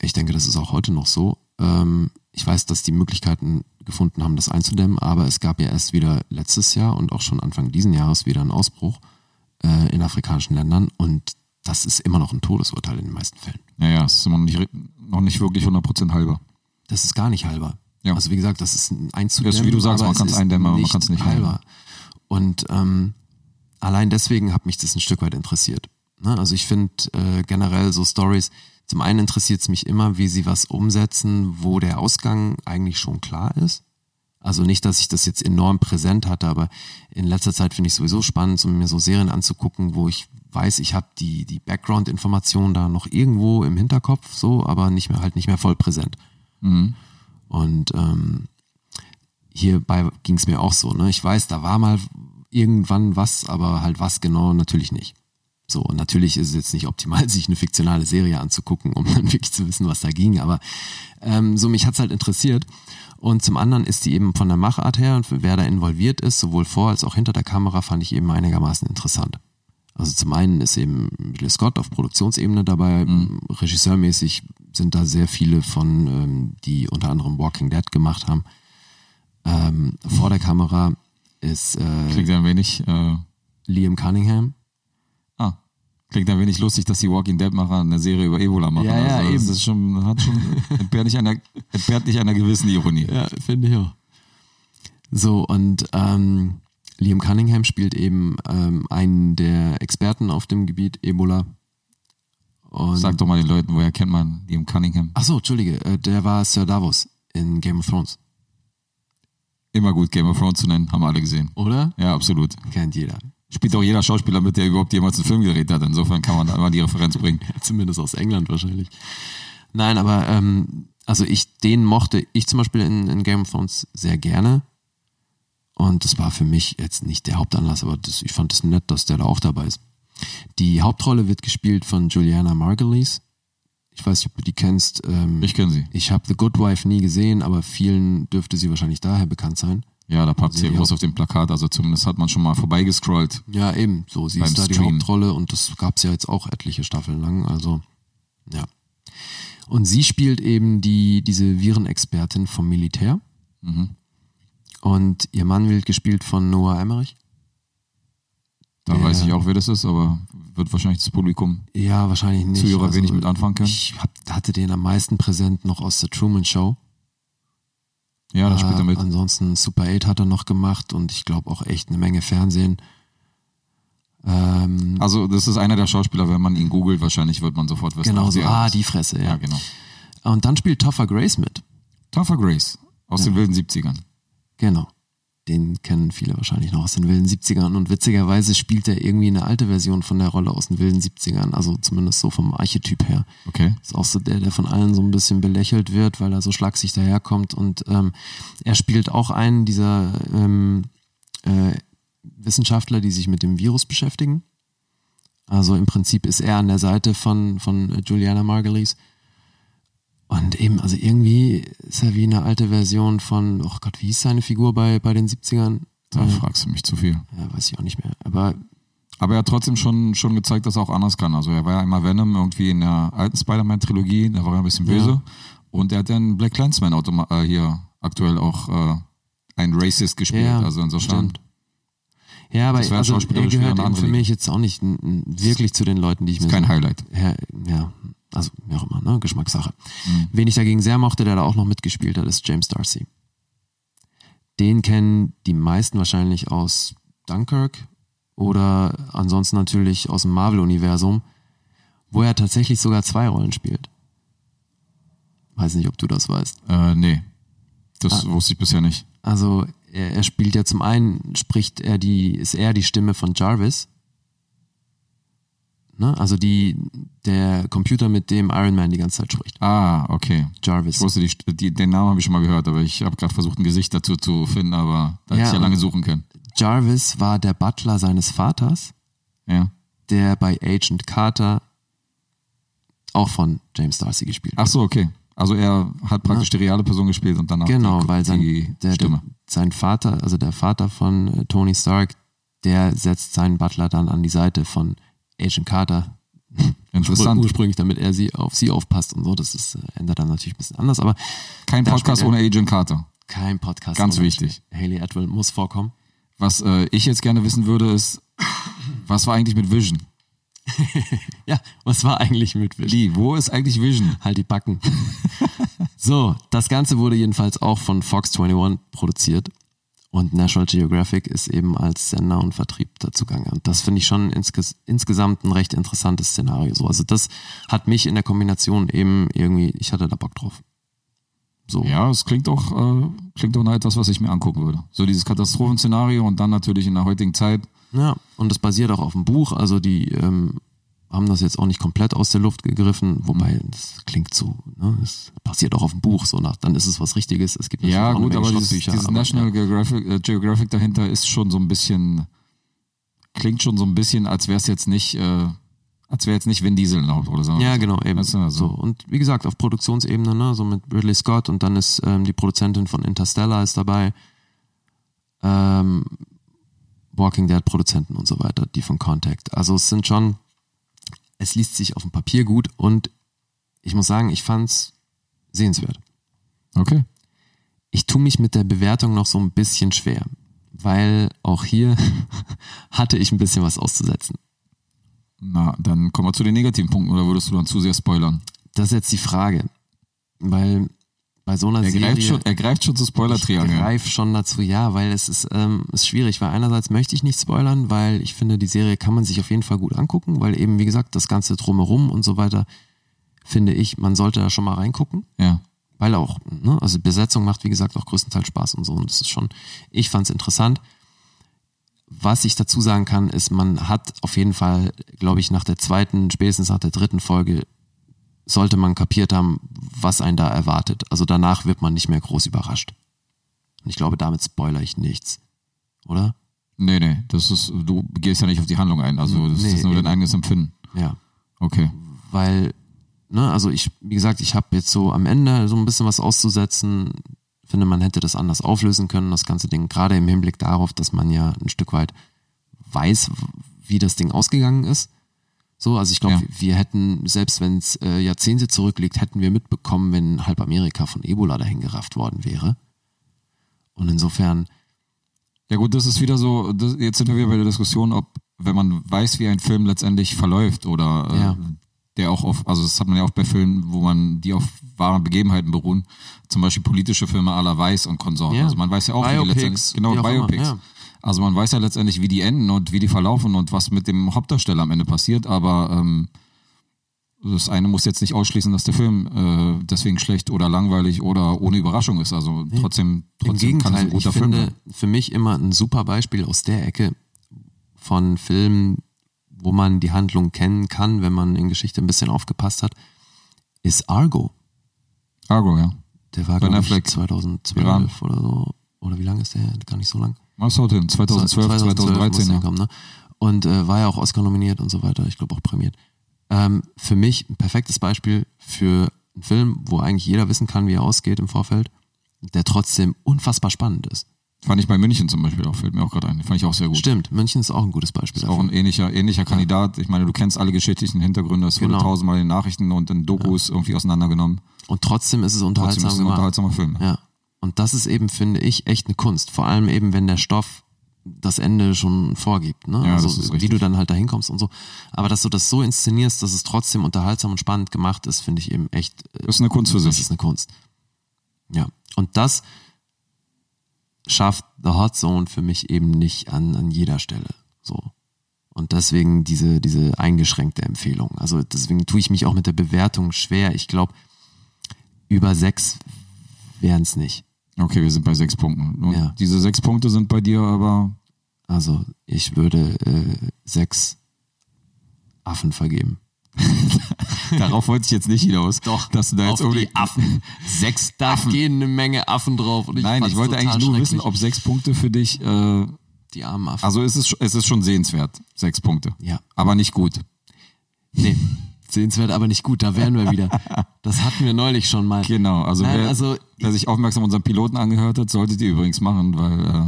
Speaker 2: ich denke, das ist auch heute noch so, ähm, ich weiß, dass die Möglichkeiten gefunden haben, das einzudämmen, aber es gab ja erst wieder letztes Jahr und auch schon Anfang diesen Jahres wieder einen Ausbruch äh, in afrikanischen Ländern und das ist immer noch ein Todesurteil in den meisten Fällen.
Speaker 3: Naja, es ist immer noch nicht, noch nicht wirklich 100% halber.
Speaker 2: Das ist gar nicht halber.
Speaker 3: Ja.
Speaker 2: Also wie gesagt, das ist ein einzudämmen.
Speaker 3: Ja, wie du sagst, man
Speaker 2: es
Speaker 3: kann's
Speaker 2: ist
Speaker 3: eindämmen, aber man kann's nicht
Speaker 2: halber. Und ähm, allein deswegen hat mich das ein Stück weit interessiert. Ne? Also ich finde äh, generell so Stories, zum einen interessiert es mich immer, wie sie was umsetzen, wo der Ausgang eigentlich schon klar ist. Also nicht, dass ich das jetzt enorm präsent hatte, aber in letzter Zeit finde ich sowieso spannend, um mir so Serien anzugucken, wo ich weiß, ich habe die, die Background-Information da noch irgendwo im Hinterkopf, so, aber nicht mehr halt nicht mehr voll präsent.
Speaker 3: Mhm.
Speaker 2: Und ähm, hierbei ging es mir auch so. Ne? Ich weiß, da war mal irgendwann was, aber halt was genau natürlich nicht. So, und natürlich ist es jetzt nicht optimal, sich eine fiktionale Serie anzugucken, um dann wirklich zu wissen, was da ging. Aber ähm, so, mich hat's halt interessiert. Und zum anderen ist die eben von der Machart her und wer da involviert ist, sowohl vor als auch hinter der Kamera, fand ich eben einigermaßen interessant. Also zum einen ist eben Ridley Scott auf Produktionsebene dabei, regisseurmäßig sind da sehr viele von, ähm, die unter anderem Walking Dead gemacht haben. Ähm, vor der Kamera ist äh,
Speaker 3: Klingt ein wenig, äh,
Speaker 2: Liam Cunningham.
Speaker 3: ah, klingt ein wenig lustig, dass die Walking Dead-Macher eine Serie über Ebola machen.
Speaker 2: Ja, ja,
Speaker 3: also,
Speaker 2: eben.
Speaker 3: Das ist schon, hat schon, entbehrt nicht einer, entbehrt nicht einer gewissen Ironie.
Speaker 2: Ja, finde ich auch. So, und ähm, Liam Cunningham spielt eben ähm, einen der Experten auf dem Gebiet Ebola. Und,
Speaker 3: Sag doch mal den Leuten, woher kennt man Liam Cunningham?
Speaker 2: ach so, Entschuldige, äh, der war Sir Davos in Game of Thrones,
Speaker 3: Immer gut, Game of Thrones zu nennen, haben alle gesehen.
Speaker 2: oder?
Speaker 3: Ja, absolut.
Speaker 2: Kennt jeder.
Speaker 3: Spielt auch jeder Schauspieler mit, der überhaupt jemals einen Film gedreht hat. Insofern kann man da immer die Referenz bringen.
Speaker 2: Zumindest aus England wahrscheinlich. Nein, aber ähm, also ich den mochte ich zum Beispiel in, in Game of Thrones sehr gerne. Und das war für mich jetzt nicht der Hauptanlass, aber das, ich fand es das nett, dass der da auch dabei ist. Die Hauptrolle wird gespielt von Juliana Margulies. Ich weiß nicht, ob du die kennst. Ähm,
Speaker 3: Ich kenne sie.
Speaker 2: ich habe The Good Wife nie gesehen, aber vielen dürfte sie wahrscheinlich daher bekannt sein.
Speaker 3: Ja, da pappt sie
Speaker 2: Sie-
Speaker 3: groß auf dem Plakat. Also zumindest hat man schon mal vorbeigescrollt.
Speaker 2: Ja, eben. So, sie
Speaker 3: Beim
Speaker 2: ist da die
Speaker 3: Stream.
Speaker 2: Hauptrolle und das gab's ja jetzt auch etliche Staffeln lang. Also, ja. Und sie spielt eben die, diese Virenexpertin vom Militär.
Speaker 3: Mhm.
Speaker 2: Und ihr Mann wird gespielt von Noah Emmerich.
Speaker 3: Da
Speaker 2: Ja.
Speaker 3: weiß ich auch, wer das ist, aber wird wahrscheinlich das Publikum
Speaker 2: Ja, wahrscheinlich nicht. Also,
Speaker 3: Zuhörer wenig mit anfangen können.
Speaker 2: Ich hab, hatte den am meisten präsent noch aus der Truman Show.
Speaker 3: Ja, da spielt er mit.
Speaker 2: Äh, ansonsten Super 8 hat er noch gemacht und ich glaube auch echt eine Menge Fernsehen. Ähm,
Speaker 3: Also das ist einer der Schauspieler, wenn man ihn googelt, wahrscheinlich wird man sofort wissen.
Speaker 2: genau
Speaker 3: wer
Speaker 2: so.
Speaker 3: er
Speaker 2: Ah,
Speaker 3: ist.
Speaker 2: die Fresse, ja.
Speaker 3: Ja, genau.
Speaker 2: Und dann spielt Topher Grace mit.
Speaker 3: Topher Grace aus den wilden 70ern.
Speaker 2: Genau. Den kennen viele wahrscheinlich noch aus den wilden 70ern. Und witzigerweise spielt er irgendwie eine alte Version von der Rolle aus den wilden 70ern. Also zumindest so vom Archetyp her.
Speaker 3: Okay.
Speaker 2: Ist auch so der, der von allen so ein bisschen belächelt wird, weil er so schlagsig daherkommt. Und ähm, er spielt auch einen dieser ähm, äh, Wissenschaftler, die sich mit dem Virus beschäftigen. Also im Prinzip ist er an der Seite von, von Juliana Margulies. Und eben, also irgendwie ist er wie eine alte Version von, oh Gott, wie hieß seine Figur bei, bei den 70ern?
Speaker 3: Da
Speaker 2: Äh,
Speaker 3: fragst du mich zu viel.
Speaker 2: ja, weiß ich auch nicht mehr. Aber
Speaker 3: Aber er hat trotzdem schon, schon gezeigt, dass er auch anders kann. Also er war ja einmal Venom irgendwie in der alten Spider-Man-Trilogie, da war er ein bisschen böse. Und er hat dann Black Clansman automa- äh, hier aktuell auch äh, ein Racist gespielt.
Speaker 2: Ja,
Speaker 3: also insofern.
Speaker 2: stimmt. ja, aber
Speaker 3: Das war
Speaker 2: also, er
Speaker 3: schauspielerisch wieder
Speaker 2: gehört
Speaker 3: eine
Speaker 2: eben
Speaker 3: andere
Speaker 2: für
Speaker 3: Liga.
Speaker 2: mich jetzt auch nicht n- n- wirklich zu den Leuten, die ich mir
Speaker 3: Ist
Speaker 2: so
Speaker 3: kein Highlight.
Speaker 2: ja, ja, also wie auch immer, ne? Geschmackssache. Wen ich dagegen sehr mochte, der da auch noch mitgespielt hat, ist James Darcy. Den kennen die meisten wahrscheinlich aus Dunkirk oder ansonsten natürlich aus dem Marvel-Universum, wo er tatsächlich sogar zwei Rollen spielt. Weiß nicht, ob du das weißt.
Speaker 3: Äh, nee.
Speaker 2: Ah.
Speaker 3: Das wusste ich bisher nicht.
Speaker 2: Also er, er spielt ja zum einen, spricht er die, ist er die Stimme von Jarvis. Ne? Also die, der Computer, mit dem Iron Man die ganze Zeit spricht.
Speaker 3: Ah, okay.
Speaker 2: Jarvis.
Speaker 3: Ich wusste, die, die, den Namen habe ich schon mal gehört, aber ich habe gerade versucht, ein Gesicht dazu zu finden, aber da hätte
Speaker 2: Ja,
Speaker 3: ich ja
Speaker 2: und-
Speaker 3: lange suchen können.
Speaker 2: Jarvis war der Butler seines Vaters,
Speaker 3: Ja.
Speaker 2: der bei Agent Carter auch von James Darcy gespielt
Speaker 3: Ach
Speaker 2: hat.
Speaker 3: so, okay. Also er hat praktisch die reale Person gespielt und danach
Speaker 2: genau,
Speaker 3: die,
Speaker 2: weil sein,
Speaker 3: die
Speaker 2: der, der,
Speaker 3: Stimme.
Speaker 2: sein Vater, also der Vater von äh, Tony Stark, der setzt seinen Butler dann an die Seite von Agent Carter,
Speaker 3: Interessant.
Speaker 2: ursprünglich, damit er sie auf sie aufpasst und so. Das ist, äh, ändert dann natürlich ein bisschen anders, aber
Speaker 3: Kein
Speaker 2: Da
Speaker 3: Podcast
Speaker 2: spielt
Speaker 3: ohne Agent Carter.
Speaker 2: kein Podcast.
Speaker 3: Ganz
Speaker 2: ohne-
Speaker 3: wichtig.
Speaker 2: Haley Atwell muss vorkommen.
Speaker 3: Was äh, ich jetzt gerne wissen würde, ist, was war eigentlich mit Vision?
Speaker 2: Ja, was war eigentlich mit Vision?
Speaker 3: Lee, wo ist eigentlich Vision?
Speaker 2: Halt die Backen. so, das Ganze wurde jedenfalls auch von Fox 21 produziert. Und National Geographic ist eben als Sender und Vertrieb dazu gegangen. Und das finde ich schon insges insgesamt ein recht interessantes Szenario. So, also das hat mich in der Kombination eben irgendwie, ich hatte da Bock drauf. So.
Speaker 3: Ja, es klingt doch, äh, klingt doch nach etwas, was ich mir angucken würde. So dieses Katastrophenszenario und dann natürlich in der heutigen Zeit.
Speaker 2: Ja, und das basiert auch auf dem Buch. Also die ähm, haben das jetzt auch nicht komplett aus der Luft gegriffen, wobei
Speaker 3: Mhm.
Speaker 2: das klingt so, ne? Es passiert auch auf dem Buch, so nach, dann ist es was Richtiges. Es gibt natürlich auch
Speaker 3: Ja,
Speaker 2: eine
Speaker 3: gut,
Speaker 2: Menge
Speaker 3: aber dieses,
Speaker 2: Schrottbücher,
Speaker 3: dieses
Speaker 2: aber,
Speaker 3: National Geographic, äh, Geographic dahinter ist schon so ein bisschen, klingt schon so ein bisschen, als wäre es jetzt nicht, äh, als wäre jetzt nicht Vin Diesel in der Hauptrolle. sondern-
Speaker 2: Ja, genau, eben.
Speaker 3: Das ist immer
Speaker 2: so.
Speaker 3: so.
Speaker 2: Und wie gesagt, auf Produktionsebene, ne, so mit Ridley Scott und dann ist ähm, die Produzentin von Interstellar ist dabei, ähm, Walking Dead Produzenten und so weiter, die von Contact. Also es sind schon, es liest sich auf dem Papier gut und ich muss sagen, ich fand's sehenswert. genau.
Speaker 3: Okay.
Speaker 2: Ich tue mich mit der Bewertung noch so ein bisschen schwer, weil auch hier hatte ich ein bisschen was auszusetzen.
Speaker 3: Na, dann kommen wir zu den negativen Punkten oder würdest du dann zu sehr spoilern?
Speaker 2: Das ist jetzt die Frage, weil bei so einer
Speaker 3: Er
Speaker 2: Serie
Speaker 3: greift, schon, er greift schon zu
Speaker 2: Ich
Speaker 3: Spoiler-Triangeln.
Speaker 2: greife schon dazu, ja, weil es ist, ähm, ist schwierig, weil einerseits möchte ich nicht spoilern, weil ich finde, die Serie kann man sich auf jeden Fall gut angucken, weil eben, wie gesagt, das Ganze drumherum und so weiter, finde ich, man sollte da schon mal reingucken,
Speaker 3: Ja.
Speaker 2: weil auch, ne, also Besetzung macht, wie gesagt, auch größtenteils Spaß und so und das ist schon, ich fand es interessant. Was ich dazu sagen kann, ist, man hat auf jeden Fall, glaube ich, nach der zweiten, spätestens nach der dritten Folge, sollte man kapiert haben, was einen da erwartet. Also danach wird man nicht mehr groß überrascht. Und ich glaube, damit spoiler ich nichts. Oder?
Speaker 3: Nee, nee, das ist, du gehst ja nicht auf die Handlung ein, also das
Speaker 2: Nee,
Speaker 3: ist nur
Speaker 2: eben.
Speaker 3: dein eigenes Empfinden.
Speaker 2: Ja.
Speaker 3: Okay.
Speaker 2: Weil, ne, also ich, wie gesagt, ich habe jetzt so am Ende so ein bisschen was auszusetzen. Finde, man hätte das anders auflösen können, das ganze Ding. Gerade im Hinblick darauf, dass man ja ein Stück weit weiß, wie das Ding ausgegangen ist. So, also ich glaube,
Speaker 3: Ja.
Speaker 2: wir hätten, selbst wenn es äh, Jahrzehnte zurückliegt, hätten wir mitbekommen, wenn halb Amerika von Ebola dahin gerafft worden wäre. Und insofern,
Speaker 3: Ja gut, das ist wieder so, das, jetzt sind wir wieder bei der Diskussion, ob, wenn man weiß, wie ein Film letztendlich verläuft oder äh,
Speaker 2: Ja.
Speaker 3: der auch auf, also das hat man ja oft bei Filmen, wo man, die auf wahren Begebenheiten beruhen, zum Beispiel politische Filme aller Weiß und Konsorten.
Speaker 2: Ja.
Speaker 3: Also man weiß ja auch,
Speaker 2: Biopics,
Speaker 3: wie die letztendlich, genau,
Speaker 2: wie auch
Speaker 3: Biopics.
Speaker 2: immer, ja.
Speaker 3: Also man weiß ja letztendlich, wie die enden und wie die verlaufen und was mit dem Hauptdarsteller am Ende passiert, aber ähm, das eine muss jetzt nicht ausschließen, dass der Film äh, deswegen schlecht oder langweilig oder ohne Überraschung ist. Also trotzdem,
Speaker 2: Im
Speaker 3: trotzdem kann es
Speaker 2: Gegenteil,
Speaker 3: ein guter
Speaker 2: ich
Speaker 3: Film
Speaker 2: finde
Speaker 3: sein.
Speaker 2: für mich immer ein super Beispiel aus der Ecke von Filmen, wo man die Handlung kennen kann, wenn man in Geschichte ein bisschen aufgepasst hat, ist Argo.
Speaker 3: Argo, ja.
Speaker 2: Der war,
Speaker 3: Ben
Speaker 2: glaube ich,
Speaker 3: Affleck.
Speaker 2: 2012
Speaker 3: Iran.
Speaker 2: oder so. Oder wie lange ist der? her? Gar nicht so lang.
Speaker 3: Was haut hin? 2012,
Speaker 2: 2012 muss
Speaker 3: 2013,
Speaker 2: der
Speaker 3: ja.
Speaker 2: kommen, ne? und äh, war ja auch Oscar nominiert und so weiter, ich glaube auch prämiert. Ähm, für mich ein perfektes Beispiel für einen Film, wo eigentlich jeder wissen kann, wie er ausgeht im Vorfeld, der trotzdem unfassbar spannend ist.
Speaker 3: Fand ich bei München zum Beispiel auch, fällt mir auch gerade ein. Fand ich auch sehr gut.
Speaker 2: Stimmt, München ist auch ein gutes Beispiel.
Speaker 3: Ist auch ein ähnlicher, ähnlicher Kandidat. Ich meine, du kennst alle geschichtlichen Hintergründe. Es wurde
Speaker 2: Genau.
Speaker 3: tausendmal in Nachrichten und in Dokus irgendwie auseinandergenommen.
Speaker 2: Und trotzdem ist es
Speaker 3: Trotzdem ist
Speaker 2: unterhaltsam
Speaker 3: es ein
Speaker 2: gemacht.
Speaker 3: unterhaltsamer Film.
Speaker 2: Ja. Und das ist eben, finde ich, echt eine Kunst. Vor allem eben, wenn der Stoff das Ende schon vorgibt. Ne?
Speaker 3: Ja,
Speaker 2: also,
Speaker 3: das ist
Speaker 2: wie
Speaker 3: richtig.
Speaker 2: du dann halt da hinkommst und so. Aber dass du das so inszenierst, dass es trotzdem unterhaltsam und spannend gemacht ist, finde ich eben echt. äh,
Speaker 3: Ist eine Kunst für
Speaker 2: Das
Speaker 3: sich.
Speaker 2: ist eine Kunst. Ja. Und das schafft The Hot Zone für mich eben nicht an, an jeder Stelle. So. Und deswegen diese, diese eingeschränkte Empfehlung. Also deswegen tue ich mich auch mit der Bewertung schwer. Ich glaube, über sechs wären es nicht.
Speaker 3: Okay, wir sind bei sechs Punkten. Und
Speaker 2: Ja.
Speaker 3: diese sechs Punkte sind bei dir aber
Speaker 2: Also ich würde äh, sechs Affen vergeben.
Speaker 3: Darauf wollte ich jetzt nicht hinaus. Doch, dass du da jetzt irgendwie.
Speaker 2: Affen. Sechs Affen. Da gehen eine Menge Affen drauf. Und ich
Speaker 3: Nein, ich
Speaker 2: fand's
Speaker 3: wollte
Speaker 2: total
Speaker 3: eigentlich nur wissen,
Speaker 2: schrecklich.
Speaker 3: ob sechs Punkte für dich. Äh,
Speaker 2: die armen Affen.
Speaker 3: also es ist, es ist schon sehenswert, sechs Punkte.
Speaker 2: Ja.
Speaker 3: Aber nicht gut.
Speaker 2: Nee, sehenswert, aber nicht gut. Da wären wir wieder. Das hatten wir neulich schon mal.
Speaker 3: Genau. Also,
Speaker 2: Nein,
Speaker 3: wer,
Speaker 2: also-
Speaker 3: wer sich aufmerksam unseren Piloten angehört hat, solltet ihr übrigens machen, weil äh, er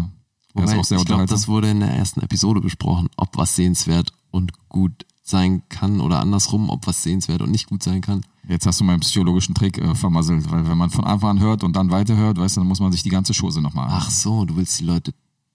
Speaker 3: ist
Speaker 2: Wobei,
Speaker 3: auch sehr
Speaker 2: ich glaube,
Speaker 3: unterhaltsam.
Speaker 2: das wurde in der ersten Episode besprochen, ob was sehenswert und gut sein kann oder andersrum, ob was sehenswert und nicht gut sein kann.
Speaker 3: Jetzt hast du meinen psychologischen Trick äh, vermasselt, weil wenn man von Anfang an hört und dann weiterhört, weißt du, dann muss man sich die ganze Chose nochmal an.
Speaker 2: Ach so, du willst die Leute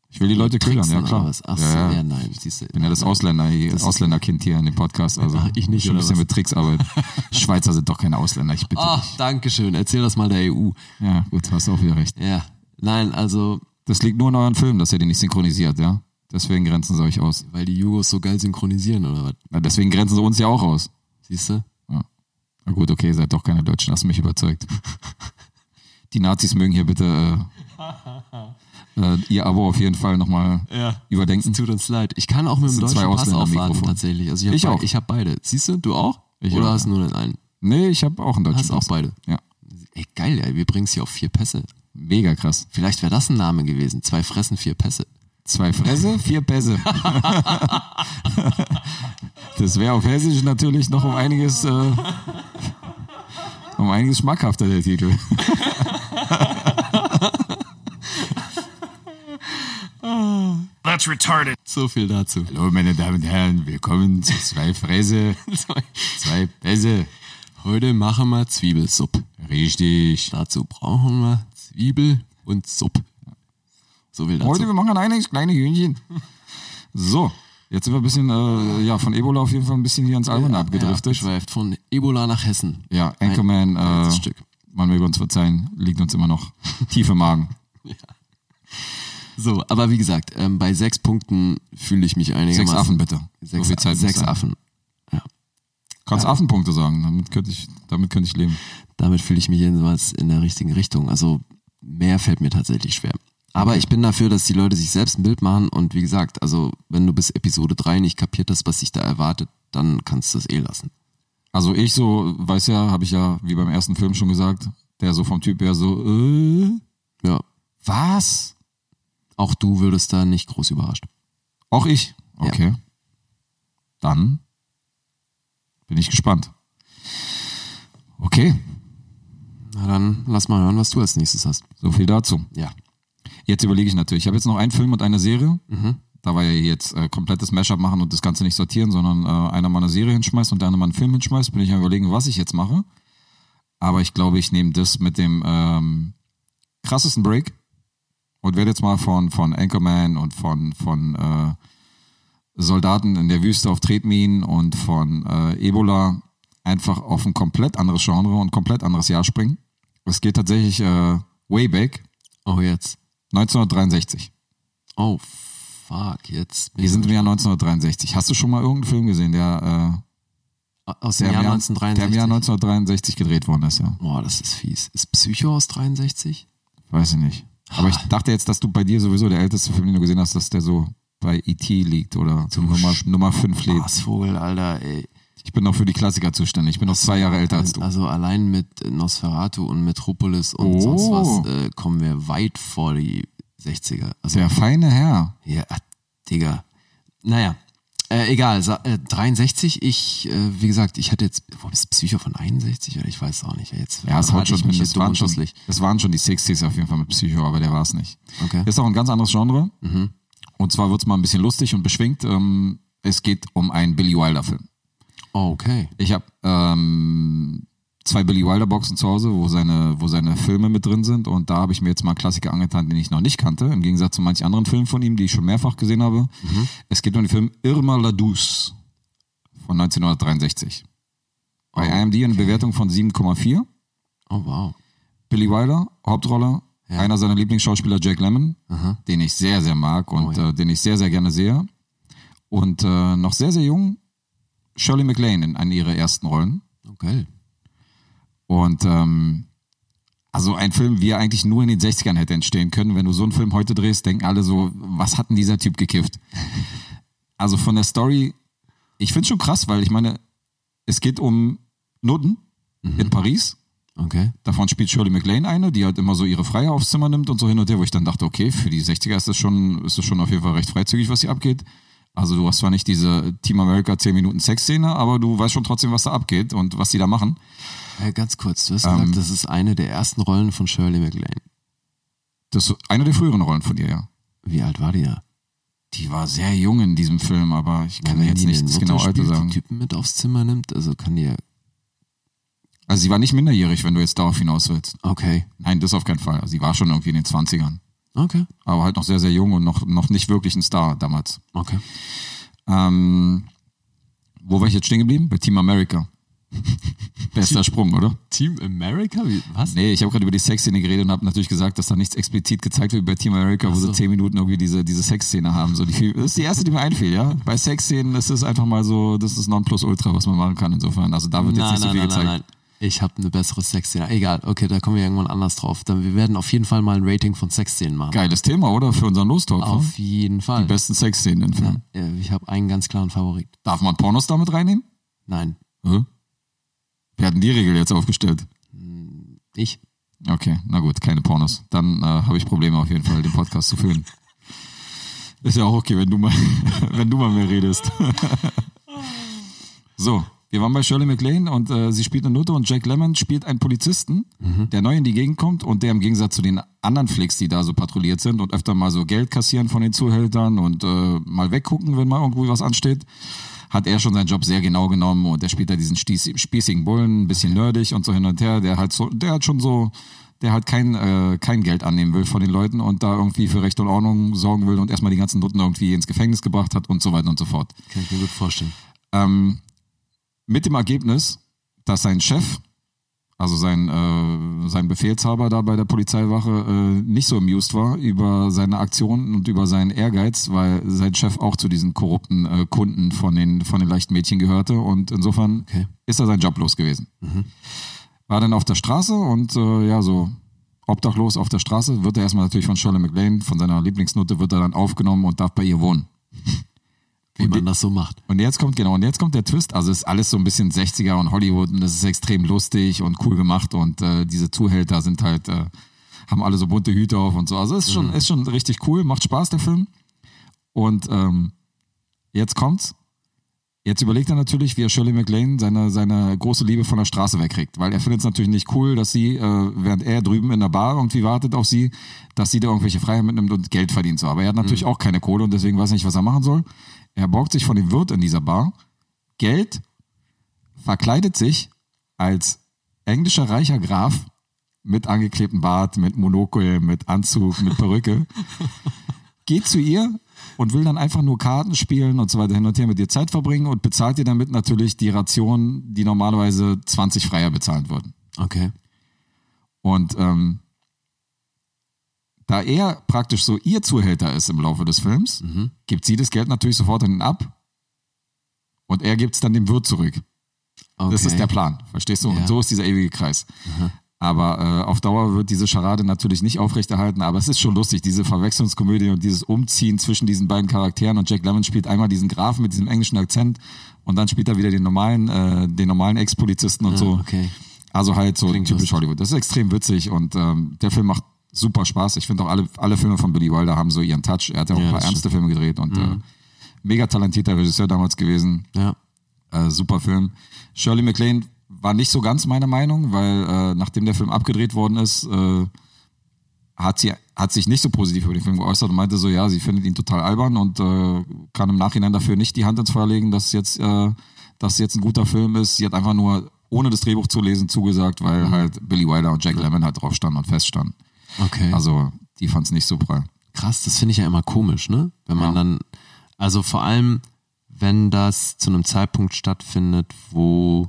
Speaker 3: Ich will die Leute ködern,
Speaker 2: tricksen
Speaker 3: ja
Speaker 2: oder
Speaker 3: klar.
Speaker 2: was? Ach so,
Speaker 3: ja,
Speaker 2: ja,
Speaker 3: ja.
Speaker 2: nein. Siehst du,
Speaker 3: Ich bin ja das Ausländer, hier, das Ausländerkind hier in dem Podcast. Also
Speaker 2: Ach, ich nicht,
Speaker 3: Schon ein
Speaker 2: oder
Speaker 3: bisschen
Speaker 2: was?
Speaker 3: mit Tricks, aber Schweizer sind doch keine Ausländer, ich bitte.
Speaker 2: Ah,
Speaker 3: dich.
Speaker 2: Dankeschön. Erzähl das mal der EU.
Speaker 3: Ja, gut, hast du auch wieder recht.
Speaker 2: Ja. Nein, also,
Speaker 3: Das liegt nur in euren Filmen, dass ihr die nicht synchronisiert, ja? Deswegen grenzen sie euch aus.
Speaker 2: weil die Jugos so geil synchronisieren oder was?
Speaker 3: Na, deswegen grenzen sie uns ja auch aus.
Speaker 2: Siehst du?
Speaker 3: Na gut, okay, ihr seid doch keine Deutschen, hast mich überzeugt. Die Nazis mögen hier bitte äh, äh, ihr Abo auf jeden Fall nochmal
Speaker 2: Ja.
Speaker 3: überdenken.
Speaker 2: Tut uns leid. Ich kann auch mit dem
Speaker 3: sind
Speaker 2: deutschen
Speaker 3: zwei
Speaker 2: Pass
Speaker 3: Ausländer am
Speaker 2: aufwarten
Speaker 3: Mikrofon.
Speaker 2: tatsächlich. Also ich
Speaker 3: Ich
Speaker 2: habe
Speaker 3: auch.
Speaker 2: ich hab beide. Siehst du, du auch?
Speaker 3: Ich
Speaker 2: oder
Speaker 3: auch,
Speaker 2: hast du nur den einen?
Speaker 3: Nee, ich habe auch einen deutschen
Speaker 2: Hast auch
Speaker 3: Pass.
Speaker 2: beide.
Speaker 3: Ja,
Speaker 2: Ey, geil, ey, wir bringen es hier auf vier Pässe.
Speaker 3: mega krass.
Speaker 2: Vielleicht wäre das ein Name gewesen. Zwei Fressen, vier Pässe.
Speaker 3: Zwei Fresse, vier Pässe. das wäre auf Hessisch natürlich noch um einiges, äh, um einiges schmackhafter, der Titel.
Speaker 4: That's retarded.
Speaker 2: So viel dazu.
Speaker 3: Hallo, meine Damen und Herren, willkommen zu Zwei Fresse, Zwei Pässe.
Speaker 2: Heute machen wir Zwiebelsupp.
Speaker 3: Richtig.
Speaker 2: Dazu brauchen wir Zwiebel und Supp. So viel dazu.
Speaker 3: Heute, wir machen ein einiges kleine Hühnchen. So, jetzt sind wir ein bisschen, äh, ja, von Ebola auf jeden Fall ein bisschen hier ins Albern abgedriftet.
Speaker 2: Ja, abgeschweift von Ebola nach Hessen.
Speaker 3: Ja, Anchorman,
Speaker 2: Ein
Speaker 3: äh,
Speaker 2: ganzes Stück.
Speaker 3: man möge uns verzeihen, liegt uns immer noch tief im Magen.
Speaker 2: So, aber wie gesagt, ähm, bei sechs Punkten fühle ich mich einigermaßen.
Speaker 3: Sechs Affen bitte.
Speaker 2: Sechs,
Speaker 3: viel Zeit muss
Speaker 2: sechs
Speaker 3: sein.
Speaker 2: Affen.
Speaker 3: Kannst Affenpunkte sagen, damit könnte ich, damit könnte ich leben.
Speaker 2: Damit fühle ich mich jedenfalls in der richtigen Richtung. Also mehr fällt mir tatsächlich schwer. Aber ich bin dafür, dass die Leute sich selbst ein Bild machen und wie gesagt, also wenn du bis Episode 3 nicht kapiert hast, was sich da erwartet, dann kannst du es eh lassen.
Speaker 3: Also ich so, weiß ja, habe ich ja wie beim ersten Film schon gesagt, der so vom Typ her so, äh,
Speaker 2: Ja.
Speaker 3: was?
Speaker 2: Auch du würdest da nicht groß überrascht.
Speaker 3: Auch ich. Okay. Dann bin ich gespannt. Okay,
Speaker 2: Na dann lass mal hören, was du als nächstes hast.
Speaker 3: so viel dazu.
Speaker 2: Ja.
Speaker 3: Jetzt überlege ich natürlich. Ich habe jetzt noch einen Film und eine Serie. Da wir ja jetzt äh, komplettes Mashup machen und das Ganze nicht sortieren, sondern äh, einer mal eine Serie hinschmeißt und der andere mal einen Film hinschmeißt, bin ich am überlegen, was ich jetzt mache. Aber ich glaube, ich nehme das mit dem ähm, krassesten Break und werde jetzt mal von, von Anchorman und von, von äh, Soldaten in der Wüste auf Tretminen und von äh, Ebola einfach auf ein komplett anderes Genre und komplett anderes Jahr springen. Es geht tatsächlich äh, way back,
Speaker 2: Oh jetzt.
Speaker 3: 1963.
Speaker 2: Oh fuck, jetzt bin
Speaker 3: Wir
Speaker 2: ich
Speaker 3: sind im Jahr 1963. Hast du schon mal irgendeinen Film gesehen, der,
Speaker 2: aus
Speaker 3: äh,
Speaker 2: dem
Speaker 3: der,
Speaker 2: Jahr
Speaker 3: im Jahr- der im Jahr 1963
Speaker 2: 1963.
Speaker 3: gedreht worden ist? Ja,
Speaker 2: Boah, das ist fies. Ist Psycho aus 63?
Speaker 3: weiß ich nicht. Aber
Speaker 2: Ah.
Speaker 3: ich dachte jetzt, dass du bei dir sowieso der älteste Film, den du gesehen hast, dass der so bei E.T. liegt oder Nummer, Nummer 5
Speaker 2: Ah.
Speaker 3: lebt.
Speaker 2: Aasvogel, Alter, ey.
Speaker 3: Ich bin noch für die Klassiker zuständig. Ich bin noch zwei Jahre älter als du.
Speaker 2: Also allein mit Nosferatu und Metropolis und
Speaker 3: Oh.
Speaker 2: sonst was äh, kommen wir weit vor die 60er. Also,
Speaker 3: ne? Der feine Herr.
Speaker 2: ja, ah, Digga. Naja, Äh, egal, sa- äh, 63, ich, äh, wie gesagt, ich hatte jetzt, wo ist Psycho von 61 oder ich weiß auch nicht. Jetzt
Speaker 3: Ja, es haut schon hin.
Speaker 2: mich hier
Speaker 3: Es
Speaker 2: dumm
Speaker 3: waren
Speaker 2: und
Speaker 3: schon,
Speaker 2: dusselig.
Speaker 3: es waren schon die 60s auf jeden Fall mit Psycho, aber der war es nicht.
Speaker 2: Okay.
Speaker 3: Ist auch ein ganz anderes Genre.
Speaker 2: Mhm.
Speaker 3: Und zwar wird es mal ein bisschen lustig und beschwingt. Ähm, es geht um einen Billy Wilder-Film.
Speaker 2: Oh, Okay.
Speaker 3: Ich habe ähm, zwei Billy Wilder Boxen zu Hause, wo seine, wo seine Filme mit drin sind. Und da habe ich mir jetzt mal einen Klassiker angetan, den ich noch nicht kannte. Im Gegensatz zu manchen anderen Filmen von ihm, die ich schon mehrfach gesehen habe. Es geht um den Film Irma Ladus von 1963. Bei IMD eine Bewertung von 7,4.
Speaker 2: Oh, wow.
Speaker 3: Billy Wilder, Hauptrolle, einer seiner Lieblingsschauspieler Jack Lemmon, den ich sehr, sehr mag und äh, den ich sehr, sehr gerne sehe. Und äh, noch sehr, sehr jung, Shirley MacLaine in einer ihrer ersten Rollen.
Speaker 2: Okay.
Speaker 3: Und ähm, also ein Film, wie er eigentlich nur in den 60ern hätte entstehen können. Wenn du so einen Film heute drehst, denken alle so, was hat denn dieser Typ gekifft? Also von der Story, ich finde schon krass, weil ich meine, es geht um Noten in Paris.
Speaker 2: Okay.
Speaker 3: Davon spielt Shirley MacLaine eine, die halt immer so ihre Freie aufs Zimmer nimmt und so hin und her, wo ich dann dachte, okay, für die 60er ist das schon, ist das schon auf jeden Fall recht freizügig, was hier abgeht. Also du hast zwar nicht diese Team America 10 Minuten Sexszene, aber du weißt schon trotzdem, was da abgeht und was die da machen.
Speaker 2: Äh, ganz kurz, du hast
Speaker 3: Ähm.
Speaker 2: gesagt, das ist eine der ersten Rollen von Shirley MacLaine.
Speaker 3: Das ist eine der früheren Rollen von ihr, ja.
Speaker 2: Wie alt war die da?
Speaker 3: Die war sehr jung in diesem Film, aber ich kann
Speaker 2: Wenn
Speaker 3: jetzt
Speaker 2: die
Speaker 3: nicht
Speaker 2: eine
Speaker 3: das
Speaker 2: Nutte
Speaker 3: genaue Alter
Speaker 2: spielt, die
Speaker 3: sagen.
Speaker 2: Typen mit aufs Zimmer nimmt, also kann die ja,
Speaker 3: Also sie war nicht minderjährig, wenn du jetzt darauf hinaus willst.
Speaker 2: okay.
Speaker 3: Nein, das auf keinen Fall. Also sie war schon irgendwie in den 20ern.
Speaker 2: Okay.
Speaker 3: Aber halt noch sehr, sehr jung und noch, noch nicht wirklich ein Star damals.
Speaker 2: Okay.
Speaker 3: Ähm, wo war ich jetzt stehen geblieben? Bei Team America. Bester Sprung, oder?
Speaker 2: Team America? was?
Speaker 3: Nee, ich habe gerade über die Sexszene geredet und habe natürlich gesagt, dass da nichts explizit gezeigt wird wie bei Team America, wo sie zehn Minuten irgendwie diese, diese Sexszene haben. So, die, das ist die erste, die mir einfiel, ja? Bei Sexszenen ist es einfach mal so, das ist Nonplusultra, was man machen kann insofern. Also da wird jetzt
Speaker 2: Nein,
Speaker 3: nicht so
Speaker 2: nein,
Speaker 3: viel
Speaker 2: nein, nein,
Speaker 3: gezeigt.
Speaker 2: nein. Ich habe eine bessere Sexszene. Egal, okay, da kommen wir irgendwann anders drauf. Dann, wir werden auf jeden Fall mal ein Rating von Sexszenen machen.
Speaker 3: Geiles Thema, oder? Für unseren Lostalk. ne?
Speaker 2: Auf jeden Fall.
Speaker 3: Die besten Sexszenen im Film.
Speaker 2: Äh, Ich habe einen ganz klaren Favorit.
Speaker 3: Darf man Pornos damit reinnehmen?
Speaker 2: Nein,
Speaker 3: Hä? Wir hatten die Regel jetzt aufgestellt.
Speaker 2: ich.
Speaker 3: Okay, na gut, keine Pornos. Dann äh, habe ich Probleme auf jeden Fall, den Podcast zu führen. Ist ja auch okay, wenn du mal, wenn du mal mehr redest. so, wir waren bei Shirley MacLaine und äh, sie spielt eine Nutte und Jack Lemmon spielt einen Polizisten, der neu in die Gegend kommt und der im Gegensatz zu den anderen Flicks, die da so patrouilliert sind und öfter mal so Geld kassieren von den Zuhältern und äh, mal weggucken, wenn mal irgendwo was ansteht, hat er schon seinen Job sehr genau genommen und der spielt da diesen stieß, spießigen Bullen, ein bisschen nerdig und so hin und her, der halt so, der hat schon so, der halt kein, äh, kein Geld annehmen will von den Leuten und da irgendwie für Recht und Ordnung sorgen will und erstmal die ganzen Nutten irgendwie ins Gefängnis gebracht hat und so weiter und so fort.
Speaker 2: Kann ich mir gut vorstellen.
Speaker 3: Ähm, mit dem Ergebnis, dass sein Chef, also sein, äh, sein Befehlshaber da bei der Polizeiwache, äh, nicht so amused war über seine Aktionen und über seinen Ehrgeiz, weil sein Chef auch zu diesen korrupten äh, Kunden von den, von den leichten Mädchen gehörte und insofern
Speaker 2: Okay.
Speaker 3: ist er sein Job los gewesen. War dann auf der Straße und äh, ja, so obdachlos auf der Straße, wird er erstmal natürlich von Shirley MacLaine, von seiner Lieblingsnote, wird er dann aufgenommen und darf bei ihr wohnen.
Speaker 2: Wie man das so macht.
Speaker 3: Und jetzt kommt, genau, und jetzt kommt der Twist. Also es ist alles so ein bisschen 60er und Hollywood und es ist extrem lustig und cool gemacht und äh, diese Zuhälter sind halt, äh, haben alle so bunte Hüte auf und so. Also es ist schon, ist schon richtig cool, macht Spaß, der Film. Und ähm, jetzt kommt's. Jetzt überlegt er natürlich, wie er Shirley MacLaine seine, seine große Liebe von der Straße wegkriegt. Weil er findet es natürlich nicht cool, dass sie, äh, während er drüben in der Bar irgendwie wartet auf sie, dass sie da irgendwelche Freiheit mitnimmt und Geld verdient. So. Aber er hat natürlich auch keine Kohle und deswegen weiß er nicht, was er machen soll. Er borgt sich von dem Wirt in dieser Bar Geld, verkleidet sich als englischer reicher Graf mit angeklebtem Bart, mit Monokel, mit Anzug, mit Perücke geht zu ihr und will dann einfach nur Karten spielen und so weiter hin und her mit ihr Zeit verbringen und bezahlt ihr damit natürlich die Ration, die normalerweise 20 Freier bezahlt würden.
Speaker 2: Okay.
Speaker 3: Und ähm, da er praktisch so ihr Zuhälter ist im Laufe des Films, gibt sie das Geld natürlich sofort an ihn ab und er gibt es dann dem Wirt zurück.
Speaker 2: okay.
Speaker 3: Das ist der Plan, verstehst du?
Speaker 2: Ja.
Speaker 3: Und so ist dieser ewige Kreis. Aber äh, auf Dauer wird diese Scharade natürlich nicht aufrechterhalten, aber es ist schon lustig, diese Verwechslungskomödie und dieses Umziehen zwischen diesen beiden Charakteren und Jack Lemmon spielt einmal diesen Grafen mit diesem englischen Akzent und dann spielt er wieder den normalen, äh, den normalen Ex-Polizisten und so.
Speaker 2: Ah, okay.
Speaker 3: Also halt so
Speaker 2: Klingt
Speaker 3: typisch
Speaker 2: lustig.
Speaker 3: Hollywood. Das ist extrem witzig und ähm, der Film macht super Spaß. Ich finde auch alle, alle Filme von Billy Wilder haben so ihren Touch. Er hat ja auch
Speaker 2: Ja,
Speaker 3: ein paar
Speaker 2: das Mhm.
Speaker 3: ernste Filme gedreht und äh, mega talentierter Regisseur damals gewesen.
Speaker 2: Ja.
Speaker 3: Äh, super Film. Shirley MacLaine war nicht so ganz meiner Meinung, weil äh, nachdem der Film abgedreht worden ist, äh, hat sie hat sich nicht so positiv über den Film geäußert und meinte so, ja, sie findet ihn total albern und äh, kann im Nachhinein dafür nicht die Hand ins Feuer legen, dass jetzt äh, dass jetzt ein guter Film ist. Sie hat einfach nur ohne das Drehbuch zu lesen zugesagt, weil halt Billy Wilder und Jack Lemmon halt drauf standen und feststanden.
Speaker 2: Okay.
Speaker 3: Also die fand es nicht so prall.
Speaker 2: Krass, das finde ich ja immer komisch, ne? Wenn man
Speaker 3: Ja.
Speaker 2: dann, also vor allem, wenn das zu einem Zeitpunkt stattfindet, wo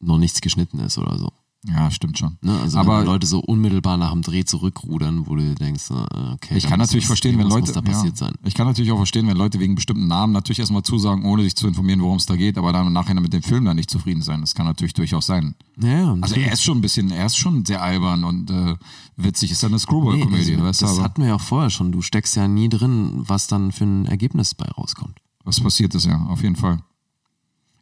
Speaker 2: noch nichts geschnitten ist oder so.
Speaker 3: Ja, stimmt schon.
Speaker 2: Ne? Also
Speaker 3: Aber-
Speaker 2: wenn Leute so unmittelbar nach dem Dreh zurückrudern, wo du dir denkst, äh, okay.
Speaker 3: Ich
Speaker 2: da
Speaker 3: kann
Speaker 2: muss
Speaker 3: natürlich
Speaker 2: was-
Speaker 3: verstehen, wenn
Speaker 2: irgendwas
Speaker 3: Leute.
Speaker 2: muss da passiert
Speaker 3: ja,
Speaker 2: sein.
Speaker 3: Ich kann natürlich auch verstehen, wenn Leute wegen bestimmten Namen natürlich erstmal zusagen, ohne sich zu informieren, worum es da geht, aber dann im Nachhinein mit dem Film dann nicht zufrieden sein. Das kann natürlich durchaus sein.
Speaker 2: Ja, ja,
Speaker 3: Also
Speaker 2: natürlich.
Speaker 3: er ist schon ein bisschen, er ist schon sehr albern und äh, witzig. Ist ja eine
Speaker 2: Nee,
Speaker 3: Screwball-Komödie,
Speaker 2: das,
Speaker 3: weißt du?
Speaker 2: das
Speaker 3: aber
Speaker 2: hatten wir ja auch vorher schon. Du steckst ja nie drin, was dann für ein Ergebnis bei rauskommt.
Speaker 3: was passiert ist, ja, auf jeden Fall.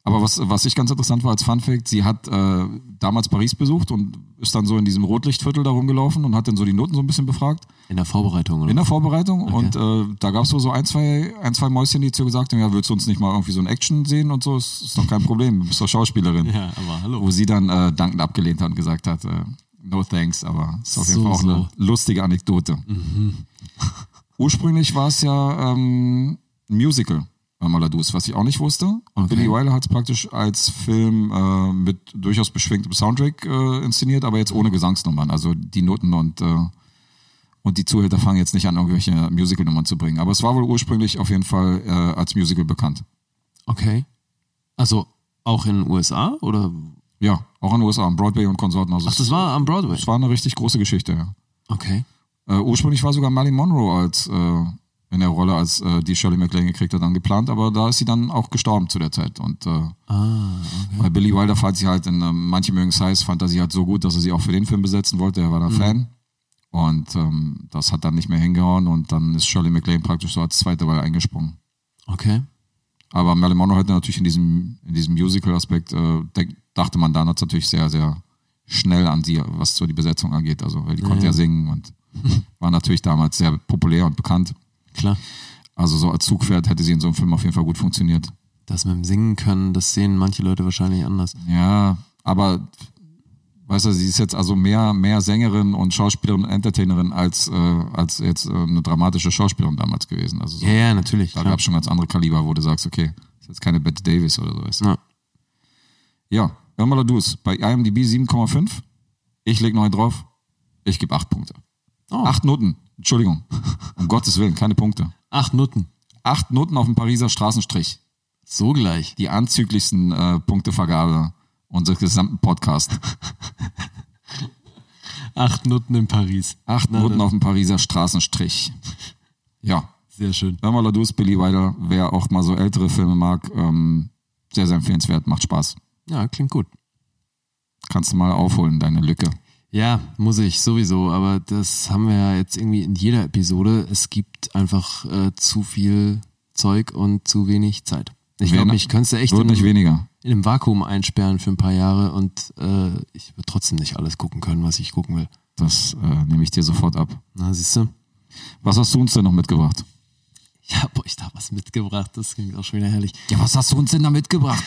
Speaker 3: Aber was, was ich ganz interessant war als Fun Fact, sie hat äh, damals Paris besucht und ist dann so in diesem Rotlichtviertel da rumgelaufen und hat dann so die Noten so ein bisschen befragt.
Speaker 2: In der Vorbereitung, oder?
Speaker 3: In der Vorbereitung und äh, da gab es so ein zwei, ein, zwei Mäuschen, die zu gesagt haben, ja, willst du uns nicht mal irgendwie so ein Action sehen und so, ist, ist doch kein Problem, du bist doch Schauspielerin.
Speaker 2: ja, aber hallo.
Speaker 3: Wo sie dann äh, dankend abgelehnt hat und gesagt hat, äh, no thanks, aber ist auf jeden
Speaker 2: So,
Speaker 3: Fall auch
Speaker 2: so. Mhm.
Speaker 3: eine lustige Anekdote. Ursprünglich war es ja ähm, ein Musical bei Maladus, was ich auch nicht wusste. Und Billy Wilder hat es praktisch als Film äh, mit durchaus beschwingtem Soundtrack äh, inszeniert, aber jetzt ohne Gesangsnummern. Also die Noten und äh, und die Zuhälter fangen jetzt nicht an, irgendwelche Musical-Nummern zu bringen. Aber es war wohl ursprünglich auf jeden Fall äh, als Musical bekannt.
Speaker 2: Okay. Also auch in den USA oder?
Speaker 3: Ja, auch in den USA, am Broadway und Konsorten. Also
Speaker 2: Ach, das war am Broadway.
Speaker 3: es war eine richtig große Geschichte, ja.
Speaker 2: Okay.
Speaker 3: Äh, ursprünglich war sogar Marilyn Monroe als, äh, in der Rolle, als äh, die Shirley MacLaine gekriegt hat, dann geplant, aber da ist sie dann auch gestorben zu der Zeit. Und äh, weil Billy Wilder fand sie halt in äh, manche mögen Size, fand er sie halt so gut, dass er sie auch für den Film besetzen wollte. Er war da Fan. Und ähm, das hat dann nicht mehr hingehauen und dann ist Shirley MacLaine praktisch so als zweite Wahl eingesprungen.
Speaker 2: Okay.
Speaker 3: Aber Marilyn Monroe hat natürlich in diesem, in diesem Musical-Aspekt, äh, denk- dachte man damals natürlich sehr, sehr schnell an sie, was so die Besetzung angeht. Also, weil die konnte ja singen und war natürlich damals sehr populär und bekannt.
Speaker 2: Klar.
Speaker 3: Also, so als Zugpferd hätte sie in so einem Film auf jeden Fall gut funktioniert.
Speaker 2: Das mit dem Singen können, das sehen manche Leute wahrscheinlich anders.
Speaker 3: Ja, aber, weißt du, sie ist jetzt also mehr, mehr Sängerin und Schauspielerin und Entertainerin als, äh, als jetzt äh, eine dramatische Schauspielerin damals gewesen. Also, so,
Speaker 2: Ja, ja, natürlich.
Speaker 3: da
Speaker 2: klar.
Speaker 3: gab es schon ganz andere Kaliber, wo du sagst, okay, ist jetzt keine Bette Davis oder so, weißt du.
Speaker 2: ja.
Speaker 3: Ja, Irma Ladus bei IMDb 7,5. Ich leg noch einen drauf. Ich gebe acht Punkte.
Speaker 2: Oh.
Speaker 3: Acht Noten. Entschuldigung. Um Gottes Willen, keine Punkte.
Speaker 2: Acht Nutten.
Speaker 3: Acht Noten auf dem Pariser Straßenstrich.
Speaker 2: So gleich.
Speaker 3: Die anzüglichsten äh, Punktevergabe unseres gesamten Podcasts.
Speaker 2: Acht Nutten in Paris.
Speaker 3: Acht
Speaker 2: Na,
Speaker 3: Noten
Speaker 2: dann-
Speaker 3: auf dem Pariser Straßenstrich. Ja.
Speaker 2: Sehr schön.
Speaker 3: Irma Ladus, Billy Wilder, wer auch mal so ältere Filme mag, ähm, sehr, sehr empfehlenswert, macht Spaß.
Speaker 2: Ja, klingt gut.
Speaker 3: Kannst du mal aufholen, deine Lücke.
Speaker 2: Ja, muss ich sowieso, aber das haben wir ja jetzt irgendwie in jeder Episode. Es gibt einfach äh, zu viel Zeug und zu wenig Zeit. Ich
Speaker 3: Wer-
Speaker 2: glaube, mich könntest du echt
Speaker 3: Wird
Speaker 2: in,
Speaker 3: nicht
Speaker 2: in
Speaker 3: weniger.
Speaker 2: einem Vakuum einsperren für ein paar Jahre und äh, ich würde trotzdem nicht alles gucken können, was ich gucken will.
Speaker 3: Das äh, nehme ich dir sofort ab.
Speaker 2: Na, siehst du?
Speaker 3: Was hast du uns denn noch mitgebracht?
Speaker 2: Ja, boah, ich da was mitgebracht. Das klingt auch schon wieder herrlich.
Speaker 3: Ja, was hast du uns denn da mitgebracht?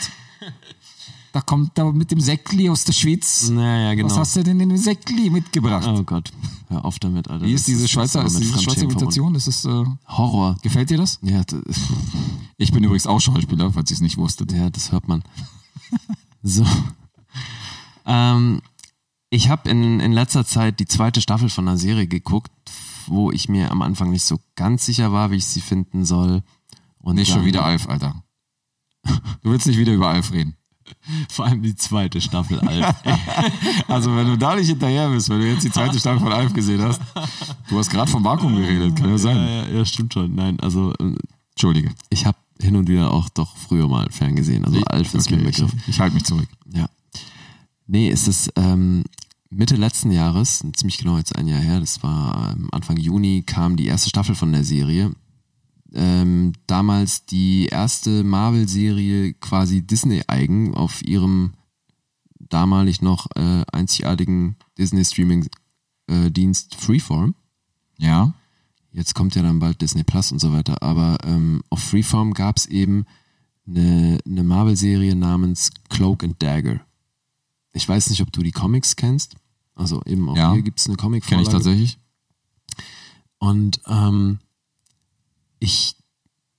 Speaker 3: da kommt da mit dem Säckli aus der Schweiz.
Speaker 2: Naja, genau.
Speaker 3: Was hast du denn in dem Säckli mitgebracht?
Speaker 2: Oh Gott, hör auf damit, Alter.
Speaker 3: Wie Ah, ist diese Schweizer, ist
Speaker 2: mit
Speaker 3: diese Schweizer
Speaker 2: Fremdschämen
Speaker 3: Imitation? Ist es, äh,
Speaker 2: verbunden. Horror.
Speaker 3: gefällt dir das?
Speaker 2: Ja, das,
Speaker 3: Ich bin übrigens auch Schauspieler, falls ihr es nicht wusstet.
Speaker 2: ja, das hört man. So. Ähm, ich habe in, in letzter Zeit die zweite Staffel von einer Serie geguckt, wo ich mir am Anfang nicht so ganz sicher war, wie ich sie finden soll. Und
Speaker 3: Nicht schon
Speaker 2: dann-
Speaker 3: wieder Alf, Alter. Du willst nicht wieder über Alf reden.
Speaker 2: Vor allem die zweite Staffel, Alter.
Speaker 3: Also, wenn du da nicht hinterher bist, wenn du jetzt die zweite Staffel von Alf gesehen hast, du hast gerade vom Vakuum geredet, kann ja
Speaker 2: ja,
Speaker 3: sein.
Speaker 2: ja, ja, stimmt schon. Nein, also
Speaker 3: äh,
Speaker 2: ähm,
Speaker 3: Entschuldige.
Speaker 2: ich habe hin und wieder auch doch früher mal ferngesehen. Also Alf ist mir ein
Speaker 3: ich,
Speaker 2: Begriff.
Speaker 3: ich halte mich zurück.
Speaker 2: Ja. Nee, es ist ähm, Mitte letzten Jahres, ziemlich genau jetzt ein Jahr her, das war ähm, Anfang Juni, kam die erste Staffel von der Serie. Ähm, damals die erste Marvel-Serie quasi Disney-eigen auf ihrem damalig noch äh, einzigartigen Disney-Streaming-Dienst Freeform.
Speaker 3: Ja?
Speaker 2: Jetzt kommt ja dann bald Disney Plus und so weiter. Aber ähm, auf Freeform gab es eben eine, eine Marvel-Serie namens Cloak and Dagger. Ich weiß nicht, ob du die Comics kennst. Also eben auch
Speaker 3: Ja.
Speaker 2: hier gibt es eine comic
Speaker 3: Kenne ich tatsächlich.
Speaker 2: Und ähm, ich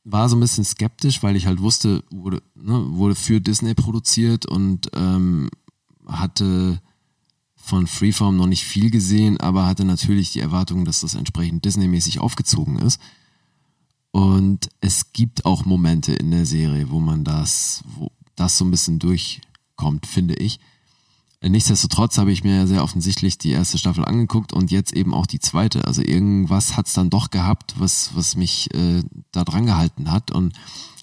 Speaker 2: war so ein bisschen skeptisch, weil ich halt wusste, wurde, ne, wurde für Disney produziert und ähm, hatte von Freeform noch nicht viel gesehen, aber hatte natürlich die Erwartung, dass das entsprechend Disney-mäßig aufgezogen ist. Und es gibt auch Momente in der Serie, wo man das, wo das so ein bisschen durchkommt, finde ich. Nichtsdestotrotz habe ich mir sehr offensichtlich die erste Staffel angeguckt und jetzt eben auch die zweite. Also irgendwas hat's dann doch gehabt, was, was mich äh, da dran gehalten hat. Und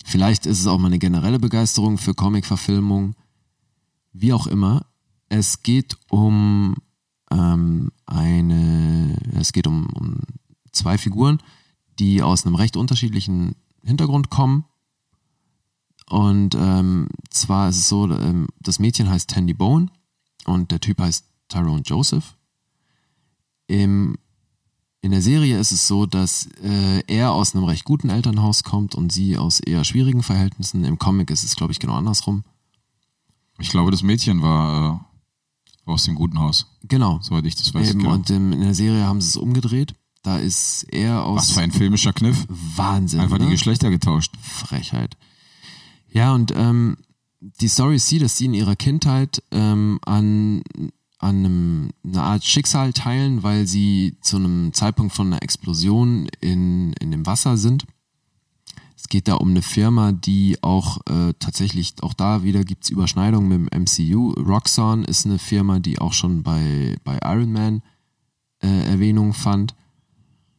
Speaker 2: vielleicht ist es auch meine generelle Begeisterung für Comic-Verfilmung, wie auch immer. Es geht um ähm, eine, es geht um, um zwei Figuren, die aus einem recht unterschiedlichen Hintergrund kommen. Und ähm, zwar ist es so, ähm, das Mädchen heißt Tandy Bowen und der Typ heißt Tyrone Joseph. Im, in der Serie ist es so, dass äh, er aus einem recht guten Elternhaus kommt und sie aus eher schwierigen Verhältnissen. Im Comic ist es, glaube ich, genau andersrum.
Speaker 3: Ich glaube, das Mädchen war äh, aus dem guten Haus,
Speaker 2: Genau.
Speaker 3: soweit ich das weiß.
Speaker 2: Eben,
Speaker 3: Genau.
Speaker 2: und im, in der Serie haben sie es umgedreht. Da ist er
Speaker 3: Was
Speaker 2: aus
Speaker 3: für ein filmischer Kniff.
Speaker 2: Wahnsinn.
Speaker 3: Einfach die
Speaker 2: ne?
Speaker 3: Geschlechter getauscht.
Speaker 2: Frechheit. Ja, und ähm, die Story ist die, dass sie in ihrer Kindheit ähm, an, an einem, einer Art Schicksal teilen, weil sie zu einem Zeitpunkt von einer Explosion in, in dem Wasser sind. Es geht da um eine Firma, die auch äh, tatsächlich, auch da wieder gibt's Überschneidungen mit dem MCU. Roxxon ist eine Firma, die auch schon bei, bei Iron Man äh, Erwähnung fand.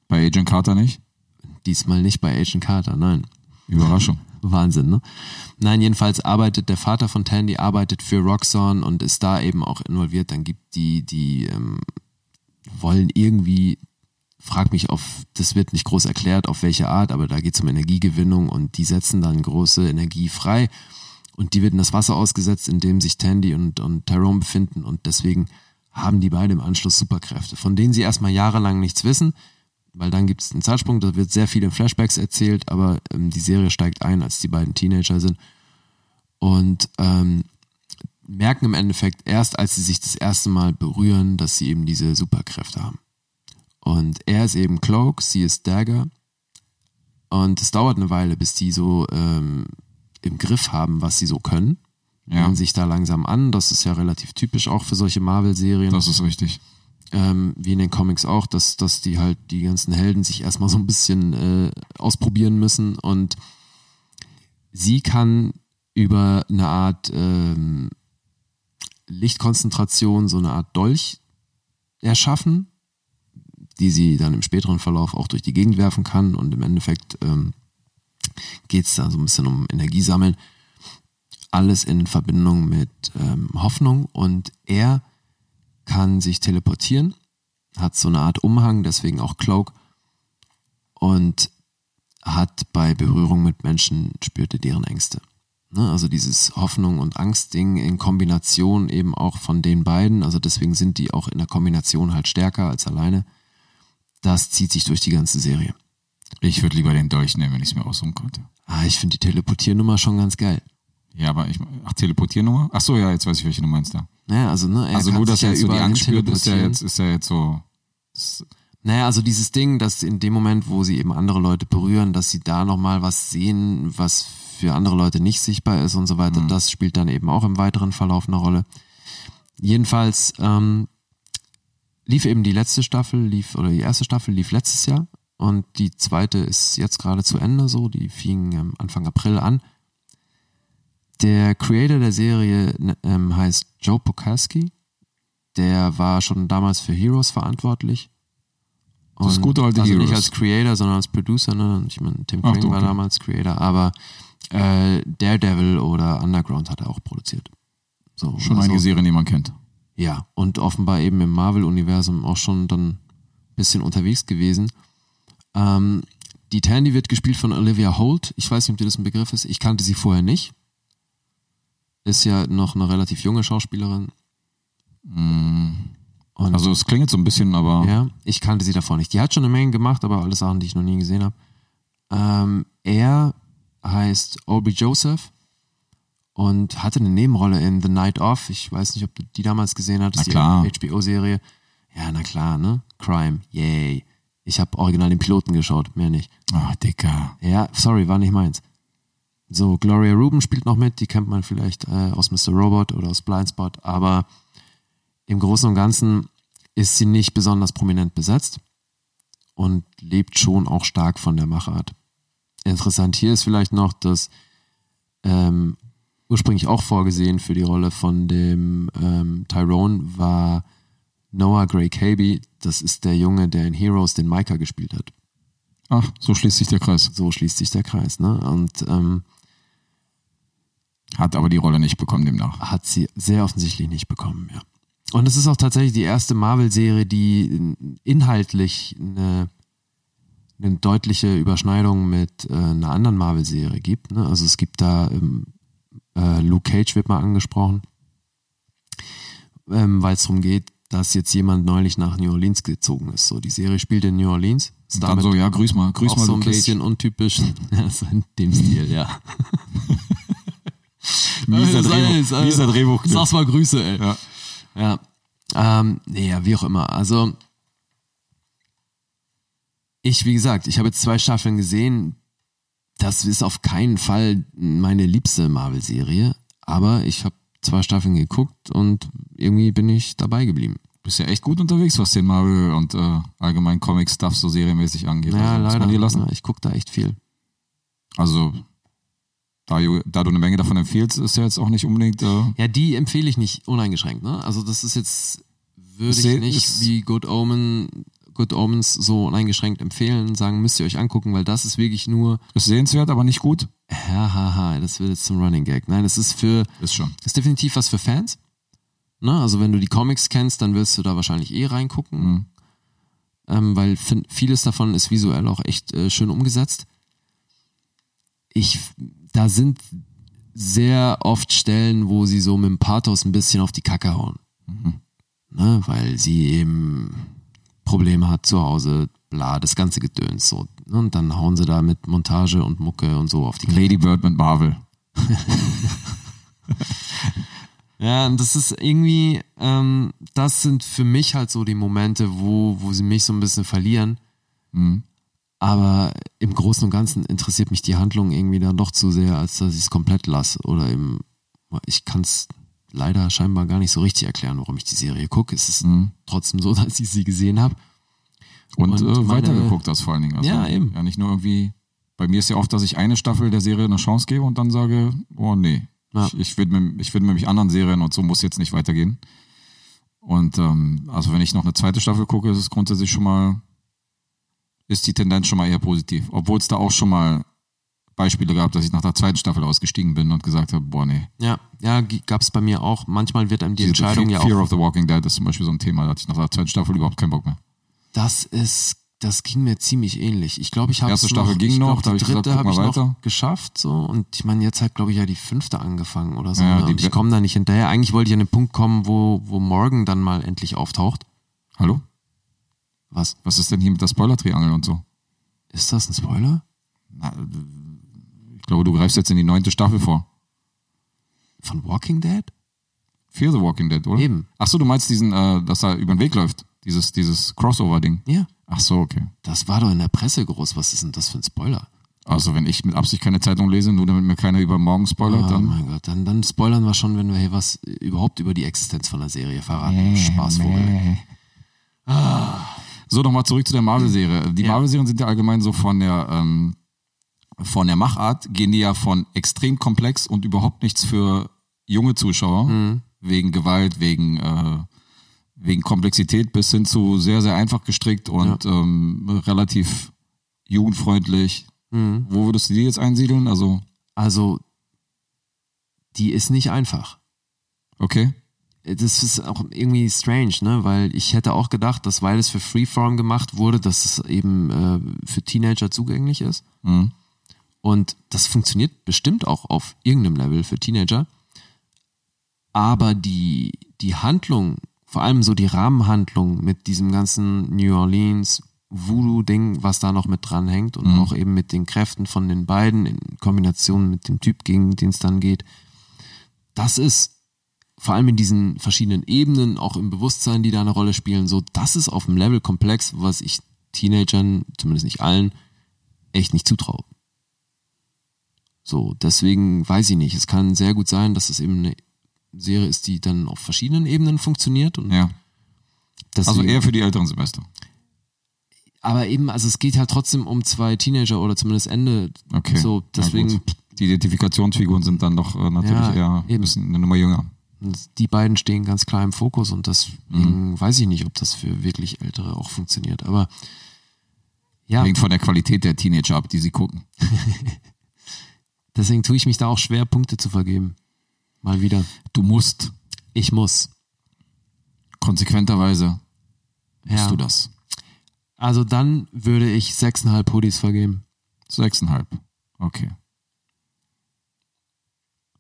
Speaker 3: Bei Agent Carter nicht.
Speaker 2: Diesmal nicht bei Agent Carter, nein.
Speaker 3: Überraschung.
Speaker 2: Wahnsinn, ne? Nein, jedenfalls arbeitet der Vater von Tandy, arbeitet für Roxxon und ist da eben auch involviert. Dann gibt die, die ähm, wollen irgendwie, frag mich auf, das wird nicht groß erklärt, auf welche Art, aber da geht es um Energiegewinnung und die setzen dann große Energie frei und die wird in das Wasser ausgesetzt, in dem sich Tandy und, und Tyrone befinden und deswegen haben die beide im Anschluss Superkräfte, von denen sie erstmal jahrelang nichts wissen weil dann gibt es einen Zeitsprung, da wird sehr viel in Flashbacks erzählt, aber ähm, die Serie steigt ein, als die beiden Teenager sind und ähm, merken im Endeffekt erst, als sie sich das erste Mal berühren, dass sie eben diese Superkräfte haben. Und er ist eben Cloak, sie ist Dagger und es dauert eine Weile, bis die so ähm, im Griff haben, was sie so können.
Speaker 3: Ja.
Speaker 2: Hören sich da langsam an, das ist ja relativ typisch auch für solche Marvel-Serien
Speaker 3: Das ist richtig.
Speaker 2: ähm, wie in den Comics auch, dass, dass die halt die ganzen Helden sich erstmal so ein bisschen äh, ausprobieren müssen und sie kann über eine Art ähm, Lichtkonzentration so eine Art Dolch erschaffen, die sie dann im späteren Verlauf auch durch die Gegend werfen kann und im Endeffekt ähm, geht es da so ein bisschen um Energiesammeln. Alles in Verbindung mit ähm, Hoffnung und er kann sich teleportieren, hat so eine Art Umhang, deswegen auch Cloak und hat bei Berührung mit Menschen spürte deren Ängste. Ne? Also dieses Hoffnung und Angst-Ding in Kombination eben auch von den beiden, also deswegen sind die auch in der Kombination halt stärker als alleine. Das zieht sich durch die ganze Serie.
Speaker 3: Ich würde lieber den Dolch nehmen, wenn ich es mir aussuchen könnte.
Speaker 2: Ah, ich finde die Teleportiernummer schon ganz geil.
Speaker 3: Ja, aber ich. Ach, Teleportiernummer? Ach so, ja, jetzt weiß ich, welche du meinst da.
Speaker 2: Naja, also, ne, er
Speaker 3: Also
Speaker 2: kann
Speaker 3: nur, dass
Speaker 2: sich
Speaker 3: er
Speaker 2: ja
Speaker 3: jetzt so die
Speaker 2: überall
Speaker 3: Angst
Speaker 2: hin
Speaker 3: spürt, ist ja
Speaker 2: teleportieren.
Speaker 3: jetzt, ist ja jetzt so. Das,
Speaker 2: Naja, also dieses Ding, dass in dem Moment, wo sie eben andere Leute berühren, dass sie da nochmal was sehen, was für andere Leute nicht sichtbar ist und so weiter, das spielt dann eben auch im weiteren Verlauf eine Rolle. Jedenfalls ähm, lief eben die letzte Staffel, lief, oder die erste Staffel lief letztes Jahr und die zweite ist jetzt gerade zu Ende so, die fing ähm, Anfang April an. Der Creator der Serie ne, ähm, heißt Joe Pokaski. Der war schon damals für Heroes verantwortlich.
Speaker 3: Das
Speaker 2: Und-
Speaker 3: gute alte
Speaker 2: also nicht
Speaker 3: Heroes.
Speaker 2: als Creator, sondern als Producer. Ne? Und Ich meine, Tim
Speaker 3: Ach,
Speaker 2: Crane
Speaker 3: du,
Speaker 2: war
Speaker 3: okay.
Speaker 2: damals Creator, aber äh, Daredevil oder Underground hat er auch produziert. So,
Speaker 3: schon
Speaker 2: also-
Speaker 3: einige Serien, die man kennt.
Speaker 2: ja, und offenbar eben im Marvel-Universum auch schon dann ein bisschen unterwegs gewesen. Ähm, die Tandy wird gespielt von Olivia Holt. Ich weiß nicht, ob dir das ein Begriff ist. Ich kannte sie vorher nicht. Ist ja noch eine relativ junge Schauspielerin. Und
Speaker 3: Also es klingelt so ein bisschen, aber
Speaker 2: ja, ich kannte sie davor nicht. Die hat schon eine Menge gemacht, aber alles Sachen, die ich noch nie gesehen habe. Ähm, er heißt Aubrey Joseph und hatte eine Nebenrolle in The Night Of. Ich weiß nicht, ob du die damals gesehen hattest,
Speaker 3: klar.
Speaker 2: die HBO-Serie. Ja, na klar, ne? Crime, yay. Ich habe original den Piloten geschaut, mehr nicht.
Speaker 3: ah, Dicker.
Speaker 2: Ja, sorry, war nicht meins. So, Gloria Rubin spielt noch mit, die kennt man vielleicht äh, aus Mr. Robot oder aus Blindspot, aber im Großen und Ganzen ist sie nicht besonders prominent besetzt und lebt schon auch stark von der Machart. Interessant hier ist vielleicht noch, dass ähm, ursprünglich auch vorgesehen für die Rolle von dem ähm, Tyrone war Noah Gray Caby, das ist der Junge, der in Heroes den Micah gespielt hat
Speaker 3: Ach, so schließt sich der Kreis.
Speaker 2: so schließt sich der Kreis. Ne? Und ähm,
Speaker 3: Hat aber die Rolle nicht bekommen demnach.
Speaker 2: hat sie sehr offensichtlich nicht bekommen, ja. Und es ist auch tatsächlich die erste Marvel-Serie, die äh, inhaltlich eine, eine deutliche Überschneidung mit äh, einer anderen Marvel-Serie gibt. Ne? Also es gibt da ähm, äh, Luke Cage wird mal angesprochen, ähm, weil es darum geht, dass jetzt jemand neulich nach New Orleans gezogen ist. So, die Serie spielt in New Orleans. Ist
Speaker 3: Und dann so, ja, grüß mal, grüß
Speaker 2: auch
Speaker 3: mal
Speaker 2: so ein
Speaker 3: Luke Cage.
Speaker 2: bisschen untypisch. Ja, so in dem Stil, ja.
Speaker 3: Mieser
Speaker 2: Das ist alles,
Speaker 3: Drehbuch.
Speaker 2: alles.
Speaker 3: Mieser Drehbuch.
Speaker 2: Sag's mal Grüße, ey.
Speaker 3: Ja.
Speaker 2: Ja. Ähm, nee, ja, wie auch immer. Also, ich, wie gesagt, ich habe jetzt zwei Staffeln gesehen. Das ist auf keinen Fall meine liebste Marvel-Serie, aber ich habe zwei Staffeln geguckt und irgendwie bin ich dabei geblieben.
Speaker 3: Bist ja echt gut unterwegs, was den Marvel und äh, allgemein Comic-Stuff so serienmäßig angeht.
Speaker 2: Ja,
Speaker 3: also, Muss man dir lassen.
Speaker 2: Ja, ich gucke da echt viel.
Speaker 3: Also, da, ju- da du eine Menge davon empfiehlst, ist ja jetzt auch nicht unbedingt. Äh,
Speaker 2: Ja, die empfehle ich nicht uneingeschränkt, ne? Also das ist jetzt, würde
Speaker 3: Ich
Speaker 2: ich
Speaker 3: seh-
Speaker 2: nicht
Speaker 3: ist-
Speaker 2: wie Good Omen, Good Omens so uneingeschränkt empfehlen, sagen, müsst ihr euch angucken, weil das ist wirklich nur,
Speaker 3: ist sehenswert, aber nicht gut.
Speaker 2: hahaha, das wird jetzt zum Running Gag. Nein, es ist für,
Speaker 3: Ist schon.
Speaker 2: ist definitiv was für Fans. Ne? Also wenn du die Comics kennst, dann wirst du da wahrscheinlich eh reingucken,
Speaker 3: Mhm.
Speaker 2: ähm, weil fin- vieles davon ist visuell auch echt äh, schön umgesetzt. Ich, da sind sehr oft Stellen, wo sie so mit dem Pathos ein bisschen auf die Kacke hauen. Ne? Weil sie eben Probleme hat zu Hause, bla, das ganze Gedöns so. Ne? Und dann hauen sie da mit Montage und Mucke und so auf die
Speaker 3: Lady Bird mit Marvel.
Speaker 2: Ja, und das ist irgendwie, ähm, das sind für mich halt so die Momente, wo, wo sie mich so ein bisschen verlieren.
Speaker 3: Mhm.
Speaker 2: Aber im Großen und Ganzen interessiert mich die Handlung irgendwie dann doch zu sehr, als dass ich es komplett lasse. Oder eben, ich kann es leider scheinbar gar nicht so richtig erklären, warum ich die Serie gucke. Es ist
Speaker 3: Mhm.
Speaker 2: trotzdem so, dass ich sie gesehen habe.
Speaker 3: Und,
Speaker 2: Und
Speaker 3: äh,
Speaker 2: meine-
Speaker 3: weitergeguckt hast vor allen Dingen. Also,
Speaker 2: Ja, eben.
Speaker 3: Ja, nicht nur irgendwie. Bei mir ist ja oft, dass ich eine Staffel der Serie eine Chance gebe und dann sage, oh nee,
Speaker 2: Ja.
Speaker 3: ich, ich widme, ich widme mich anderen Serien und so muss jetzt nicht weitergehen. Und ähm, also wenn ich noch eine zweite Staffel gucke, ist es grundsätzlich schon mal, ist die Tendenz schon mal eher positiv. Obwohl es da auch schon mal Beispiele gab, dass ich nach der zweiten Staffel ausgestiegen bin und gesagt habe, boah nee.
Speaker 2: Ja, ja, gab es bei mir auch. Manchmal wird einem die
Speaker 3: Diese
Speaker 2: Entscheidung
Speaker 3: Fe-
Speaker 2: ja auch
Speaker 3: Fear of the Walking Dead ist zum Beispiel so ein Thema, da hatte ich nach der zweiten Staffel überhaupt keinen Bock mehr.
Speaker 2: Das ist, das ging mir ziemlich ähnlich. Ich glaube, ich habe
Speaker 3: Erste Staffel ging
Speaker 2: ich
Speaker 3: noch,
Speaker 2: glaub,
Speaker 3: da hab
Speaker 2: die
Speaker 3: ich gesagt,
Speaker 2: dritte
Speaker 3: guck
Speaker 2: habe ich
Speaker 3: mal
Speaker 2: noch
Speaker 3: weiter.
Speaker 2: geschafft so und ich meine, jetzt hat glaube ich ja die fünfte angefangen oder so.
Speaker 3: Ja,
Speaker 2: ne?
Speaker 3: die
Speaker 2: und
Speaker 3: Be-
Speaker 2: ich komme da nicht hinterher. Eigentlich wollte ich an den Punkt kommen, wo wo Morgan dann mal endlich auftaucht.
Speaker 3: Hallo?
Speaker 2: Was
Speaker 3: Was ist denn hier mit der Spoiler-Triangel und so?
Speaker 2: ist das ein Spoiler?
Speaker 3: Na, Äh, Ich glaube, du greifst jetzt in die neunte Staffel vor.
Speaker 2: Von Walking Dead?
Speaker 3: Fear the Walking Dead, oder?
Speaker 2: Eben.
Speaker 3: Ach so, du meinst diesen, äh, dass er über den Weg läuft. Dieses, dieses Crossover-Ding.
Speaker 2: Ja,
Speaker 3: Ach so, okay.
Speaker 2: das war doch in der Presse groß. Was ist denn das für ein Spoiler?
Speaker 3: Also, wenn ich mit Absicht keine Zeitung lese, nur damit mir keiner über morgen spoilert,
Speaker 2: oh
Speaker 3: dann.
Speaker 2: mein Gott, dann, dann spoilern wir schon, wenn wir hier was äh, überhaupt über die Existenz von der Serie verraten. Spaßvogel.
Speaker 3: So, nochmal zurück zu der Marvel-Serie. Die
Speaker 2: Ja.
Speaker 3: Marvel-Serien sind ja allgemein so von der, ähm, von der Machart, gehen die ja von extrem komplex und überhaupt nichts für junge Zuschauer,
Speaker 2: Mhm.
Speaker 3: wegen Gewalt, wegen, äh, wegen Komplexität bis hin zu sehr, sehr einfach gestrickt und ähm, relativ jugendfreundlich.
Speaker 2: Mhm.
Speaker 3: Wo würdest du die jetzt einsiedeln? Also,
Speaker 2: Also die ist nicht einfach.
Speaker 3: okay.
Speaker 2: das ist auch irgendwie strange, ne? Weil ich hätte auch gedacht, dass weil es für Freeform gemacht wurde, dass es eben äh, für Teenager zugänglich ist.
Speaker 3: Mhm.
Speaker 2: Und das funktioniert bestimmt auch auf irgendeinem Level für Teenager. Aber die, die Handlung vor allem so die Rahmenhandlung mit diesem ganzen New Orleans Voodoo-Ding, was da noch mit dranhängt und auch eben mit den Kräften von den beiden in Kombination mit dem Typ, gegen den es dann geht. Das ist vor allem in diesen verschiedenen Ebenen, auch im Bewusstsein, die da eine Rolle spielen, so, das ist auf dem Level komplex, was ich Teenagern, zumindest nicht allen, echt nicht zutraue. So, deswegen weiß ich nicht. Es kann sehr gut sein, dass es eben eine Serie ist, die dann auf verschiedenen Ebenen funktioniert. Und
Speaker 3: Ja. Also
Speaker 2: deswegen-
Speaker 3: eher für die älteren Semester.
Speaker 2: aber eben, also es geht halt trotzdem um zwei Teenager oder zumindest Ende.
Speaker 3: Okay.
Speaker 2: So,
Speaker 3: Na
Speaker 2: deswegen,
Speaker 3: gut. Die Identifikationsfiguren sind dann doch äh, natürlich
Speaker 2: Ja,
Speaker 3: eher ein
Speaker 2: eben.
Speaker 3: bisschen eine Nummer jünger.
Speaker 2: die beiden stehen ganz klar im Fokus und deswegen
Speaker 3: Mhm.
Speaker 2: weiß ich nicht, ob das für wirklich Ältere auch funktioniert. Aber ja,
Speaker 3: Hängt von der Qualität der Teenager ab, die sie gucken.
Speaker 2: deswegen tue ich mich da auch schwer, Punkte zu vergeben. Mal wieder.
Speaker 3: Du musst
Speaker 2: Ich muss.
Speaker 3: konsequenterweise musst
Speaker 2: Ja.
Speaker 3: du das.
Speaker 2: Also dann würde ich sechseinhalb Hoodies vergeben.
Speaker 3: Sechseinhalb. Okay.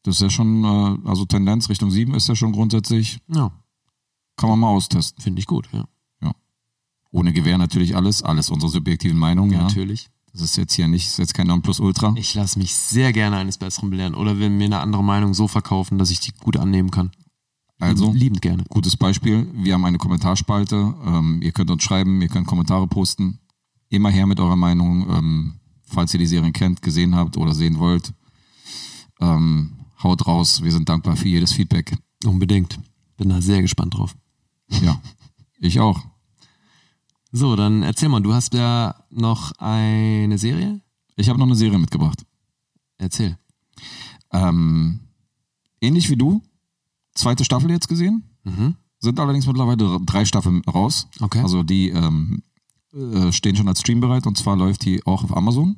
Speaker 3: Das ist ja schon, äh, also Tendenz Richtung sieben ist ja schon grundsätzlich,
Speaker 2: Ja,
Speaker 3: kann man mal austesten.
Speaker 2: finde ich gut. Ja,
Speaker 3: Ohne Gewähr natürlich alles, alles unsere subjektiven Meinungen. Ja,
Speaker 2: natürlich.
Speaker 3: Das ist jetzt hier nicht, ist jetzt kein Nonplusultra.
Speaker 2: Ich lasse mich sehr gerne eines Besseren belehren oder will mir eine andere Meinung so verkaufen, dass ich die gut annehmen kann.
Speaker 3: Also,
Speaker 2: Liebend gerne.
Speaker 3: gutes Beispiel. Wir haben eine Kommentarspalte. Ähm, ihr könnt uns schreiben, ihr könnt Kommentare posten. Immer her mit eurer Meinung. Ähm, falls ihr die Serien kennt, gesehen habt oder sehen wollt, ähm, haut raus. Wir sind dankbar für jedes Feedback.
Speaker 2: Unbedingt. Bin da sehr gespannt drauf.
Speaker 3: Ja, ich auch.
Speaker 2: So, dann erzähl mal, du hast ja noch eine Serie?
Speaker 3: Ich habe noch eine Serie mitgebracht.
Speaker 2: Erzähl.
Speaker 3: Ähm, ähnlich wie du. Zweite Staffel jetzt gesehen.
Speaker 2: Mhm.
Speaker 3: Sind allerdings mittlerweile drei Staffeln raus.
Speaker 2: Okay.
Speaker 3: Also die ähm, äh, stehen schon als Stream bereit und zwar läuft die auch auf Amazon.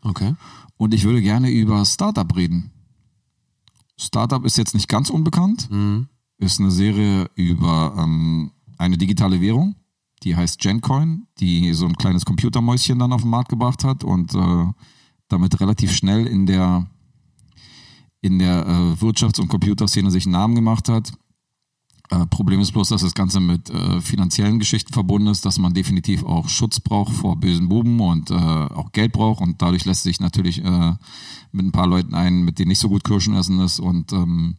Speaker 2: Okay.
Speaker 3: Und ich würde gerne über Startup reden. Startup ist jetzt nicht ganz unbekannt.
Speaker 2: Mhm.
Speaker 3: Ist eine Serie über ähm, eine digitale Währung, die heißt Gencoin, die so ein kleines Computermäuschen dann auf den Markt gebracht hat und äh, damit relativ schnell in der, in der äh, Wirtschafts- und Computerszene sich einen Namen gemacht hat. Äh, Problem ist bloß, dass das Ganze mit äh, finanziellen Geschichten verbunden ist, dass man definitiv auch Schutz braucht vor bösen Buben und äh, auch Geld braucht und dadurch lässt sich natürlich äh, mit ein paar Leuten ein, mit denen nicht so gut Kirschen essen ist und ähm,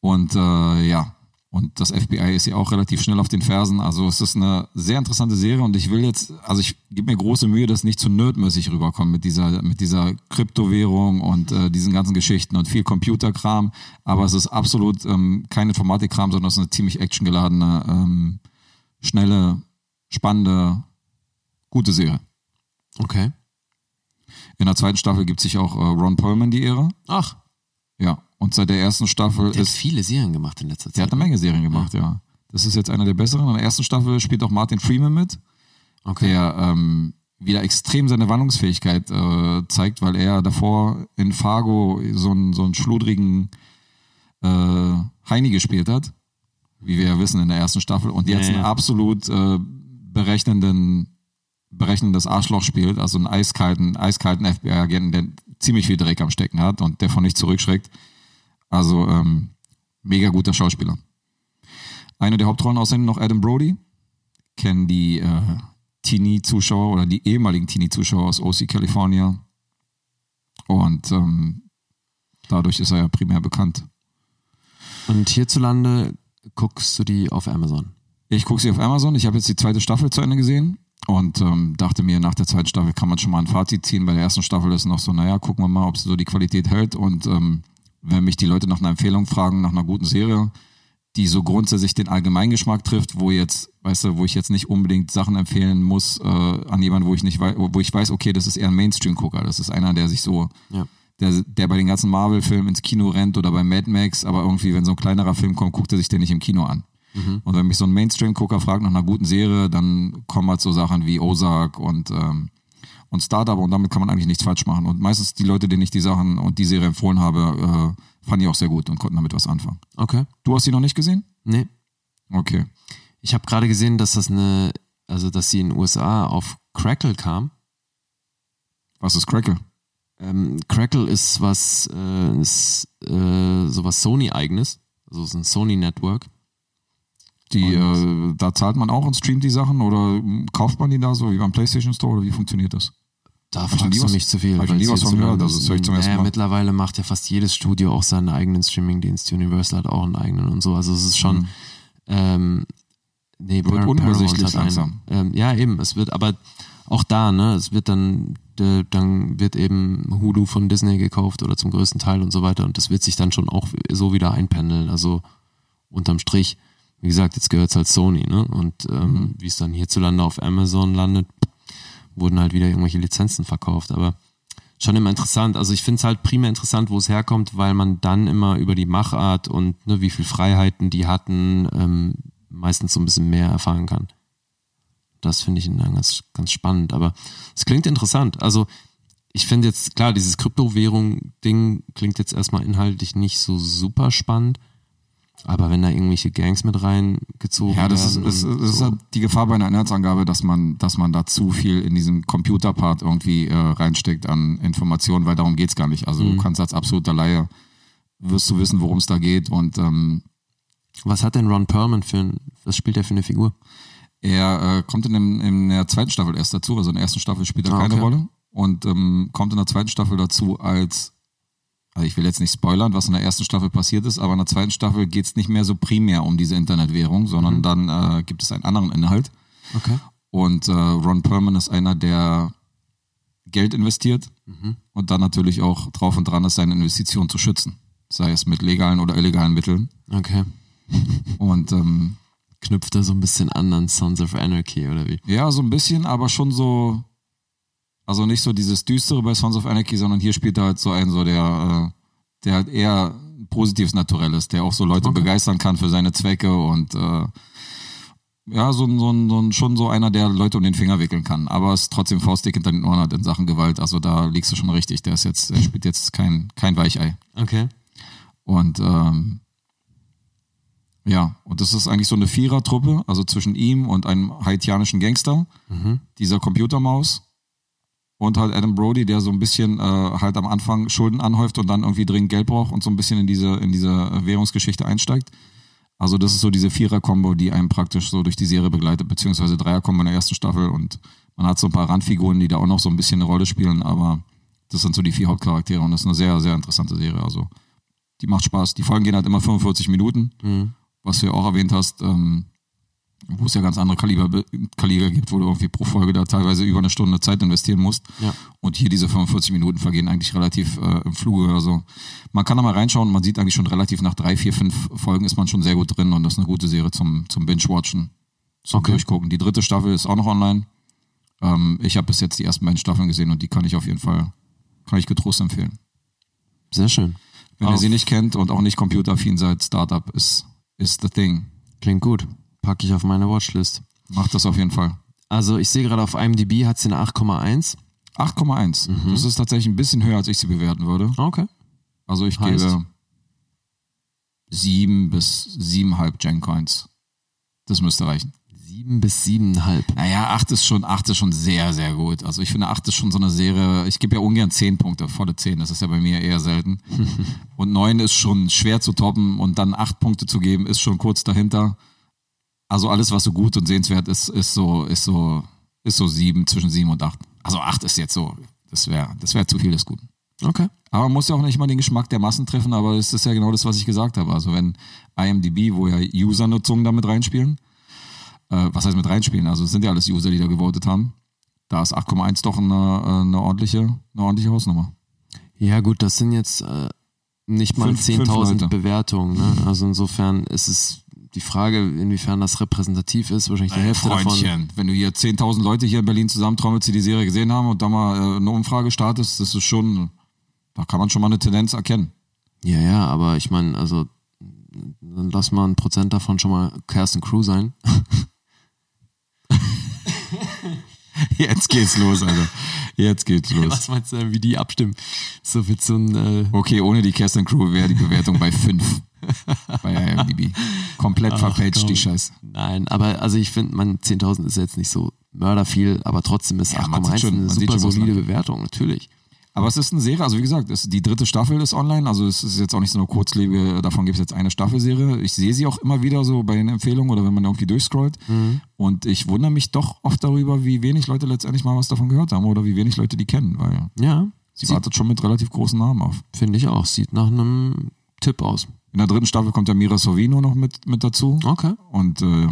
Speaker 3: und äh, ja und das FBI ist ja auch relativ schnell auf den Fersen. Also es ist eine sehr interessante Serie und ich will jetzt, also ich gebe mir große Mühe, dass nicht zu nerdmäßig rüberkommt mit dieser mit dieser Kryptowährung und äh, diesen ganzen Geschichten und viel Computerkram. Aber es ist absolut ähm, kein Informatikkram, sondern es ist eine ziemlich actiongeladene, ähm, schnelle, spannende, gute Serie.
Speaker 2: Okay.
Speaker 3: In der zweiten Staffel gibt sich auch äh, Ron Perlman die Ehre.
Speaker 2: Ach,
Speaker 3: Ja. Und seit der ersten Staffel
Speaker 2: der hat
Speaker 3: ist.
Speaker 2: viele Serien gemacht in letzter
Speaker 3: Der
Speaker 2: Zeit.
Speaker 3: hat eine Menge Serien gemacht, ja. Das ist jetzt einer der besseren. In der ersten Staffel spielt auch Martin Freeman mit,
Speaker 2: Okay.
Speaker 3: der ähm, wieder extrem seine Wandlungsfähigkeit äh, zeigt, weil er davor in Fargo so einen, so einen schludrigen äh, Heini gespielt hat, wie wir ja wissen in der ersten Staffel, und jetzt
Speaker 2: Ja, ja.
Speaker 3: einen absolut äh, berechnenden berechnendes Arschloch spielt, also einen eiskalten, eiskalten FBI-Agenten, der ziemlich viel Dreck am Stecken hat und der von nichts zurückschreckt. Also ähm, mega guter Schauspieler. Eine der Hauptrollen außerdem noch Adam Brody. Kennen die äh, Teenie-Zuschauer oder die ehemaligen Teenie-Zuschauer aus OC California. Und ähm, dadurch ist er ja primär bekannt.
Speaker 2: Und hierzulande guckst du die auf Amazon.
Speaker 3: Ich gucke sie auf Amazon. Ich habe jetzt die zweite Staffel zu Ende gesehen und ähm, dachte mir, nach der zweiten Staffel kann man schon mal ein Fazit ziehen. Bei der ersten Staffel ist noch so, naja, gucken wir mal, ob sie so die Qualität hält. Und ähm, wenn mich die Leute nach einer Empfehlung fragen, nach einer guten Serie, die so grundsätzlich den Allgemeingeschmack trifft, wo jetzt, weißt du, wo ich jetzt nicht unbedingt Sachen empfehlen muss äh, an jemanden, wo ich nicht wei- wo ich weiß, okay, das ist eher ein Mainstream-Gucker. Das ist einer, der sich so
Speaker 2: Ja.
Speaker 3: der, der bei den ganzen Marvel-Filmen ins Kino rennt oder bei Mad Max, aber irgendwie, wenn so ein kleinerer Film kommt, guckt er sich den nicht im Kino an. Und wenn mich so ein Mainstream-Gucker fragt nach einer guten Serie, dann kommen halt so Sachen wie Ozark und, ähm, und Startup und damit kann man eigentlich nichts falsch machen. Und meistens die Leute, denen ich die Sachen und die Serie empfohlen habe, äh, fanden die auch sehr gut und konnten damit was anfangen.
Speaker 2: Okay.
Speaker 3: Du hast die noch nicht gesehen?
Speaker 2: Nee.
Speaker 3: Okay.
Speaker 2: Ich habe gerade gesehen, dass das eine, also dass sie in den USA auf Crackle kam.
Speaker 3: Was ist Crackle?
Speaker 2: Ähm, Crackle ist was, äh, ist, äh, sowas Sony-eigenes. Also es ist ein Sony-Network.
Speaker 3: Die, äh, da zahlt man auch und streamt die Sachen oder mh, kauft man die da so wie beim PlayStation Store oder wie funktioniert das?
Speaker 2: Da
Speaker 3: ich nie
Speaker 2: fragst du
Speaker 3: was-
Speaker 2: mich zu viel.
Speaker 3: hab ich
Speaker 2: weil
Speaker 3: nie
Speaker 2: es
Speaker 3: was
Speaker 2: jetzt
Speaker 3: von gehört,
Speaker 2: sogar-
Speaker 3: also das höre ich zum ersten
Speaker 2: naja,
Speaker 3: Mal.
Speaker 2: Mittlerweile macht ja fast jedes Studio auch seinen eigenen Streamingdienst. Universal hat auch einen eigenen und so. Also es ist schon. Ähm, nee,
Speaker 3: Wird
Speaker 2: Par-
Speaker 3: unübersichtlich
Speaker 2: Paramount hat einen.
Speaker 3: langsam.
Speaker 2: Ähm, ja, eben. Es wird aber auch da, ne? Es wird dann, äh, dann wird eben Hulu von Disney gekauft oder zum größten Teil und so weiter. Und das wird sich dann schon auch so wieder einpendeln. Also unterm Strich, wie gesagt, jetzt gehört es halt Sony, ne? Und ähm, wie es dann hierzulande auf Amazon landet, wurden halt wieder irgendwelche Lizenzen verkauft. Aber schon immer interessant. Also ich finde es halt primär interessant, wo es herkommt, weil man dann immer über die Machart und ne, wie viel Freiheiten die hatten, ähm, meistens so ein bisschen mehr erfahren kann. Das finde ich dann ganz, ganz spannend. Aber es klingt interessant. Also ich finde jetzt, klar, dieses Kryptowährung-Ding klingt jetzt erstmal inhaltlich nicht so super spannend. Aber wenn da irgendwelche Gangs mit reingezogen
Speaker 3: Ja, das ist,
Speaker 2: werden
Speaker 3: das
Speaker 2: und
Speaker 3: ist
Speaker 2: Ähm, so.
Speaker 3: halt die Gefahr bei einer Inhaltsangabe, dass man, dass man da zu viel in diesem Computerpart irgendwie äh, reinsteckt an Informationen, weil darum geht's gar nicht. Also
Speaker 2: Mhm.
Speaker 3: du kannst als absoluter Laie, wirst du wissen, worum es da geht und ähm,
Speaker 2: Was hat denn Ron Perlman für ein, was spielt er für eine Figur?
Speaker 3: Er äh, kommt in, dem, in der zweiten Staffel erst dazu, also in der ersten Staffel spielt er
Speaker 2: Ah,
Speaker 3: keine
Speaker 2: okay.
Speaker 3: Rolle und ähm, kommt in der zweiten Staffel dazu als, also ich will jetzt nicht spoilern, was in der ersten Staffel passiert ist, aber in der zweiten Staffel geht's nicht mehr so primär um diese Internetwährung, sondern
Speaker 2: Mhm.
Speaker 3: dann äh, gibt es einen anderen Inhalt
Speaker 2: Okay.
Speaker 3: und äh, Ron Perlman ist einer, der Geld investiert und dann natürlich auch drauf und dran ist, seine Investition zu schützen, sei es mit legalen oder illegalen Mitteln
Speaker 2: Okay.
Speaker 3: und ähm,
Speaker 2: knüpft er so ein bisschen an an Sons of Anarchy oder wie?
Speaker 3: Ja, so ein bisschen, aber schon so. Also nicht so dieses Düstere bei Sons of Anarchy, sondern hier spielt er halt so einen, so der, äh, der halt eher ein positives Naturell ist, der auch so Leute begeistern kann für seine Zwecke und äh, ja, so, ein- so, ein- so ein- schon so einer, der Leute um den Finger wickeln kann, aber es trotzdem faustdick hinter den Ohren hat in Sachen Gewalt. Also da liegst du schon richtig. Der ist jetzt, er spielt jetzt kein, kein Weichei.
Speaker 2: Okay.
Speaker 3: Und ähm, ja, und das ist eigentlich so eine Vierertruppe, also zwischen ihm und einem haitianischen Gangster, dieser Computermaus und halt Adam Brody, der so ein bisschen äh, halt am Anfang Schulden anhäuft und dann irgendwie dringend Geld braucht und so ein bisschen in diese, in diese Währungsgeschichte einsteigt. Also das ist so diese Vierer-Kombo, die einem praktisch so durch die Serie begleitet, beziehungsweise Dreier-Kombo in der ersten Staffel und man hat so ein paar Randfiguren, die da auch noch so ein bisschen eine Rolle spielen, aber das sind so die vier Hauptcharaktere und das ist eine sehr, sehr interessante Serie. Also die macht Spaß. Die Folgen gehen halt immer 45 Minuten,
Speaker 2: Mhm.
Speaker 3: was du ja auch erwähnt hast, ähm, wo es ja ganz andere Kaliber, be- Kaliber gibt, wo du irgendwie pro Folge da teilweise über eine Stunde Zeit investieren musst.
Speaker 2: Ja.
Speaker 3: Und hier diese 45 Minuten vergehen eigentlich relativ äh, im Fluge. Also man kann da mal reinschauen, man sieht eigentlich schon relativ nach drei, vier, fünf Folgen ist man schon sehr gut drin und das ist eine gute Serie zum, zum Binge-Watchen, zum
Speaker 2: Okay.
Speaker 3: Durchgucken. Die dritte Staffel ist auch noch online. Ähm, ich habe bis jetzt die ersten beiden Staffeln gesehen und die kann ich auf jeden Fall, kann ich getrost empfehlen.
Speaker 2: Sehr schön.
Speaker 3: Wenn ihr
Speaker 2: Auf.
Speaker 3: sie nicht kennt und auch nicht computeraffin seid, Startup ist is the thing.
Speaker 2: Klingt gut. Packe ich auf meine Watchlist.
Speaker 3: Macht das auf jeden Fall.
Speaker 2: Also ich sehe gerade auf IMDb hat sie eine 8,1.
Speaker 3: 8,1.
Speaker 2: Mhm.
Speaker 3: Das ist tatsächlich ein bisschen höher, als ich sie bewerten würde.
Speaker 2: Okay.
Speaker 3: Also ich
Speaker 2: Heißt?
Speaker 3: gebe sieben bis 7,5 Gencoins. Das müsste reichen.
Speaker 2: Sieben bis siebeneinhalb.
Speaker 3: Naja, acht ist schon, acht ist schon sehr, sehr gut. Also ich finde, acht ist schon so eine Serie. Ich gebe ja ungern zehn Punkte, volle zehn. Das ist ja bei mir eher selten. und neun ist schon schwer zu toppen und dann acht Punkte zu geben, ist schon kurz dahinter. Also alles, was so gut und sehenswert ist, ist so, ist so, ist so sieben, zwischen sieben und acht. Also acht ist jetzt so, das wäre, das wäre zu viel des Guten.
Speaker 2: Okay.
Speaker 3: Aber man muss ja auch nicht mal den Geschmack der Massen treffen, aber es ist ja genau das, was ich gesagt habe. Also wenn IMDb, wo ja User-Nutzungen damit reinspielen, äh, was heißt mit reinspielen? Also es sind ja alles User, die da gewotet haben. Da ist 8,1 doch eine, äh, eine, ordentliche, eine ordentliche Hausnummer.
Speaker 2: Ja gut, das sind jetzt äh, nicht mal
Speaker 3: Fünf- fünf
Speaker 2: 10.000
Speaker 3: Leute.
Speaker 2: Bewertungen. Ne? Also insofern ist es die Frage, inwiefern das repräsentativ ist. Wahrscheinlich die Hälfte davon.
Speaker 3: wenn du hier 10.000 Leute hier in Berlin zusammentrommelst, die die Serie gesehen haben und da mal äh, eine Umfrage startest, das ist schon, da kann man schon mal eine Tendenz erkennen.
Speaker 2: Ja, ja, aber ich meine, also dann lass mal ein Prozent davon schon mal Carsten Crew sein.
Speaker 3: Jetzt geht's los, Alter. Jetzt geht's los.
Speaker 2: Was meinst du, wie die abstimmen? So wird so ein äh,
Speaker 3: Okay, ohne die Kerstin Crew wäre die Bewertung bei 5 bei IMDb. Komplett verpatcht,
Speaker 2: komm.
Speaker 3: die Scheiße.
Speaker 2: Nein, aber also ich finde, man 10.000 ist jetzt nicht so mörder viel, aber trotzdem ist
Speaker 3: Ja, man sieht
Speaker 2: 8,1
Speaker 3: schon-
Speaker 2: eine
Speaker 3: man sieht
Speaker 2: super
Speaker 3: schon, was
Speaker 2: solide
Speaker 3: man-
Speaker 2: Bewertung, natürlich.
Speaker 3: Aber es ist eine Serie, also wie gesagt, es, die dritte Staffel ist online, also es ist jetzt auch nicht so eine kurzlebige, davon gibt es jetzt eine Staffelserie. Ich sehe sie auch immer wieder so bei den Empfehlungen oder wenn man irgendwie durchscrollt. Und ich wundere mich doch oft darüber, wie wenig Leute letztendlich mal was davon gehört haben oder wie wenig Leute die kennen, weil
Speaker 2: Ja,
Speaker 3: sie
Speaker 2: sieht-
Speaker 3: wartet schon mit relativ großen Namen auf.
Speaker 2: finde ich auch. Sieht nach einem Tipp aus.
Speaker 3: In der dritten Staffel kommt ja Mira Sorvino noch mit, mit dazu
Speaker 2: Okay.
Speaker 3: und äh,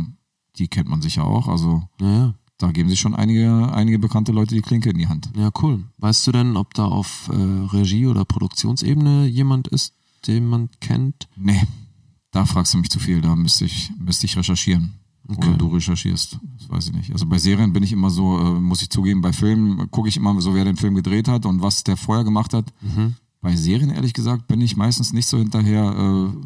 Speaker 3: die kennt man sicher auch, also
Speaker 2: Ja,
Speaker 3: da geben sich schon einige, einige bekannte Leute die Klinke in die Hand.
Speaker 2: ja, ja, cool. Weißt du denn, ob da auf äh, Regie- oder Produktionsebene jemand ist, den man kennt?
Speaker 3: Nee, da fragst du mich zu viel, da müsste ich, müsste ich recherchieren. Oder du recherchierst, das weiß ich nicht. Also bei Serien bin ich immer so, äh, muss ich zugeben, bei Filmen gucke ich immer so, wer den Film gedreht hat und was der vorher gemacht hat.
Speaker 2: Mhm.
Speaker 3: Bei Serien, ehrlich gesagt, bin ich meistens nicht so hinterher, äh,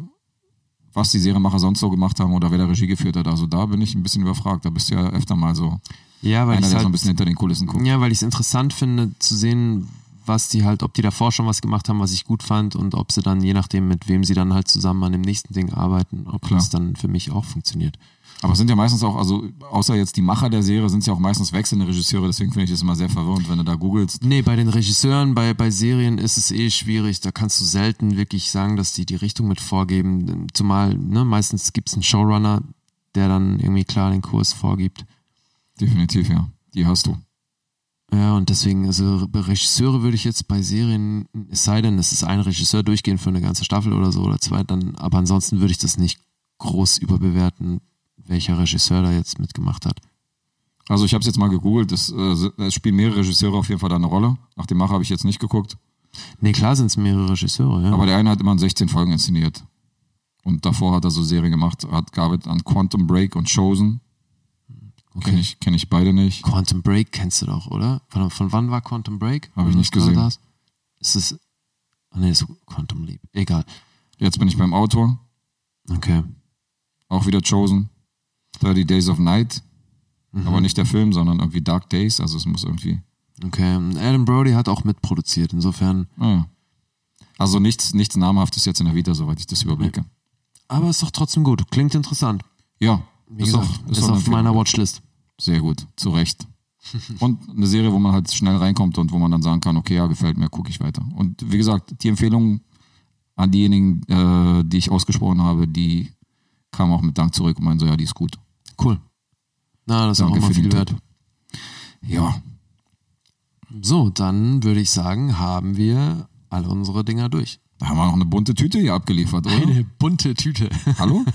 Speaker 3: was die Serienmacher sonst so gemacht haben oder wer der Regie geführt hat. Also da bin ich ein bisschen überfragt. Da bist du ja öfter mal so
Speaker 2: Ja, weil
Speaker 3: einer, der
Speaker 2: ich
Speaker 3: so ein
Speaker 2: halt,
Speaker 3: bisschen hinter den Kulissen guckt.
Speaker 2: ja, weil ich es interessant finde zu sehen, was die halt, ob die davor schon was gemacht haben, was ich gut fand und ob sie dann, je nachdem, mit wem sie dann halt zusammen an dem nächsten Ding arbeiten, ob
Speaker 3: Klar.
Speaker 2: das dann für mich auch funktioniert.
Speaker 3: Aber es sind ja meistens auch, also außer jetzt die Macher der Serie, sind es ja auch meistens wechselnde Regisseure. Deswegen finde ich es immer sehr verwirrend, wenn du da googelst.
Speaker 2: Nee, bei den Regisseuren, bei, bei Serien ist es eh schwierig. Da kannst du selten wirklich sagen, dass die die Richtung mit vorgeben. Zumal, ne, meistens gibt es einen Showrunner, der dann irgendwie klar den Kurs vorgibt.
Speaker 3: Definitiv, ja. Die hast du.
Speaker 2: Ja, und deswegen, also bei Regisseure würde ich jetzt bei Serien, es sei denn, es ist ein Regisseur durchgehend für eine ganze Staffel oder so oder zwei, dann, aber ansonsten würde ich das nicht groß überbewerten, welcher Regisseur da jetzt mitgemacht hat.
Speaker 3: Also ich habe es jetzt mal gegoogelt, es, äh, es spielen mehrere Regisseure auf jeden Fall da eine Rolle. Nach dem Macher habe ich jetzt nicht geguckt.
Speaker 2: Nee, klar sind es mehrere Regisseure, ja.
Speaker 3: Aber der eine hat immer in 16 Folgen inszeniert. Und davor hat er so Serien gemacht, hat gearbeitet an Quantum Break und Chosen.
Speaker 2: Okay.
Speaker 3: Kenne ich, kenn ich beide nicht.
Speaker 2: Quantum Break kennst du doch, oder? Von, von wann war Quantum Break?
Speaker 3: Hab ich nicht
Speaker 2: Oder
Speaker 3: gesehen.
Speaker 2: Das? Ist es. Ah, nee, ist Quantum Leap. Egal.
Speaker 3: Jetzt bin ich beim Autor,
Speaker 2: Okay.
Speaker 3: auch wieder Chosen. 30 Days of Night.
Speaker 2: Mhm.
Speaker 3: Aber nicht der Film, sondern irgendwie Dark Days. Also es muss irgendwie.
Speaker 2: Okay. Und Adam Brody hat auch mitproduziert, insofern.
Speaker 3: Ah. Also nichts, nichts Namhaftes jetzt in der Vita, soweit ich das überblicke.
Speaker 2: Aber ist doch trotzdem gut. Klingt interessant.
Speaker 3: Ja,
Speaker 2: Wie gesagt,
Speaker 3: doch-
Speaker 2: ist,
Speaker 3: doch eine
Speaker 2: auf meiner
Speaker 3: Empfehlung.
Speaker 2: Watchlist.
Speaker 3: Sehr gut, zu Recht. Und eine Serie, wo man halt schnell reinkommt und wo man dann sagen kann, okay, ja, gefällt mir, gucke ich weiter. Und wie gesagt, die Empfehlung an diejenigen, äh, die ich ausgesprochen habe, die kamen auch mit Dank zurück und meinen so, ja, die ist gut.
Speaker 2: Cool. Na, das ist auch
Speaker 3: Danke
Speaker 2: immer
Speaker 3: für den
Speaker 2: viel
Speaker 3: Tipp.
Speaker 2: wert.
Speaker 3: Ja,
Speaker 2: So, dann würde ich sagen, haben wir alle unsere Dinger durch.
Speaker 3: da haben wir noch eine bunte Tüte hier abgeliefert, oder?
Speaker 2: bunte Tüte.
Speaker 3: Hallo?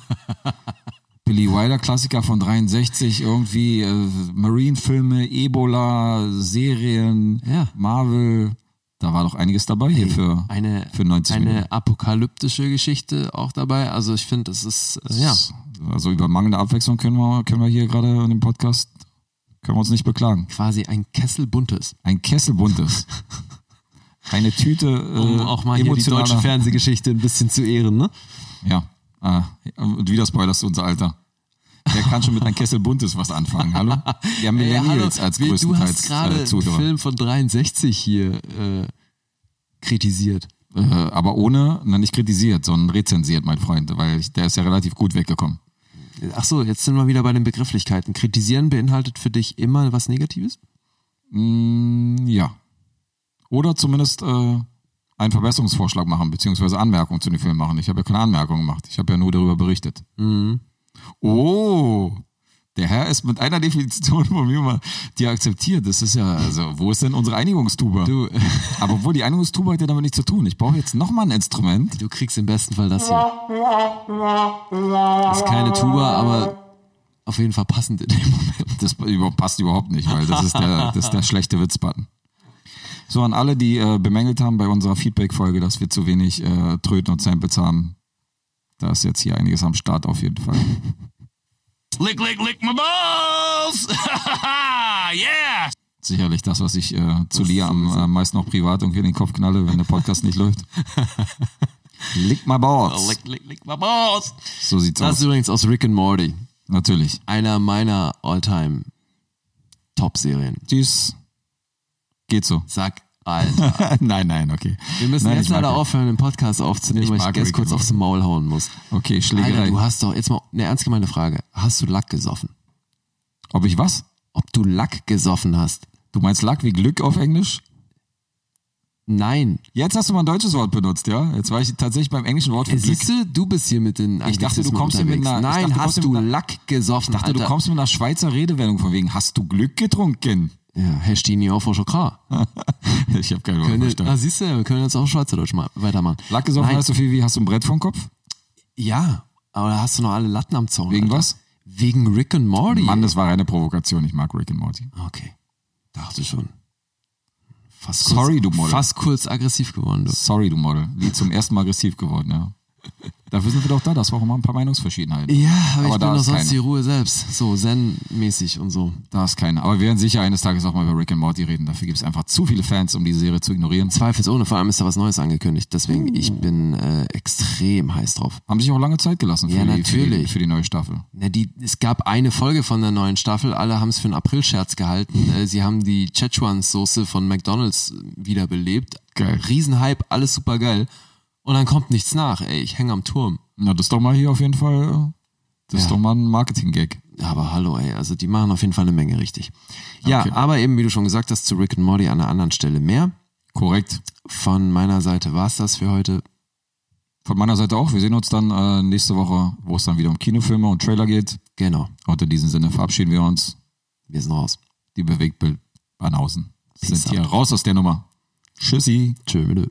Speaker 3: Billy Wilder, Klassiker von 63, irgendwie äh, Marine-Filme, Ebola, Serien,
Speaker 2: Ja.
Speaker 3: Marvel. Da war doch einiges dabei hier für,
Speaker 2: Eine,
Speaker 3: für 90 Minuten.
Speaker 2: eine apokalyptische Geschichte auch dabei. Also ich finde, das ist, äh, ja.
Speaker 3: Also über mangelnde Abwechslung können wir, können wir hier gerade in dem Podcast, können wir uns nicht beklagen.
Speaker 2: quasi ein Kessel buntes.
Speaker 3: Ein Kessel buntes. Eine Tüte äh,
Speaker 2: Um auch mal hier die
Speaker 3: emotionaler-
Speaker 2: deutsche Fernsehgeschichte ein bisschen zu ehren, ne?
Speaker 3: Ja. Ah, und wieder spoilerst du unser Alter. Der kann schon mit einem Kessel buntes was anfangen. Hallo? Wir haben Millennials als
Speaker 2: Äh, wir- du hast
Speaker 3: größtenteils
Speaker 2: gerade
Speaker 3: äh,
Speaker 2: einen
Speaker 3: Zuhörer.
Speaker 2: Film von 63 hier äh, kritisiert.
Speaker 3: Äh, aber ohne, na, nicht kritisiert, sondern rezensiert, mein Freund, weil ich, der ist ja relativ gut weggekommen.
Speaker 2: Ach so, jetzt sind wir wieder bei den Begrifflichkeiten. Kritisieren beinhaltet für dich immer was Negatives?
Speaker 3: Mm, ja. Oder zumindest äh, einen Verbesserungsvorschlag machen, beziehungsweise Anmerkungen zu dem Film machen. Ich habe ja keine Anmerkungen gemacht. Ich habe ja nur darüber berichtet. Oh, der Herr ist mit einer Definition von mir mal, die er akzeptiert. Das ist ja, also, wo ist denn unsere Einigungstube?
Speaker 2: Du, äh,
Speaker 3: Aber obwohl, die Einigungstube hat ja damit nichts zu tun. Ich brauche jetzt nochmal ein Instrument.
Speaker 2: du kriegst im besten Fall das hier. Das ist keine Tuba, aber auf jeden Fall passend in dem Moment.
Speaker 3: Das über- passt überhaupt nicht, weil das ist der, das ist der schlechte Witzbutton. So, an alle, die äh, bemängelt haben bei unserer Feedback-Folge, dass wir zu wenig äh, Tröten und Samples haben, da ist jetzt hier einiges am Start auf jeden Fall.
Speaker 4: Lick, lick, lick my balls! yeah!
Speaker 3: Sicherlich das, was ich äh, zu Lia am äh, meisten auch privat irgendwie in den Kopf knalle, wenn der Podcast nicht läuft. Lick my balls.
Speaker 2: Lick, lick, lick my balls.
Speaker 3: So sieht's
Speaker 2: Das ist
Speaker 3: aus.
Speaker 2: übrigens aus Rick and Morty.
Speaker 3: Natürlich.
Speaker 2: Einer meiner Alltime Top-Serien.
Speaker 3: Tschüss. Geht so.
Speaker 2: Sag, Alter.
Speaker 3: nein, nein, okay.
Speaker 2: Wir müssen
Speaker 3: nein,
Speaker 2: jetzt
Speaker 3: ich mag
Speaker 2: leider
Speaker 3: Rick.
Speaker 2: aufhören, den Podcast aufzunehmen,
Speaker 3: Ich
Speaker 2: weil
Speaker 3: mag
Speaker 2: ich ganz
Speaker 3: Rick
Speaker 2: kurz
Speaker 3: and
Speaker 2: aufs Maul hauen muss.
Speaker 3: Okay,
Speaker 2: Alter,
Speaker 3: Schlägerei.
Speaker 2: du hast doch, jetzt mal eine ernst gemeinte Frage. Hast du Lack gesoffen?
Speaker 3: Ob ich was?
Speaker 2: Ob du Lack gesoffen hast?
Speaker 3: Du meinst Luck wie Glück auf Englisch?
Speaker 2: Nein.
Speaker 3: Jetzt hast du mal ein deutsches Wort benutzt, ja? Jetzt war ich tatsächlich beim englischen Wort für Glück.
Speaker 2: Siehst du, du bist hier mit den
Speaker 3: Ich dachte, du kommst hier mit
Speaker 2: unterwegs.
Speaker 3: einer- ich
Speaker 2: Nein,
Speaker 3: dachte, du kommst
Speaker 2: hast
Speaker 3: hier
Speaker 2: du
Speaker 3: mit einer-
Speaker 2: Lack gesoffen,
Speaker 3: Ich dachte, du
Speaker 2: Alter.
Speaker 3: kommst mit einer Schweizer Redewendung von wegen, hast du Glück getrunken?
Speaker 2: Ja, hast du nie auf vor Schokra.
Speaker 3: ich habe keine Ahnung.
Speaker 2: Können, ah,
Speaker 3: verstanden.
Speaker 2: siehst du, wir können jetzt auch Schweizerdeutsch mal weitermachen.
Speaker 3: Lack gesoffen
Speaker 2: Nein.
Speaker 3: heißt so viel wie, hast du ein Brett vom Kopf?
Speaker 2: Ja, aber da hast du noch alle Latten am Zaun.
Speaker 3: Wegen
Speaker 2: Alter.
Speaker 3: was?
Speaker 2: Wegen Rick und Morty.
Speaker 3: Mann, das war reine Provokation. Ich mag Rick and Morty.
Speaker 2: Okay. Dachte schon. Fast
Speaker 3: Sorry,
Speaker 2: kurz,
Speaker 3: du Model.
Speaker 2: Fast kurz aggressiv geworden. Du.
Speaker 3: Sorry, du Model. Die zum ersten Mal aggressiv geworden, ja. Dafür sind wir doch da, dass wir auch mal ein paar Meinungsverschiedenheiten.
Speaker 2: Ja, aber,
Speaker 3: Aber
Speaker 2: ich
Speaker 3: da
Speaker 2: bin doch
Speaker 3: ist
Speaker 2: sonst
Speaker 3: keine.
Speaker 2: die Ruhe selbst. So zen-mäßig und so.
Speaker 3: Da ist keine. Aber wir werden sicher eines Tages auch mal über Rick and Morty reden. Dafür gibt es einfach zu viele Fans, um die Serie zu ignorieren.
Speaker 2: Zweifelsohne, vor allem ist da was Neues angekündigt.
Speaker 3: Uh.
Speaker 2: Deswegen, ich bin äh, extrem heiß drauf.
Speaker 3: Haben sich auch lange Zeit gelassen für,
Speaker 2: Ja,
Speaker 3: die, für, die,
Speaker 2: natürlich.
Speaker 3: für die neue Staffel.
Speaker 2: Na, Ne, die, es gab eine Folge von der neuen Staffel, alle haben es für einen April-Scherz gehalten. Äh, sie haben die Szechuan-Soße von McDonalds wiederbelebt.
Speaker 3: Geil.
Speaker 2: Riesenhype, alles super geil. Und dann kommt nichts nach, ey, ich hänge am Turm.
Speaker 3: Na, das ist doch mal hier auf jeden Fall. äh, Das ist
Speaker 2: Ja.
Speaker 3: doch mal ein Marketing-Gag.
Speaker 2: Aber hallo, ey, also die machen auf jeden Fall eine Menge richtig. Ja,
Speaker 3: Okay.
Speaker 2: aber eben, wie du schon gesagt hast, zu Rick and Morty an einer anderen Stelle mehr.
Speaker 3: Korrekt.
Speaker 2: Von meiner Seite war's das für heute.
Speaker 3: Von meiner Seite auch. Wir sehen uns dann äh, nächste Woche, wo es dann wieder um Kinofilme und Trailer geht.
Speaker 2: Genau,
Speaker 3: Und in diesem Sinne verabschieden wir uns.
Speaker 2: wir sind raus.
Speaker 3: Die Bewegtbild-Banausen sind
Speaker 2: Peace
Speaker 3: hier
Speaker 2: out.
Speaker 3: raus aus der Nummer. Tschüssi.
Speaker 2: Tschö, mit Ö.